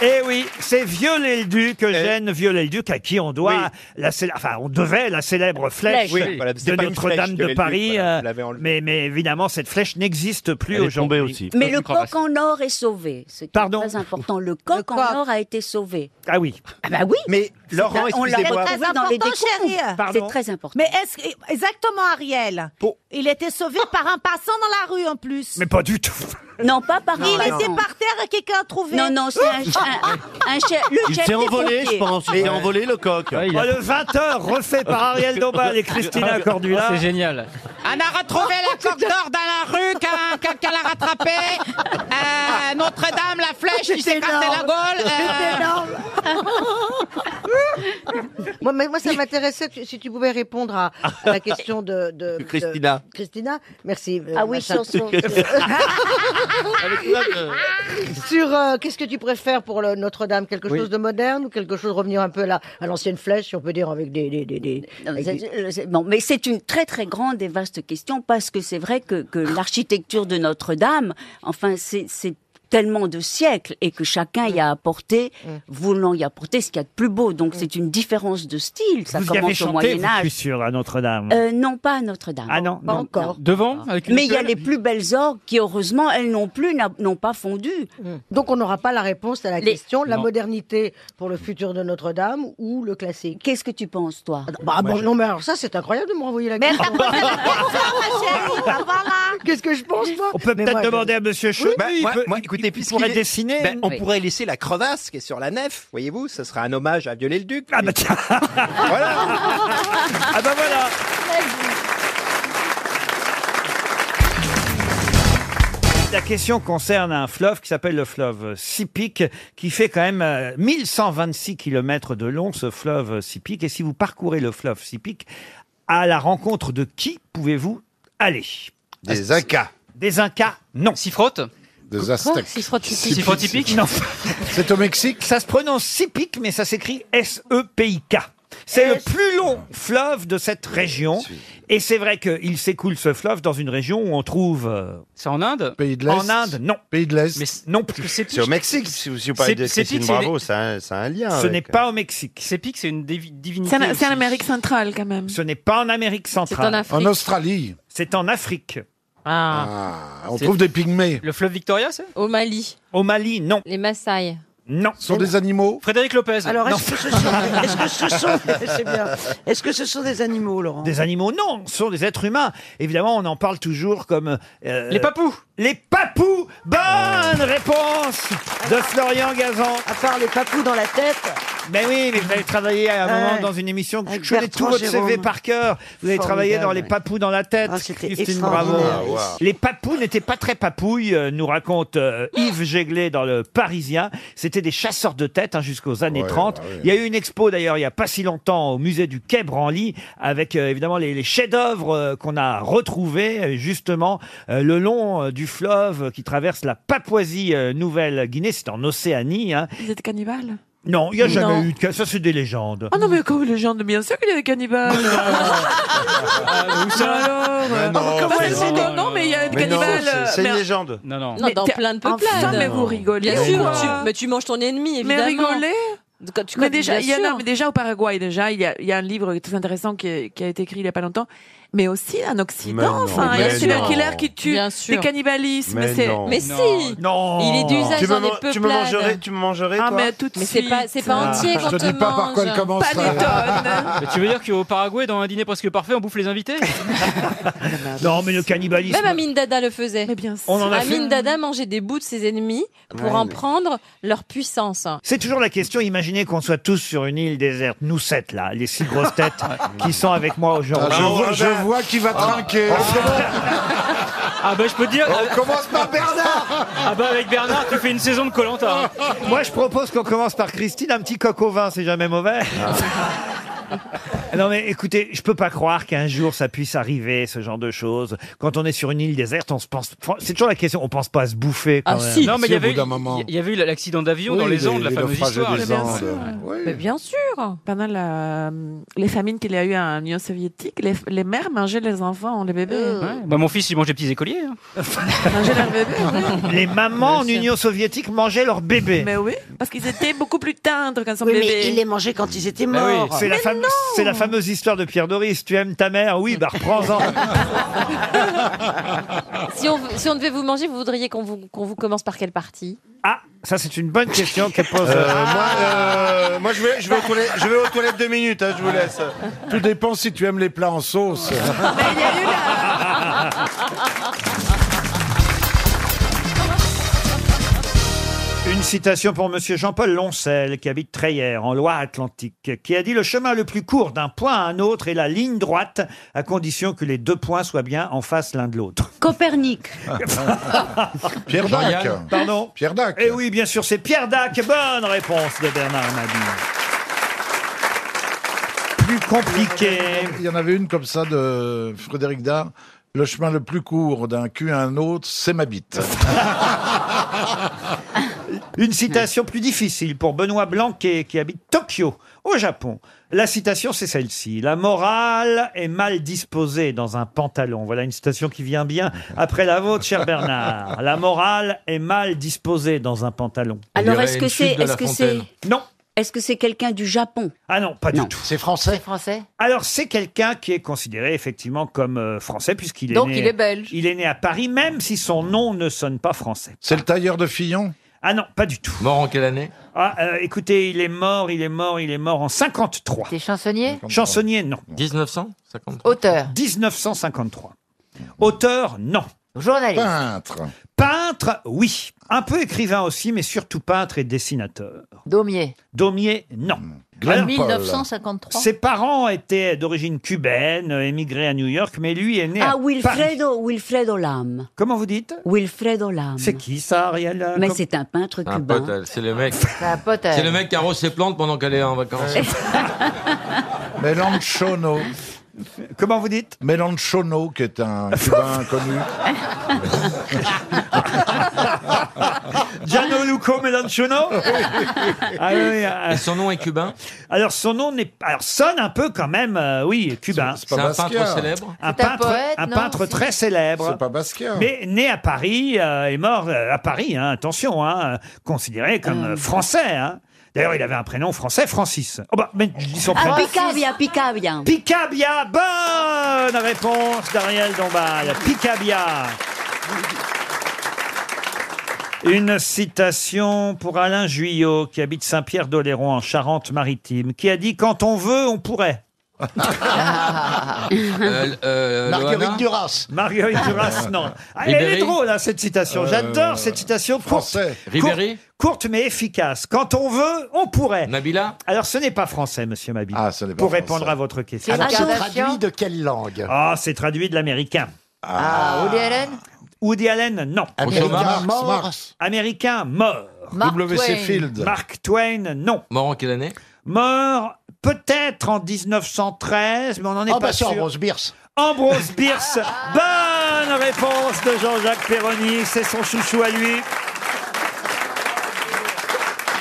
S1: Eh oui, c'est
S10: Eh.
S1: Viollet-le-Duc, Eugène Viollet-le-Duc, à qui on doit la célè- enfin, on devait la célèbre flèche
S10: Oui, voilà, c'est
S1: de
S10: pas une
S1: Notre-Dame
S10: flèche,
S1: de
S10: Viollet-le-Duc,
S1: Paris.
S10: voilà, vous
S1: euh,
S10: l'avez enlevée.
S1: mais, mais évidemment, cette flèche n'existe plus
S10: Elle est
S1: aujourd'hui.
S10: tombée aussi.
S20: Mais le coq en or est sauvé. Ce qui
S1: Pardon
S20: est très important. Le coq en or a été sauvé.
S1: Ah oui.
S20: Ah bah oui.
S10: Mais
S20: Laurent, on l'a
S2: excusez-moi.
S20: retrouvé dans les
S2: Important,
S20: décombres.
S2: chérie.
S20: C'est très important.
S2: Mais est-ce que- exactement Ariel Il était sauvé par un passant dans la rue en plus.
S1: Mais pas du tout.
S20: Non, pas par
S2: il
S20: hasard.
S2: était par terre et quelqu'un a trouvé.
S20: Non, non, c'est un,
S2: <laughs>
S20: un, un chef. Le
S10: Il
S20: chef
S10: s'est
S20: des
S10: envolé, je
S20: pompiers.
S10: pense. Il s'est envolé le coq.
S30: Ah,
S1: Oh, le 20h refait par Ariel Dombal et Christina Cordula.
S14: C'est génial.
S13: On a retrouvé la
S30: <laughs>
S13: coque d'or dans la rue, qu'un- quelqu'un l'a rattrapé. Euh, Notre-Dame, la flèche, il s'est cassé la gaule. euh,
S30: C'est énorme. moi, mais moi, ça m'intéressait tu- si tu pouvais répondre à, à
S1: <laughs>
S30: la question de, de- de-
S10: Christina.
S30: Christina, merci. euh,
S20: Ah oui,
S30: machin.
S20: sur son-
S30: <laughs>
S1: euh.
S30: Sur euh, qu'est-ce que tu préfères pour le Notre-Dame Quelque chose de moderne ou quelque chose revenir un peu à la- à l'ancienne flèche, si on peut dire, avec des. des, des, des-
S20: Non,
S30: avec
S20: c'est-
S30: des-
S20: euh, c'est- bon, mais c'est une très très grande et vaste question parce que c'est vrai que,
S30: Ah.
S20: que l'architecture de Notre-Dame, enfin, c'est c'est tellement de siècles et que chacun y
S30: Mm.
S20: a apporté, voulant y apporter ce qu'il y a de plus beau. Donc c'est une différence de style. Ça
S1: Vous y avez
S20: commence au
S1: chanté,
S20: Moyen
S1: vous, je suis
S20: Âge.
S1: sûr, à Notre-Dame.
S20: Euh, non, pas à Notre-Dame.
S1: Ah non,
S20: pas
S1: non.
S20: encore.
S14: Devant avec une
S20: Mais il y a
S14: seule
S20: les plus belles orgues qui, heureusement, elles non plus n'a- n'ont pas fondu.
S1: Mm.
S30: Donc on n'aura pas la réponse à la question la
S20: Non.
S30: modernité pour le futur de Notre-Dame ou le classique.
S20: Qu'est-ce que tu penses, toi
S30: Bah bon, non mais alors ça c'est incroyable de me renvoyer la question.
S20: Ah,
S30: Qu'est-ce que je pense moi
S1: On peut
S30: Mais
S1: peut-être
S30: moi, je-
S1: demander à Monsieur Chenu.
S7: Bah,
S1: il
S7: moi-
S1: peut-
S7: moi,
S1: il-
S7: écoutez,
S1: il
S7: puisqu'il
S1: pourrait
S7: est-
S1: dessiner.
S7: ben, on
S20: Oui.
S7: pourrait laisser la crevasse qui est sur la nef, voyez-vous, ce serait un hommage à Viollet-le-Duc. Ah bah
S6: <laughs>
S1: tiens
S7: Voilà
S1: Ah bah voilà La question concerne un fleuve qui s'appelle le fleuve Sipic, qui fait quand même euh, 1126 km de long, ce fleuve Sipic. Et si vous parcourez le fleuve Sipic, à la rencontre de qui pouvez-vous aller Des Incas. Des Incas, non. Siffrotte Des
S35: Aztèques. Siffrotte typique. Siffrotte typique
S1: Non. C'est au Mexique Ça se prononce Sipic, mais ça s'écrit S-E-P-I-K. C'est le plus long fleuve de cette région. Et c'est vrai qu'il s'écoule ce fleuve dans une région où on trouve.
S30: C'est en Inde
S1: Pays de l'Est En Inde, non.
S16: Pays de l'Est
S1: Non plus.
S6: C'est au Mexique, si vous, si vous parlez de Christine Bravo, ça a, un- ça a un lien.
S1: Ce n'est pas au Mexique.
S30: C'est pique, c'est une divinité.
S15: C'est en, c'est en Amérique centrale quand même.
S1: Ce n'est pas en Amérique centrale.
S15: C'est en Afrique. En
S1: Australie. C'est en Afrique.
S30: Ah.
S16: on trouve des pygmées.
S30: Le fleuve Victoria, c'est
S15: Au Mali.
S1: Au Mali, non.
S15: Les Maasai.
S1: Non.
S16: Ce sont des animaux.
S30: Frédéric Lopez.
S16: Alors,
S30: Non.
S1: <laughs>
S16: est-ce que
S6: Est-ce que ce sont, c'est bien. Est-ce que ce sont des animaux, Laurent
S1: Des animaux, non, ce sont des êtres humains. Évidemment, on en parle toujours comme... euh,
S6: Les papous.
S1: Les papous Bonne réponse de Florian Gazan.
S6: À part les papous dans la tête.
S1: Ben oui, mais vous avez travaillé à un
S6: Ouais.
S1: moment dans une émission que
S6: Avec
S1: je connais tout
S6: Bertrand
S1: votre CV
S6: Jérôme.
S1: par cœur. Vous avez travaillé
S6: Formidable,
S1: dans Les
S6: ouais.
S1: Papous dans la tête.
S6: Ah, c'était
S1: Christine Bravo.
S6: extraordinaire. Ah, wow.
S1: Les papous n'étaient pas très papouilles, euh, nous raconte euh, Yves Jéglé dans le Parisien. C'était des chasseurs de tête hein, jusqu'aux années 30. Il y a eu une expo d'ailleurs il n'y a pas si longtemps au musée du Quai Branly avec euh, évidemment les, les chefs-d'œuvre euh, qu'on a retrouvés euh, justement euh, le long euh, du fleuve euh, qui traverse la Papouasie euh, Nouvelle-Guinée. C'est en Océanie. hein.
S15: Ils étaient cannibales.
S1: Non, il n'y a jamais
S15: Non.
S1: eu de cas. Ça, c'est des légendes.
S15: Ah non, mais comme les gens de bien sûr qu'il y a des
S6: <laughs>
S15: cannibales. Mais alors euh,
S6: non,
S15: comment
S6: Ah, mais
S15: elle
S6: non.
S15: s'est dit, Non, mais il y a des
S6: Mais non,
S15: cannibales.
S1: euh,
S15: euh,
S6: c'est- c'est
S15: mais-
S6: une légende.
S30: Non, non.
S15: Mais
S6: dans
S15: t'es-
S6: plein de
S15: enfin,
S6: peuplades.
S15: mais vous rigolez.
S6: Bien sûr,
S15: quoi.
S6: tu-
S28: mais tu manges ton ennemi,
S15: Mais
S28: évidemment.
S15: rigolez
S28: Quand tu-
S15: mais
S28: quand-
S15: déjà,
S28: bien
S15: il y en a,
S28: sûr.
S15: mais déjà au Paraguay, déjà, il y, a, il y a un livre très intéressant qui, est- qui a été écrit il n'y a pas longtemps, mais aussi en Occident.
S6: Mais non,
S15: enfin, il y a
S6: mais
S15: des serial
S6: non.
S15: killers qui tuent,
S6: Bien
S15: des
S6: sûr.
S15: cannibalismes.
S6: Mais
S15: c'est...
S6: non. Mais si
S1: Non.
S6: Il est d'usage Tu me
S28: dans des
S6: man- Tu me
S28: peuplades.
S6: mangerais, tu me mangerais,
S15: Ah,
S6: toi
S15: mais tout de
S28: Mais c'est
S15: suite.
S28: pas- c'est pas
S6: Ah,
S28: entier
S6: je
S28: quand
S6: te dis pas par quoi elle commence. <laughs>
S30: Mais tu veux dire qu'au Paraguay, dans un dîner presque parfait, on bouffe les invités
S1: Non, mais le cannibalisme.
S28: Même Amin Dada le faisait.
S15: Mais bien sûr.
S1: On en a
S28: Amin
S1: fait-
S28: Dada mangeait des bouts de ses ennemis pour
S1: Ouais,
S28: en
S1: mais-
S28: prendre leur puissance.
S1: C'est toujours la question. Imaginez qu'on soit tous sur une île déserte, nous sept là, les six grosses
S6: <laughs>
S1: têtes qui sont avec moi aujourd'hui.
S16: Ah, je, vois, je vois qu'il va trinquer.
S30: Ah bah je peux te dire.
S16: On commence par Bernard
S30: Ah bah avec Bernard, tu fais une saison de hein. Colanta.
S1: Moi, je propose qu'on commence par Christine, un petit coq au vin, c'est jamais mauvais.
S25: Ah.
S1: Ah, Non mais écoutez, je peux pas croire qu'un jour ça puisse arriver ce genre de choses. Quand on est sur une île déserte, on se pense c'est toujours la question, on pense pas à se bouffer
S25: Ah,
S6: Ah,
S1: quand même.
S30: Non mais il y avait eu- il y avait eu l'accident d'avion
S1: Oui,
S30: dans les
S1: les-
S30: Andes, la
S1: les
S30: fameuse
S1: naufrages
S30: histoire.
S1: des
S30: Bien
S1: Andes.
S30: sûr.
S15: Mais bien sûr. Pendant la- les famines qu'il y a eu en Union soviétique, les, les mères mangeaient les enfants, les bébés.
S6: Euh.
S30: Ouais, Bah mon fils, il mange des petits écoliers. hein.
S1: <laughs> Les mamans en Union soviétique mangeaient leurs bébés.
S15: Mais oui, parce qu'ils étaient beaucoup plus tendres quand ils sont
S6: Oui, mais
S15: bébés.
S6: ils les mangeaient quand ils étaient
S1: Bah oui,
S6: morts.
S1: c'est la,
S6: Mais
S1: fame-
S6: non.
S1: c'est la fameuse histoire de Pierre Doris. Tu aimes ta mère Oui, bah
S6: <laughs>
S1: reprends-en.
S28: Si on, si on devait vous manger, vous voudriez qu'on vous, qu'on vous commence par quelle partie
S1: Ah, ça c'est une bonne question qu'elle pose.
S6: Euh, moi, euh, moi, je, vais, je, vais aux toilettes, je vais aux toilettes deux minutes, hein, je vous laisse.
S16: Tout dépend si tu aimes les plats en sauce.
S1: Une citation pour Monsieur Jean-Paul Loncel, qui habite Treyer, en Loire-Atlantique, qui a dit « Le chemin le plus court d'un point à un autre est la ligne droite, à condition que les deux points soient bien en face l'un de l'autre.
S14: <laughs>
S20: Copernic. »
S16: Pierre Dac.
S1: Pardon
S16: Pierre Dac.
S1: Eh oui, bien sûr, c'est Pierre Dac. Bonne réponse de Bernard Mabille. Plus compliqué.
S16: Il y en avait une comme ça de Frédéric Dard. Le chemin le plus court d'un cul à un autre, c'est
S1: <laughs>
S16: ma bite.
S1: Une citation plus difficile pour Benoît Blanquet, qui habite Tokyo, au Japon. La citation, c'est celle-ci. La morale est mal disposée dans un pantalon. Voilà une citation qui vient bien après la vôtre, cher Bernard. La morale est mal disposée dans un pantalon.
S20: Alors est-ce que c'est est-ce que c'est
S1: non
S20: Est-ce que c'est quelqu'un du Japon
S1: Ah non, pas du tout.
S6: C'est français
S20: Français
S1: Alors, c'est quelqu'un qui est considéré effectivement comme euh, français, puisqu'il est
S20: Donc,
S1: né...
S20: il est belge.
S1: Il est né à Paris, même si son nom ne sonne pas français.
S16: C'est le tailleur de Fillon
S1: Ah non, pas du tout.
S6: Mort en quelle année
S1: Ah, euh, écoutez, il est mort, il est mort, il est mort en 53.
S26: T'es chansonnier
S1: Chansonnier, non. 1953
S26: Auteur
S1: 1953. Auteur, non.
S26: Journaliste
S16: Peintre
S1: Peintre, oui. Un peu écrivain aussi, mais surtout peintre et dessinateur.
S26: Daumier
S1: Daumier, non. Alors,
S26: 1953
S1: Ses parents étaient d'origine cubaine, euh, émigrés à New York, mais lui est né
S20: Ah
S1: à Paris.
S20: Wilfredo, Wilfredo Lam.
S1: Comment vous dites
S20: Wilfredo Lam.
S1: C'est qui ça, Ariel
S20: Mais
S1: Comme-
S20: c'est un peintre
S25: Un
S30: Hein
S20: cubain.
S25: pote, elle, c'est le
S30: <laughs>
S25: mec.
S26: C'est un pote à
S25: C'est
S26: elle.
S25: le mec qui arrose ses plantes pendant qu'elle est en vacances.
S16: Melanchono.
S1: Comment vous dites
S16: Melanchono, qui
S1: <laughs>
S16: est un cubain inconnu.
S1: Gianno Coco
S25: <laughs>
S1: Melanchono Ah oui, ah.
S25: Et son nom est cubain
S1: Alors son nom n'est alors sonne un peu quand même, euh, oui, cubain.
S25: C'est pas C'est un Basquiat. peintre célèbre
S1: Un
S25: C'est un
S1: peintre,
S25: poète,
S1: un
S25: non,
S1: peintre
S25: c'est-
S1: très célèbre.
S25: C'est pas Basquiat.
S1: Mais né à Paris euh, et mort euh, à Paris. hein, attention, hein, euh, considéré comme
S25: Ah,
S1: euh, français. hein. D'ailleurs, il avait un prénom français, Francis. Oh bah, mais je dis son prénom.
S20: Ah, Picabia, <laughs> Picabia.
S1: Picabia, bonne réponse d'Ariel Dombal. Picabia. Une citation pour Alain Juillot, qui habite Saint-Pierre-d'Oléron en Charente-Maritime, qui a dit Quand on veut, on pourrait.
S25: <laughs> Euh, euh, Marguerite Loana
S1: Duras. Marguerite Duras, non. Ah, elle est
S25: Ribéry Euh,
S1: drôle, hein, cette citation. J'adore cette citation courte, courte,
S25: Ribéry
S1: courte, mais efficace. Quand on veut, on pourrait. Nabila Alors, ce n'est pas français, monsieur Mabila.
S14: Ah,
S1: pour répondre à votre question.
S14: Alors, c'est traduit
S1: de quelle langue Ah, c'est traduit de l'américain.
S14: Ah, Woody Allen
S1: Woody Allen, non.
S14: Américain Autrement mort
S1: Américain mort.
S14: Mark W.C. Twain. Field.
S1: Mark Twain, non.
S25: Mort en quelle année
S1: Mort peut-être en 1913, mais on n'en est
S14: Ah,
S1: pas
S14: bah, c'est
S1: sûr.
S14: Ambrose
S1: Bierce. Ambrose Bierce. Bonne réponse de Jean-Jacques Perroni. C'est son chouchou à lui.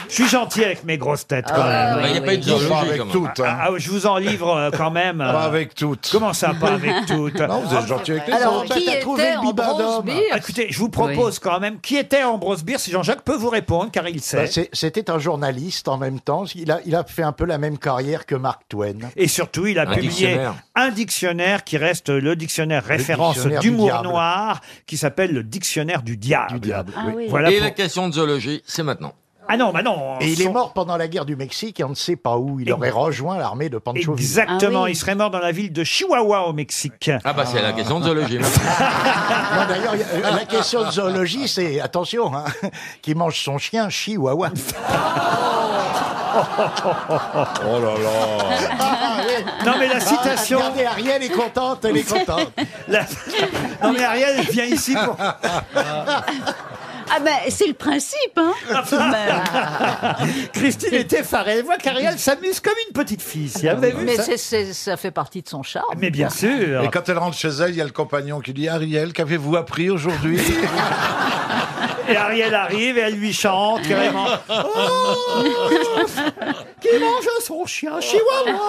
S1: Je suis gentil avec mes grosses têtes, quand
S25: Ah,
S1: même.
S25: ouais, Bah, y a ouais, pas eu de ouais. zoologie,
S1: Pas
S25: quand même.
S1: Ah, ah, je vous en livre euh, quand même. Pas avec toutes. Comment ça, pas avec toutes
S16: Non, vous êtes gentil avec les
S14: Alors, autres. qui
S1: T'as trouvé
S14: était
S1: le bibendum.
S14: Ambrose Bierce
S1: Ah, Écoutez, je vous propose quand même qui était Ambrose Bierce. Si Jean-Jacques peut vous répondre, car il sait.
S14: Bah, c'est- C'était un journaliste en même temps. Il a, il a fait un peu la même carrière que Mark Twain.
S1: Et surtout, il a
S14: Un
S1: publié
S14: dictionnaire.
S1: un dictionnaire qui reste le dictionnaire référence
S14: dictionnaire du
S1: d'humour
S14: diable.
S1: noir, qui s'appelle le dictionnaire du diable.
S14: Ah oui. oui.
S1: <laughs> Voilà
S25: Et
S1: pour-
S25: la question de zoologie, c'est maintenant.
S1: Ah non, bah non.
S14: Et il est
S1: son-
S14: mort pendant la guerre du Mexique et on ne sait pas où. Il
S1: Ex-
S14: aurait rejoint l'armée de Pancho. Villa.
S1: Exactement, il serait mort dans la ville de Chihuahua au Mexique.
S25: Ah bah c'est la question de zoologie.
S14: <laughs> Non, D'ailleurs, il y a- euh, la question de zoologie, c'est attention, hein, <laughs> qui mange son chien
S1: <laughs>
S14: chihuahua.
S16: Oh là
S20: euh,
S16: là
S1: <laughs> Non, mais la citation-
S14: Ah, regardez, Ariel est contente, elle est
S1: <laughs>
S20: <laughs>
S14: contente.
S1: La- Non mais Ariel vient ici pour...
S14: <laughs>
S20: Ah ben, c'est le principe, hein
S1: Ah, Christine était effarée. Elle voit qu'Ariel s'amuse comme une petite fille. Si, avez vu
S26: Mais
S1: ça
S26: c'est- c'est- ça fait partie de son charme.
S1: Mais bien sûr.
S16: Et quand elle rentre chez elle, il y a le compagnon qui dit Ariel, qu'avez-vous appris aujourd'hui
S1: Et Ariel arrive et elle lui chante carrément. <laughs> qui mange son chien chihuahua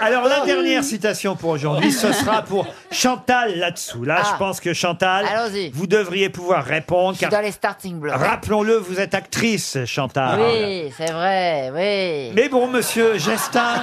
S1: Alors
S26: Ah
S1: la dernière citation pour aujourd'hui, ce sera pour Chantal là-dessous. Là,
S26: Ah.
S1: je pense que Chantal,
S26: Allons-y.
S1: vous devriez pouvoir répondre.
S26: Je suis
S1: car-
S26: dans les starting blocks.
S1: Rappelons-le, vous êtes actrice, Chantal.
S26: Oui, c'est vrai, oui.
S1: Mais bon, monsieur Gestin,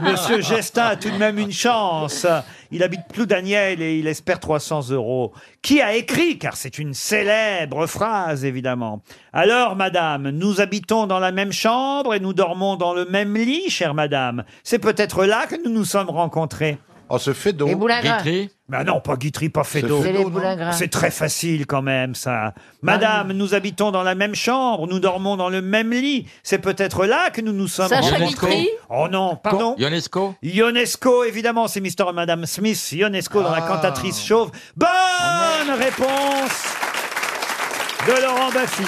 S1: monsieur Gestin a tout de même une chance. Il habite Ploudaniel et il espère 300 euros. Qui a écrit, car c'est une célèbre phrase, évidemment. Alors, madame, nous habitons dans la même chambre et nous dormons dans le même lit, chère madame. C'est peut-être là que nous nous sommes rencontrés.
S16: Oh, ce fait d'eau.
S26: Les boulingrins. Guitry
S1: Bah non, pas Guitry, pas Fédot.
S26: C'est les boulingrins.
S1: C'est très facile quand même, ça. Madame, nous habitons dans la même chambre, nous dormons dans le même lit. C'est peut-être là que nous nous sommes
S25: Sacha
S1: rencontrés.
S25: Guitry
S1: Oh non, pardon.
S25: Ionesco
S1: Ionesco, évidemment, c'est Mr. et Madame Smith. Ionesco dans la cantatrice chauve. Bonne réponse de Laurent Baffy.